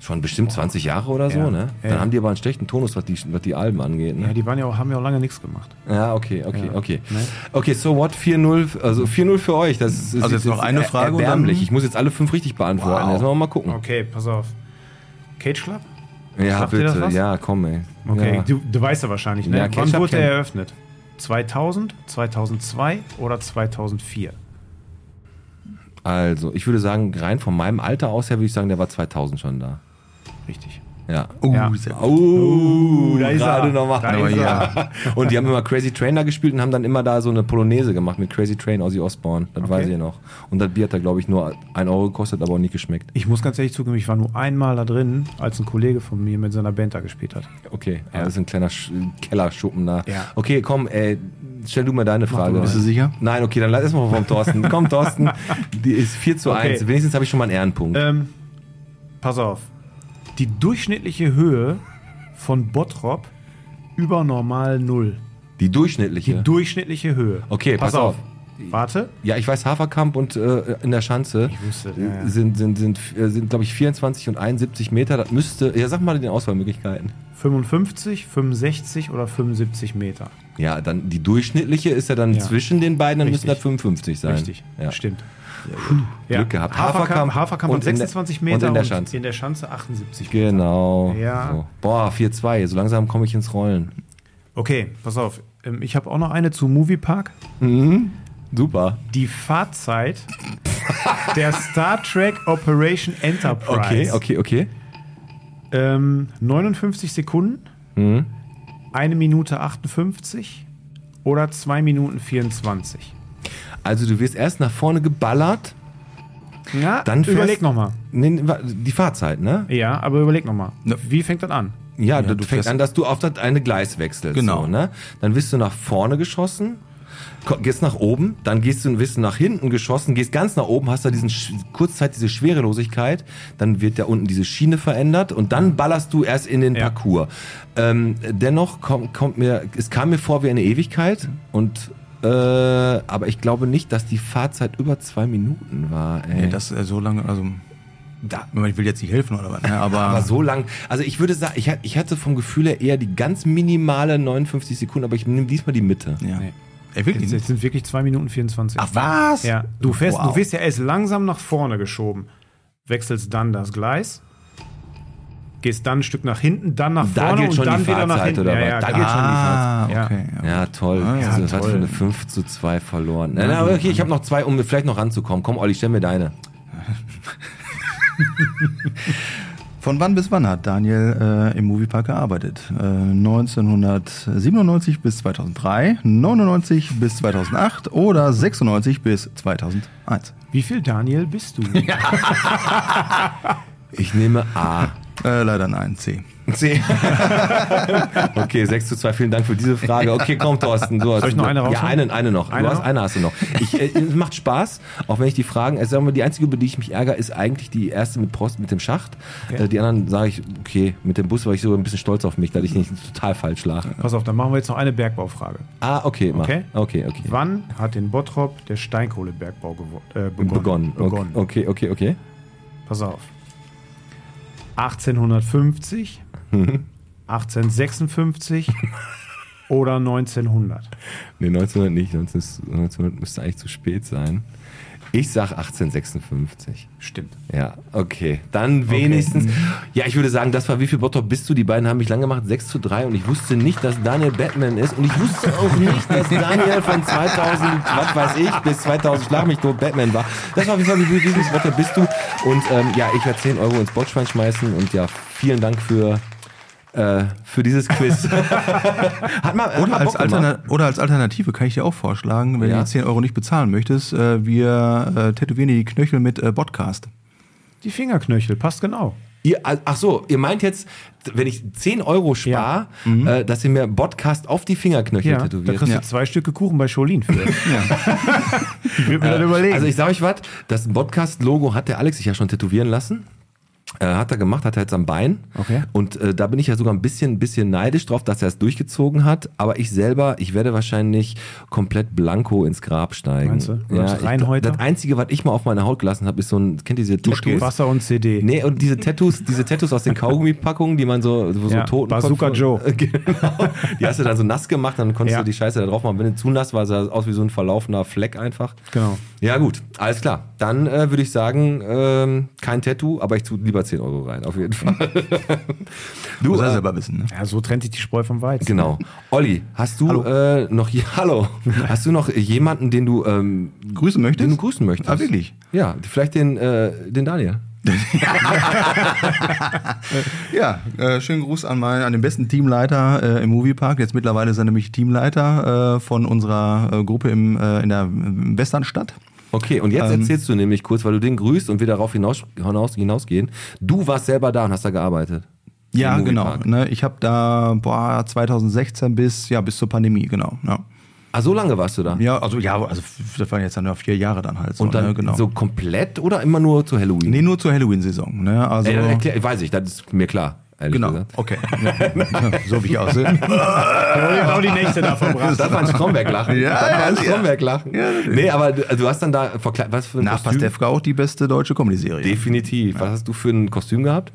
S4: Schon bestimmt 20 Jahre oder so,
S3: Ja.
S4: ne? Dann
S3: Ja.
S4: haben die aber einen schlechten Tonus, was die, was die Alben angeht,
S3: Ja,
S4: ne?
S3: die waren ja auch, haben ja auch lange nichts gemacht.
S4: Ja, okay, okay,
S3: Ja.
S4: okay.
S3: Ne?
S4: Okay, so what? 4-0, also 4-0 für euch. Das ist,
S7: Also
S4: ist-
S7: jetzt noch
S4: ist
S7: eine
S4: er-
S7: Frage und dann-
S4: Erbärmlich. Ich muss jetzt alle fünf richtig beantworten.
S7: Wow.
S4: Erstmal mal gucken.
S3: Okay, pass auf. Cage Club?
S4: Ja,
S3: Sagt ihr das
S4: bitte.
S3: was?
S4: Ja, komm, ey.
S3: Okay,
S4: Ja.
S3: du, du weißt ja wahrscheinlich, ne?
S4: Ja,
S3: Wann
S4: Ketchup
S3: wurde
S4: kenn-
S3: er eröffnet? 2000, 2002 oder 2004?
S4: Also, ich würde sagen, rein von meinem Alter aus her würde ich sagen, der war 2000 schon da.
S3: Richtig.
S4: Ja.
S7: Oh,
S3: Ja.
S7: sehr gut.
S4: Oh,
S3: da ist
S4: gerade
S3: er.
S4: nochmal.
S3: Da ist
S4: ja. Und die haben immer Crazy Train da gespielt und haben dann immer da so eine Polonaise gemacht mit Crazy Train Ozzy Osbourne. Das weiß ich noch. Und das Bier hat da, glaube ich, nur 1 Euro gekostet, aber auch nicht geschmeckt.
S3: Ich muss ganz ehrlich zugeben, ich war nur einmal da drin, als ein Kollege von mir mit seiner Band da gespielt hat.
S4: Okay, ja. das ist ein kleiner Sch Kellerschuppen da.
S3: Ja.
S4: Okay, komm, ey, stell du mal deine Frage.
S7: Bist du sicher?
S4: Nein, okay, dann lass erstmal vom Thorsten. komm, Thorsten, die ist 4 zu
S3: Okay.
S4: 1. Wenigstens habe ich schon mal einen Ehrenpunkt.
S3: Ähm, pass auf. Die durchschnittliche Höhe von Bottrop über normal Null.
S4: die
S3: Die
S4: durchschnittliche.
S3: durchschnittliche Höhe.
S4: Okay, pass auf.
S3: Warte.
S4: Ja, ich weiß, Haferkamp und äh, in der Schanze
S3: wusste,
S4: äh,
S3: ja, ja.
S4: sind, sind, sind, äh, sind glaube ich, 24 und 71 Meter. Das müsste, ja, sag mal die Auswahlmöglichkeiten.
S3: 55, 65 oder 75 Meter.
S4: Ja, dann die durchschnittliche ist ja dann
S3: Ja.
S4: zwischen den beiden, dann
S3: Richtig.
S4: müssen das 55 sein.
S3: Richtig.
S4: Ja.
S3: Stimmt.
S4: Glück gehabt.
S3: Haferkamp,
S4: Haferkamp
S3: Haferkamp hat
S4: und in der-
S3: 26
S4: und
S3: Meter
S4: in der Schanze.
S3: in der Schanze 78 Meter.
S4: Genau.
S3: Ja.
S4: So. Boah, 4-2. So langsam komme ich ins Rollen.
S3: Okay, pass auf. Ähm, Ich habe auch noch eine zu Moviepark.
S4: Super.
S3: Die Fahrzeit der Star Trek Operation
S4: Okay,
S3: Enterprise.
S4: okay, okay.
S3: Ähm, 59 Sekunden,
S4: Hm.
S3: eine Minute 58 oder 2 Minuten 24.
S4: Also du wirst erst nach vorne geballert.
S3: Ja,
S4: Dann fährst-
S3: überleg nochmal.
S4: Nee, wa- die Fahrzeit, ne?
S3: Ja, aber überleg nochmal.
S7: Ja.
S3: Wie fängt das an?
S4: Ja, du,
S7: du
S4: fängst
S7: fährst-
S4: an, dass du auf das eine Gleis wechselst.
S7: Genau.
S4: So, ne? Dann wirst du nach vorne geschossen, ko- gehst nach oben, dann gehst du, wirst du nach hinten geschossen, gehst ganz nach oben, hast da diesen Sch- kurzzeit diese Schwerelosigkeit, dann wird da unten diese Schiene verändert und dann ballerst du erst in den
S3: Ja.
S4: Parcours. Ähm, dennoch kommt, kommt mir, es kam mir vor wie eine Ewigkeit und äh, aber ich glaube nicht, dass die Fahrzeit über zwei Minuten war. Ey.
S7: Nee, das äh, so lange, also.
S4: Da-
S7: Ich will jetzt nicht helfen oder was, ne? aber,
S4: Aber so lang, also ich würde sagen, ich, hat- ich hatte vom Gefühl her eher die ganz minimale 59 Sekunden, aber ich nehme diesmal die Mitte.
S7: Ja.
S3: Nee. Jetzt,
S7: Ey, wirklich
S4: Hm?
S7: nicht.
S3: jetzt sind wirklich 2 Minuten 24.
S7: Ach was?
S3: Ja, du, fährst,
S7: Wow.
S3: du wirst ja erst langsam nach vorne geschoben, wechselst dann das Gleis, gehst dann ein Stück nach hinten, dann nach
S4: Da
S3: vorne
S4: gilt
S3: und
S4: schon
S3: dann
S4: die
S3: wieder nach
S4: Fahrzeit,
S3: hinten.
S4: oder
S3: ja,
S4: was?
S3: ja,
S4: Da
S3: genau.
S4: gilt schon die
S7: Ah,
S3: Ja.
S7: okay.
S4: Ja, toll.
S7: ja,
S4: also, Was
S3: toll.
S4: für eine 5 zu 2 verloren. Na, na, okay, ich habe noch zwei, um vielleicht noch ranzukommen. Komm, Olli, stell mir deine.
S7: Von wann bis wann hat Daniel äh, im Moviepark gearbeitet? Äh, 1997 bis 2003, 99 bis 2008 oder 96 bis 2001?
S3: Wie viel Daniel bist du?
S4: Ich nehme A.
S7: Äh, leider nein, C.
S4: C. okay, 6 zu 2, vielen Dank für diese Frage. Okay, komm, Thorsten. Du hast
S3: Soll ich noch eine
S4: Ja,
S3: raushauen?
S4: einen, eine noch.
S3: Eine
S4: du hast,
S3: noch?
S4: eine hast du noch. Ich, äh, es macht Spaß, auch wenn ich die Fragen, also sagen wir, die einzige, über die ich mich ärgere, ist eigentlich die erste mit Prost, mit dem Schacht. Äh, die anderen sage ich, okay, mit dem Bus war ich so ein bisschen stolz auf mich, dass ich nicht total falsch lag.
S3: Pass auf, dann machen wir jetzt noch eine Bergbaufrage.
S4: Ah, okay, mach.
S3: Okay.
S4: Okay, okay.
S3: Wann hat in Bottrop der Steinkohlebergbau gewo- äh, begonnen?
S4: Begonnen. Okay, okay, okay.
S3: Pass auf. 1850,
S4: Mhm.
S3: 1856 oder 1900?
S4: Nee, 1900 nicht, 1900 ist- 1900 müsste eigentlich zu spät sein. Ich sag 1856.
S3: Stimmt.
S4: Ja, okay. Dann wenigstens. Ja, ich würde sagen, das war wie viel Bottrop bist du? Die beiden haben mich lang gemacht, 6 zu 3 und ich wusste nicht, dass Daniel Batman ist und ich wusste auch nicht, dass Daniel von 2000, was weiß ich, bis 2000 Schlag mich tot Batman war. Das war auf jeden Fall wie viel Bottrop bist du? Und ähm, ja, ich werde 10 Euro ins Botschwein schmeißen und ja, vielen Dank für, äh, für dieses Quiz. hat mal, hat mal
S7: Oder als,
S4: Bock gemacht.
S7: Alterna- oder als Alternative kann ich dir auch vorschlagen, wenn
S4: Ja.
S7: du die 10 Euro nicht bezahlen möchtest, äh, wir äh, tätowieren dir die Knöchel mit äh, Podcast.
S3: Die Fingerknöchel, passt genau.
S4: Ihr, ach so, ihr meint jetzt, wenn ich 10 Euro spare, äh, dass ihr mir Podcast auf die Fingerknöchel
S3: Mhm. Ja, da
S4: tätowiert.
S3: kriegst
S7: Ja.
S3: du zwei Stücke Kuchen bei Scholin für. Ich würde mir das überlegen.
S4: Also ich sage euch was, das Podcast-Logo hat der Alex sich ja schon tätowieren lassen. Äh, hat er gemacht, hat er jetzt am Bein.
S3: Okay.
S4: Und äh, da bin ich ja sogar ein bisschen, bisschen neidisch drauf, dass er es durchgezogen hat. Aber ich selber, ich werde wahrscheinlich komplett blanko ins Grab steigen.
S3: Meinst du?
S4: Ja,
S3: Meinst du
S4: ich,
S3: rein heute?
S4: Das Einzige, was ich mal auf meine Haut gelassen habe, ist so ein, kennt ihr diese Tattoos?
S3: Wasser und CD.
S4: Nee, und diese Tattoos, diese Tattoos aus den Kaugummipackungen, die man so, so,
S3: Ja,
S4: so toten
S3: Bazooka Joe.
S4: Genau. Die hast du dann so nass gemacht, dann konntest
S3: Ja.
S4: du die Scheiße da drauf machen. Wenn du zu nass war, sah es aus wie so ein verlaufener Fleck einfach.
S3: Genau.
S4: Ja, gut, alles klar. Dann äh, würde ich sagen, ähm, kein Tattoo, aber ich tu lieber lieber 10 Euro rein, auf jeden Fall. du,
S7: Muss er
S4: äh,
S7: selber wissen, ne?
S3: Ja, so trennt sich die Spreu vom Weizen.
S4: genau. Olli, hast du äh, noch je- Hallo. Hast du noch jemanden, den du ähm,
S7: Grüßen möchtest?
S4: den du grüßen möchtest?
S7: Ah, wirklich?
S4: Ja, vielleicht den, äh, den Daniel.
S7: Ja, äh, schönen Gruß an, mein, an den besten Teamleiter äh, im Moviepark. Jetzt mittlerweile ist er nämlich Teamleiter äh, von unserer äh, Gruppe im, äh, in der Westernstadt.
S4: Okay, und
S7: Ähm.
S4: jetzt erzählst du nämlich kurz, weil du den grüßt und wir darauf hinaus, hinaus, hinausgehen. Du warst selber da und hast da gearbeitet.
S7: Ja,
S4: Im
S7: genau.
S4: Moviepark.
S7: Ne, ich habe da boah, 2016 bis ja bis zur Pandemie, genau. Ja,
S4: Ah, so lange warst du da?
S7: ja also ja, also f- das waren jetzt dann ja vier Jahre dann halt. So,
S4: Und dann
S7: ne, genau.
S4: so komplett oder immer nur zu Halloween?
S7: nee, nur zur Halloween-Saison. Ne? Also
S4: Ey, dann erklär, weiß ich, das ist mir klar. Ehrlich
S7: genau.
S4: Gesagt.
S7: Okay. Ja, so wie ich aussehe.
S3: Ich
S4: Genau.
S3: hab auch die Nächte da verbracht.
S4: Darf man Stromberg lachen?
S7: Ja,
S4: Darf man
S7: ja,
S4: Stromberg lachen?
S7: Ja, natürlich.
S4: nee, aber du, also du hast dann da verkleidet. Was für ein
S7: Nach
S4: Kostüm?
S7: Pastewka auch die beste deutsche Comedy-Serie.
S4: Definitiv. Was hast du für ein Kostüm gehabt?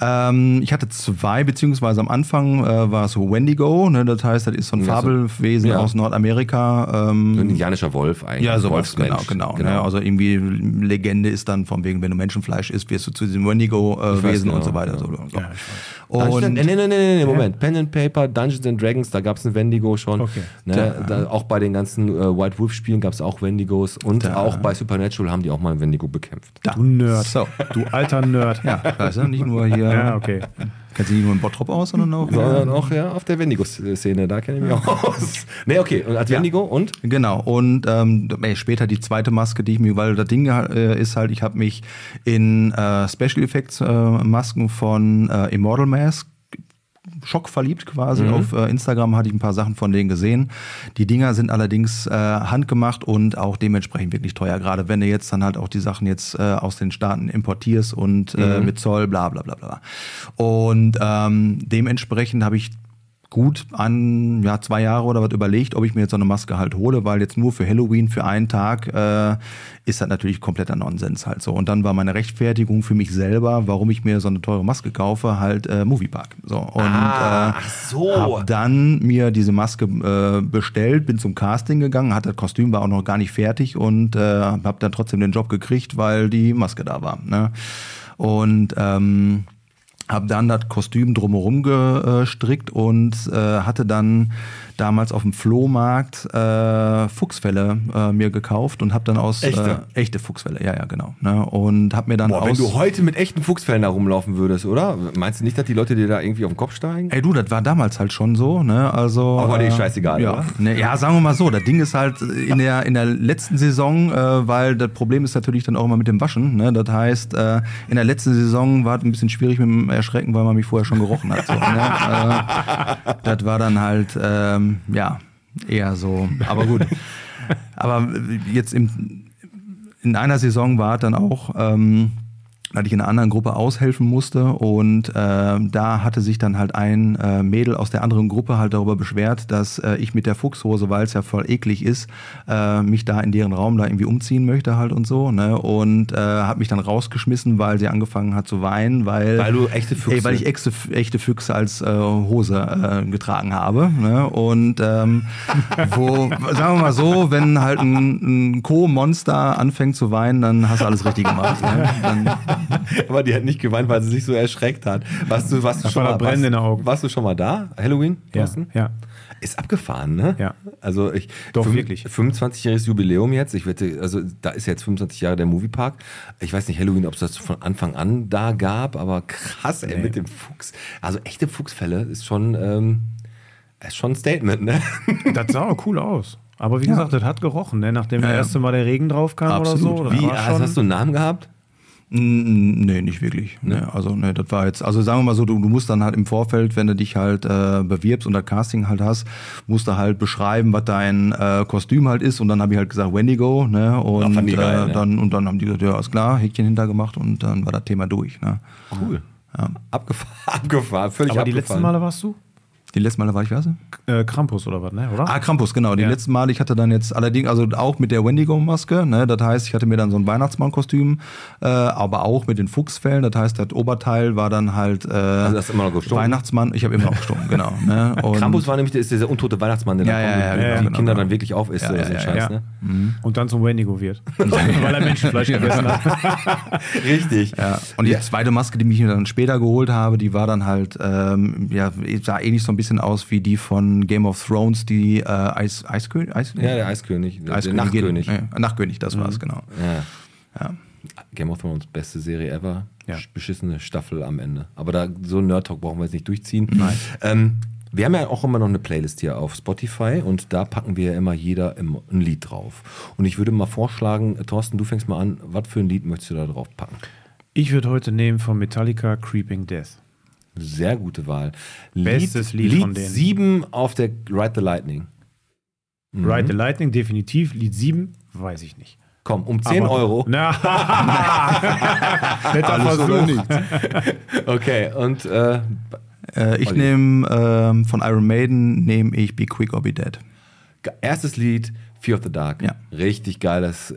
S7: Ähm, ich hatte zwei, beziehungsweise am Anfang äh, war es Wendigo, ne? das heißt, das ist so ein
S4: Ja, so-
S7: Fabelwesen
S4: ja.
S7: aus Nordamerika. Ähm,
S4: Ein indianischer Wolf eigentlich.
S7: ja, so genau,
S4: Wolfsmensch.
S7: genau. Ne? Also irgendwie Legende ist dann von wegen, wenn du Menschenfleisch isst, wirst du zu diesem Wendigo-Wesen äh,
S4: weiß
S7: Wesen und
S4: genau,
S7: so weiter.
S4: ja.
S7: So, so.
S4: Dungeons and,
S7: Und
S4: nee, Ah, Äh, nee, nee, nee, nee, Moment. Pen and Paper, Dungeons and Dragons, da gab es ein Wendigo schon.
S3: Okay.
S4: Ne, da, auch bei den ganzen äh, White Wolf-Spielen gab es auch Wendigos. Und auch bei Supernatural haben die auch mal ein Wendigo bekämpft.
S7: da.
S3: Du Nerd.
S7: So.
S3: Du alter Nerd.
S7: Ja, weißt du, nicht nur hier.
S3: Ja, okay.
S7: Kennst du nicht nur in Bottrop aus, sondern auch.
S4: Sondern auch Äh, ja, auf der Wendigo-Szene, da kenne ich mich auch aus. Nee, okay. Und als Wendigo und?
S7: Genau, und ähm, ey, später die zweite Maske, die ich mir, weil das Ding äh, ist halt, ich habe mich in äh, Special Effects äh, Masken von äh, Immortal Mask Schock verliebt quasi. Auf äh, Instagram hatte ich ein paar Sachen von denen gesehen. Die Dinger sind allerdings äh, handgemacht und auch dementsprechend wirklich teuer. Gerade wenn du jetzt dann halt auch die Sachen jetzt äh, aus den Staaten importierst und äh, mit Zoll, bla bla bla bla. bla. Und ähm, dementsprechend habe ich gut an ja, zwei Jahre oder was überlegt, ob ich mir jetzt so eine Maske halt hole, weil jetzt nur für Halloween für einen Tag äh, ist das natürlich kompletter Nonsens halt so. Und dann war meine Rechtfertigung für mich selber, warum ich mir so eine teure Maske kaufe, halt äh, Moviepark. So und äh, hab dann mir diese Maske äh, bestellt, bin zum Casting gegangen, hat das Kostüm war auch noch gar nicht fertig und äh, habe dann trotzdem den Job gekriegt, weil die Maske da war. Ne? Und ähm, habe dann das Kostüm drumherum gestrickt und äh, hatte dann damals auf dem Flohmarkt äh, Fuchsfälle äh, mir gekauft und habe dann aus
S4: Echte?
S7: äh, echte Fuchsfälle, ja ja genau, ne? und habe mir dann
S4: Boah,
S7: aus
S4: wenn du heute mit echten Fuchsfällen da rumlaufen würdest, oder? Meinst du nicht, dass die Leute dir da irgendwie auf den Kopf steigen?
S7: Ey du, das war damals halt schon so, ne? Also
S4: Aber dir ist scheißegal, oder?
S7: Ja, ne, ja, sagen wir mal so, das Ding ist halt in der in der letzten Saison, äh, weil das Problem ist natürlich dann auch immer mit dem Waschen, ne? Das heißt, äh, in der letzten Saison war es ein bisschen schwierig mit dem Erschrecken, weil man mich vorher schon gerochen hat, so, ne? äh, Das war dann halt ähm, ja, eher so, aber gut. Aber jetzt im in einer Saison war es dann auch, ähm, dass ich in einer anderen Gruppe aushelfen musste und ähm, da hatte sich dann halt ein äh, Mädel aus der anderen Gruppe halt darüber beschwert, dass äh, ich mit der Fuchshose, weil es ja voll eklig ist, äh, mich da in deren Raum da irgendwie umziehen möchte halt und so ne und äh, hat mich dann rausgeschmissen, weil sie angefangen hat zu weinen, weil
S4: Weil du echte Füchse-
S7: ey, weil ich echte, echte Füchse als äh, Hose äh, getragen habe ne und ähm, wo sagen wir mal so, wenn halt ein, ein Co-Monster anfängt zu weinen, dann hast du alles richtig gemacht. Ne? Dann,
S4: Aber die hat nicht geweint, weil sie sich so erschreckt hat. Warst du, warst du,
S3: Da
S4: schon,
S3: war
S4: mal,
S3: da Brennen in den
S4: warst,
S3: Augen.
S4: warst du schon mal da? Halloween?
S3: Ja,
S4: Thorsten?
S3: ja.
S4: Ist abgefahren, ne?
S3: Ja.
S4: Also ich
S3: Doch,
S4: fünf-
S3: wirklich.
S4: 25-jähriges Jubiläum jetzt. Ich wette, also da ist jetzt 25 Jahre der Moviepark. Ich weiß nicht, Halloween, ob es das von Anfang an da gab, aber krass, ey, mit dem Fuchs. Also echte Fuchsfälle ist schon, ähm, ist schon ein Statement, ne?
S3: Das sah auch cool aus. Aber wie gesagt, das hat gerochen, ne? nachdem das erste Mal der Regen drauf kam oder
S7: Absolut.
S3: so. das
S4: Wie,
S3: war
S4: hast, Ah, hast du einen Namen gehabt?
S7: Mm, Nee, nicht wirklich. Nee, also, nee, das war jetzt, also sagen wir mal so, du, du musst dann halt im Vorfeld, wenn du dich halt äh, bewirbst und das Casting halt hast, musst du halt beschreiben, was dein äh, Kostüm halt ist. Und dann habe ich halt gesagt, Wendigo, ne?
S4: Ja,
S7: Und,
S4: fanden die geil,
S7: äh,
S4: ne?
S7: dann, und dann haben die gesagt, ja, ist klar, Häkchen hintergemacht und dann war das Thema durch. Ne?
S4: Cool. Abgefahren, abgefahren, völlig
S3: aber die letzten
S4: abgefahren.
S3: Male warst du?
S7: Die letzten Male war ich, was?
S3: Äh, Krampus oder was, ne? Oder?
S7: Ah, Krampus, genau. Die
S3: Ja.
S7: letzten Male, ich hatte dann jetzt allerdings, also auch mit der Wendigo-Maske, ne? das heißt, ich hatte mir dann so ein Weihnachtsmann-Kostüm, äh, aber auch mit den Fuchsfällen, das heißt, das Oberteil war dann halt äh,
S4: du Also hast immer noch gestunken?
S7: Weihnachtsmann, ich habe immer noch gestunken, genau. Ne? Und
S4: Krampus war nämlich der- ist dieser untote Weihnachtsmann, der
S7: Ja,
S4: dann
S7: ja,
S4: kommt,
S7: ja,
S4: und
S7: ja,
S4: die
S7: genau,
S4: Kinder
S7: genau.
S4: dann wirklich aufisst oder so ein
S7: ja,
S4: Scheiß,
S3: ja.
S4: ne?
S3: Und dann zum Wendigo wird. Weil er Menschenfleisch gegessen hat.
S4: Richtig.
S7: Ja. äh, Und die zweite Maske, die mich mir dann später geholt habe, die war dann halt, ähm, ja, sah ähnlich so ein bisschen aus wie die von Game of Thrones, die äh, Eis, Eiskönig, Eis,
S4: Ja, der Eiskönig, der, der Nachtkönig. Mhm.
S7: Ja, Nachtkönig, das war's, genau.
S4: Ja. Game of Thrones, beste Serie ever. Sch- Beschissene Staffel am Ende. Aber da so einen Nerd Talk brauchen wir jetzt nicht durchziehen. Nein. Ähm, wir haben ja auch immer noch eine Playlist hier auf Spotify und da packen wir ja immer jeder im, ein Lied drauf. Und ich würde mal vorschlagen, äh, Thorsten, du fängst mal an, was für ein Lied möchtest du da drauf packen?
S3: Ich würde heute nehmen von Metallica Creeping Death.
S4: Sehr gute Wahl.
S3: Bestes Lied
S4: Lied
S3: von denen.
S4: 7 auf der Ride the Lightning. Mhm.
S3: Ride the Lightning, definitiv. Lied 7, weiß ich nicht.
S4: Komm, um 10 Euro.
S3: Na, netter Versuch.
S4: Okay, und äh,
S7: Äh, ich nehme ähm, von Iron Maiden nehme ich Be Quick or Be Dead.
S4: Ge- Erstes Lied, Fear of the Dark.
S7: Ja.
S4: Richtig geiles.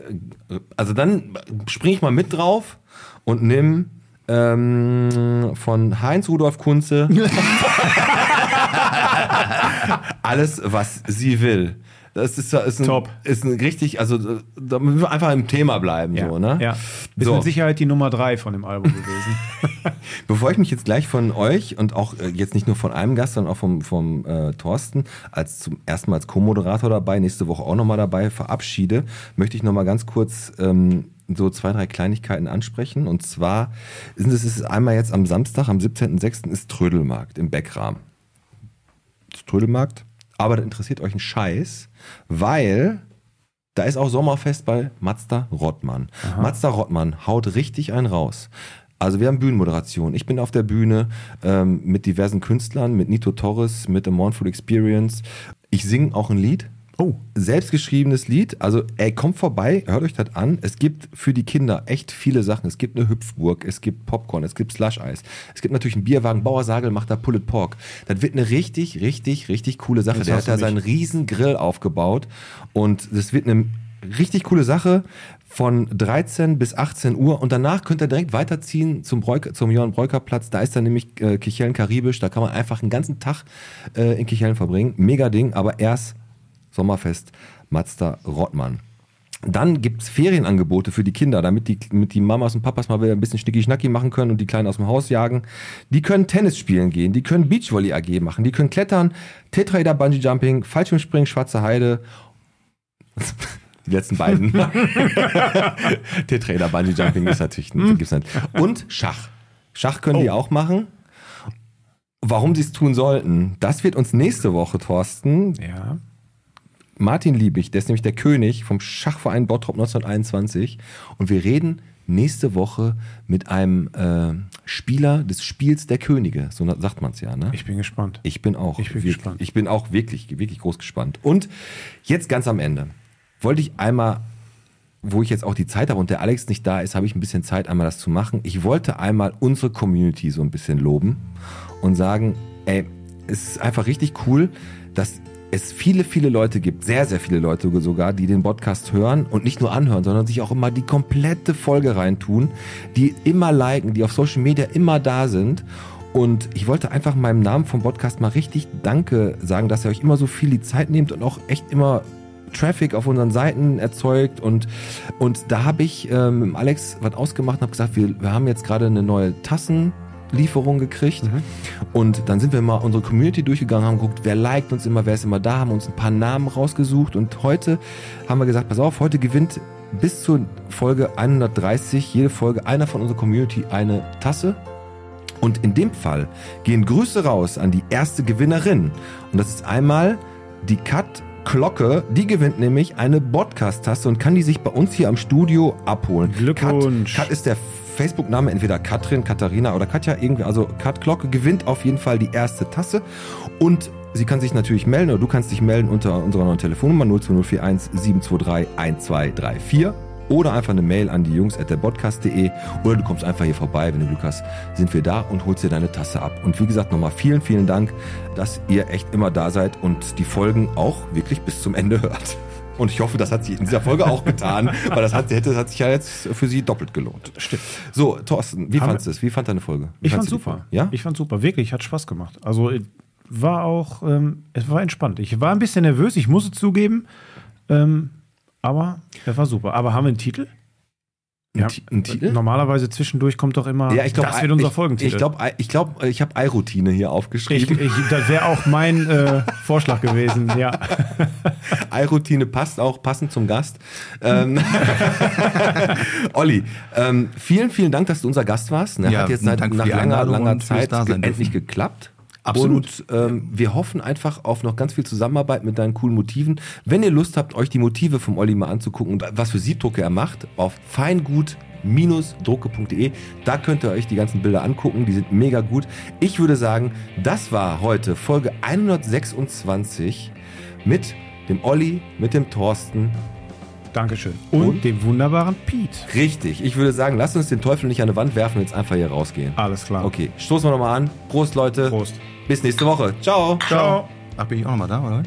S4: äh, Also dann springe ich mal mit drauf und nimm ähm, von Heinz Rudolf Kunze alles, was sie will. Das ist, ist, ein,
S3: Top.
S4: ist ein richtig, also da müssen wir einfach im Thema bleiben.
S3: Ja,
S4: So, ne?
S3: ja. Ist
S4: So.
S3: mit Sicherheit die Nummer 3 von dem Album gewesen.
S4: Bevor ich mich jetzt gleich von euch und auch äh, jetzt nicht nur von einem Gast, sondern auch vom, vom äh, Thorsten als zum ersten Mal als Co-Moderator dabei, nächste Woche auch nochmal dabei verabschiede, möchte ich nochmal ganz kurz ähm, so zwei, drei Kleinigkeiten ansprechen. Und zwar sind es ist einmal jetzt am Samstag, am 17.06. ist Trödelmarkt im Beckrahm. Ist Trödelmarkt. Aber das interessiert euch ein Scheiß, weil da ist auch Sommerfest bei Mazda Rottmann. Mazda Rottmann haut richtig einen raus. Also wir haben Bühnenmoderation. Ich bin auf der Bühne ähm, mit diversen Künstlern, mit Nito Torres, mit The Mournful Experience. Ich singe auch ein Lied.
S3: Oh.
S4: Selbstgeschriebenes Lied. Also ey, kommt vorbei, hört euch das an. Es gibt für die Kinder echt viele Sachen. Es gibt eine Hüpfburg, es gibt Popcorn, es gibt Slush-Eis. Es gibt natürlich einen Bierwagen. Bauer Sagel macht da Pulled Pork. Das wird eine richtig, richtig, richtig coole Sache. Der hat da seinen riesen Grill aufgebaut. Und das wird eine richtig coole Sache von 13 bis 18 Uhr. Und danach könnt ihr direkt weiterziehen zum, Breuk zum Johann Breuker Platz. Da ist dann nämlich äh, Kichellen Karibisch. Da kann man einfach einen ganzen Tag äh, in Kichellen verbringen. Mega Ding, aber erst Sommerfest Mazda Rottmann. Dann gibt es Ferienangebote für die Kinder, damit die, damit die Mamas und Papas mal wieder ein bisschen schnicki-schnacki machen können und die Kleinen aus dem Haus jagen. Die können Tennis spielen gehen, die können Beachvolley AG machen, die können klettern, Tetraeder Bungee Jumping, Fallschirmspringen, Schwarze Heide. Die letzten beiden. Tetraeder Bungee Jumping ist natürlich gibt's nicht. Und Schach. Schach können die auch machen. Warum sie es tun sollten, das wird uns nächste Woche, Thorsten,
S3: ja.
S4: Martin Liebig, der ist nämlich der König vom Schachverein Bottrop 1921. Und wir reden nächste Woche mit einem äh, Spieler des Spiels der Könige. So na- sagt man es ja, ne?
S3: Ich bin gespannt.
S4: Ich bin auch.
S3: Ich bin
S4: wirklich,
S3: gespannt.
S4: Ich bin auch wirklich, wirklich groß gespannt. Und jetzt ganz am Ende wollte ich einmal, wo ich jetzt auch die Zeit habe und der Alex nicht da ist, habe ich ein bisschen Zeit, einmal das zu machen. Ich wollte einmal unsere Community so ein bisschen loben und sagen, ey, es ist einfach richtig cool, dass es viele, viele Leute gibt, sehr, sehr viele Leute sogar, die den Podcast hören und nicht nur anhören, sondern sich auch immer die komplette Folge reintun, die immer liken, die auf Social Media immer da sind. Und ich wollte einfach meinem Namen vom Podcast mal richtig Danke sagen, dass ihr euch immer so viel die Zeit nehmt und auch echt immer Traffic auf unseren Seiten erzeugt und, und da habe ich ähm, mit Alex was ausgemacht und habe gesagt, wir, wir haben jetzt gerade eine neue Tassenlieferung gekriegt und dann sind wir mal unsere Community durchgegangen, haben geguckt, wer liked uns immer, wer ist immer da, haben uns ein paar Namen rausgesucht und heute haben wir gesagt, pass auf, heute gewinnt bis zur Folge 130 jede Folge einer von unserer Community eine Tasse und in dem Fall gehen Grüße raus an die erste Gewinnerin. Und das ist einmal die Kat Glocke. Die gewinnt nämlich eine Podcast-Taste und kann die sich bei uns hier am Studio abholen.
S3: Glückwunsch.
S4: Kat, Kat ist der Facebook-Name, entweder Katrin, Katharina oder Katja. Irgendwie, also Kat Glocke gewinnt auf jeden Fall die erste Tasse. Und sie kann sich natürlich melden oder du kannst dich melden unter unserer neuen Telefonnummer 02041 723 1234. oder einfach eine Mail an die Jungs at derpodcast.de oder du kommst einfach hier vorbei, wenn du Glück hast, sind wir da und holst dir deine Tasse ab. Und wie gesagt, nochmal vielen, vielen Dank, dass ihr echt immer da seid und die Folgen auch wirklich bis zum Ende hört. Und ich hoffe, das hat sie in dieser Folge auch getan, weil das hat, hätte, das hat sich ja jetzt für sie doppelt gelohnt. Stimmt. So, Thorsten, wie
S3: Haben
S4: fandst du es? Wie fand deine Folge? Wie
S3: Ich fand
S4: fandst du die
S3: super.
S4: Folge? Ja?
S3: Ich fand super. Wirklich, hat Spaß gemacht. Also äh, war auch, ähm, es war entspannt. Ich war ein bisschen nervös, ich muss es zugeben. Ähm, aber das war super. Aber haben wir einen Titel? Äh,
S4: Ein Ti- ein Titel?
S3: Normalerweise zwischendurch kommt doch immer,
S4: Ja, ich glaube,
S3: das wird unser
S4: ich,
S3: Folgentitel.
S4: ich glaube, ich, glaub, ich habe Ei-Routine hier
S3: ich,
S4: aufgeschrieben.
S3: ich, das wäre auch mein äh, Vorschlag gewesen, ja.
S4: Ei-Routine passt auch, passend zum Gast. Ähm, Olli, ähm, vielen, vielen Dank, dass du unser Gast warst. Ne?
S7: Ja,
S4: Hat jetzt seit,
S7: Dank für
S4: nach
S7: die
S4: langer,
S7: Einladung
S4: langer
S7: und fürs
S4: Zeit ge
S7: Dasein dürfen.
S4: endlich geklappt.
S7: Absolut.
S4: Und ähm, wir hoffen einfach auf noch ganz viel Zusammenarbeit mit deinen coolen Motiven. Wenn ihr Lust habt, euch die Motive vom Olli mal anzugucken und was für Siebdrucke er macht, auf feingut-drucke.de. Da könnt ihr euch die ganzen Bilder angucken, die sind mega gut. Ich würde sagen, das war heute Folge 126 mit dem Olli, mit dem Thorsten.
S3: Dankeschön. Und,
S4: Und?
S3: dem wunderbaren Pete.
S4: Richtig, ich würde sagen, lasst uns den Teufel nicht an die Wand werfen und jetzt einfach hier rausgehen.
S3: Alles klar.
S4: Okay, stoßen wir nochmal an. Prost, Leute.
S3: Ah. Prost.
S4: Bis nächste Woche. Ciao.
S3: Ciao.
S7: Ach, bin ich auch nochmal da, oder?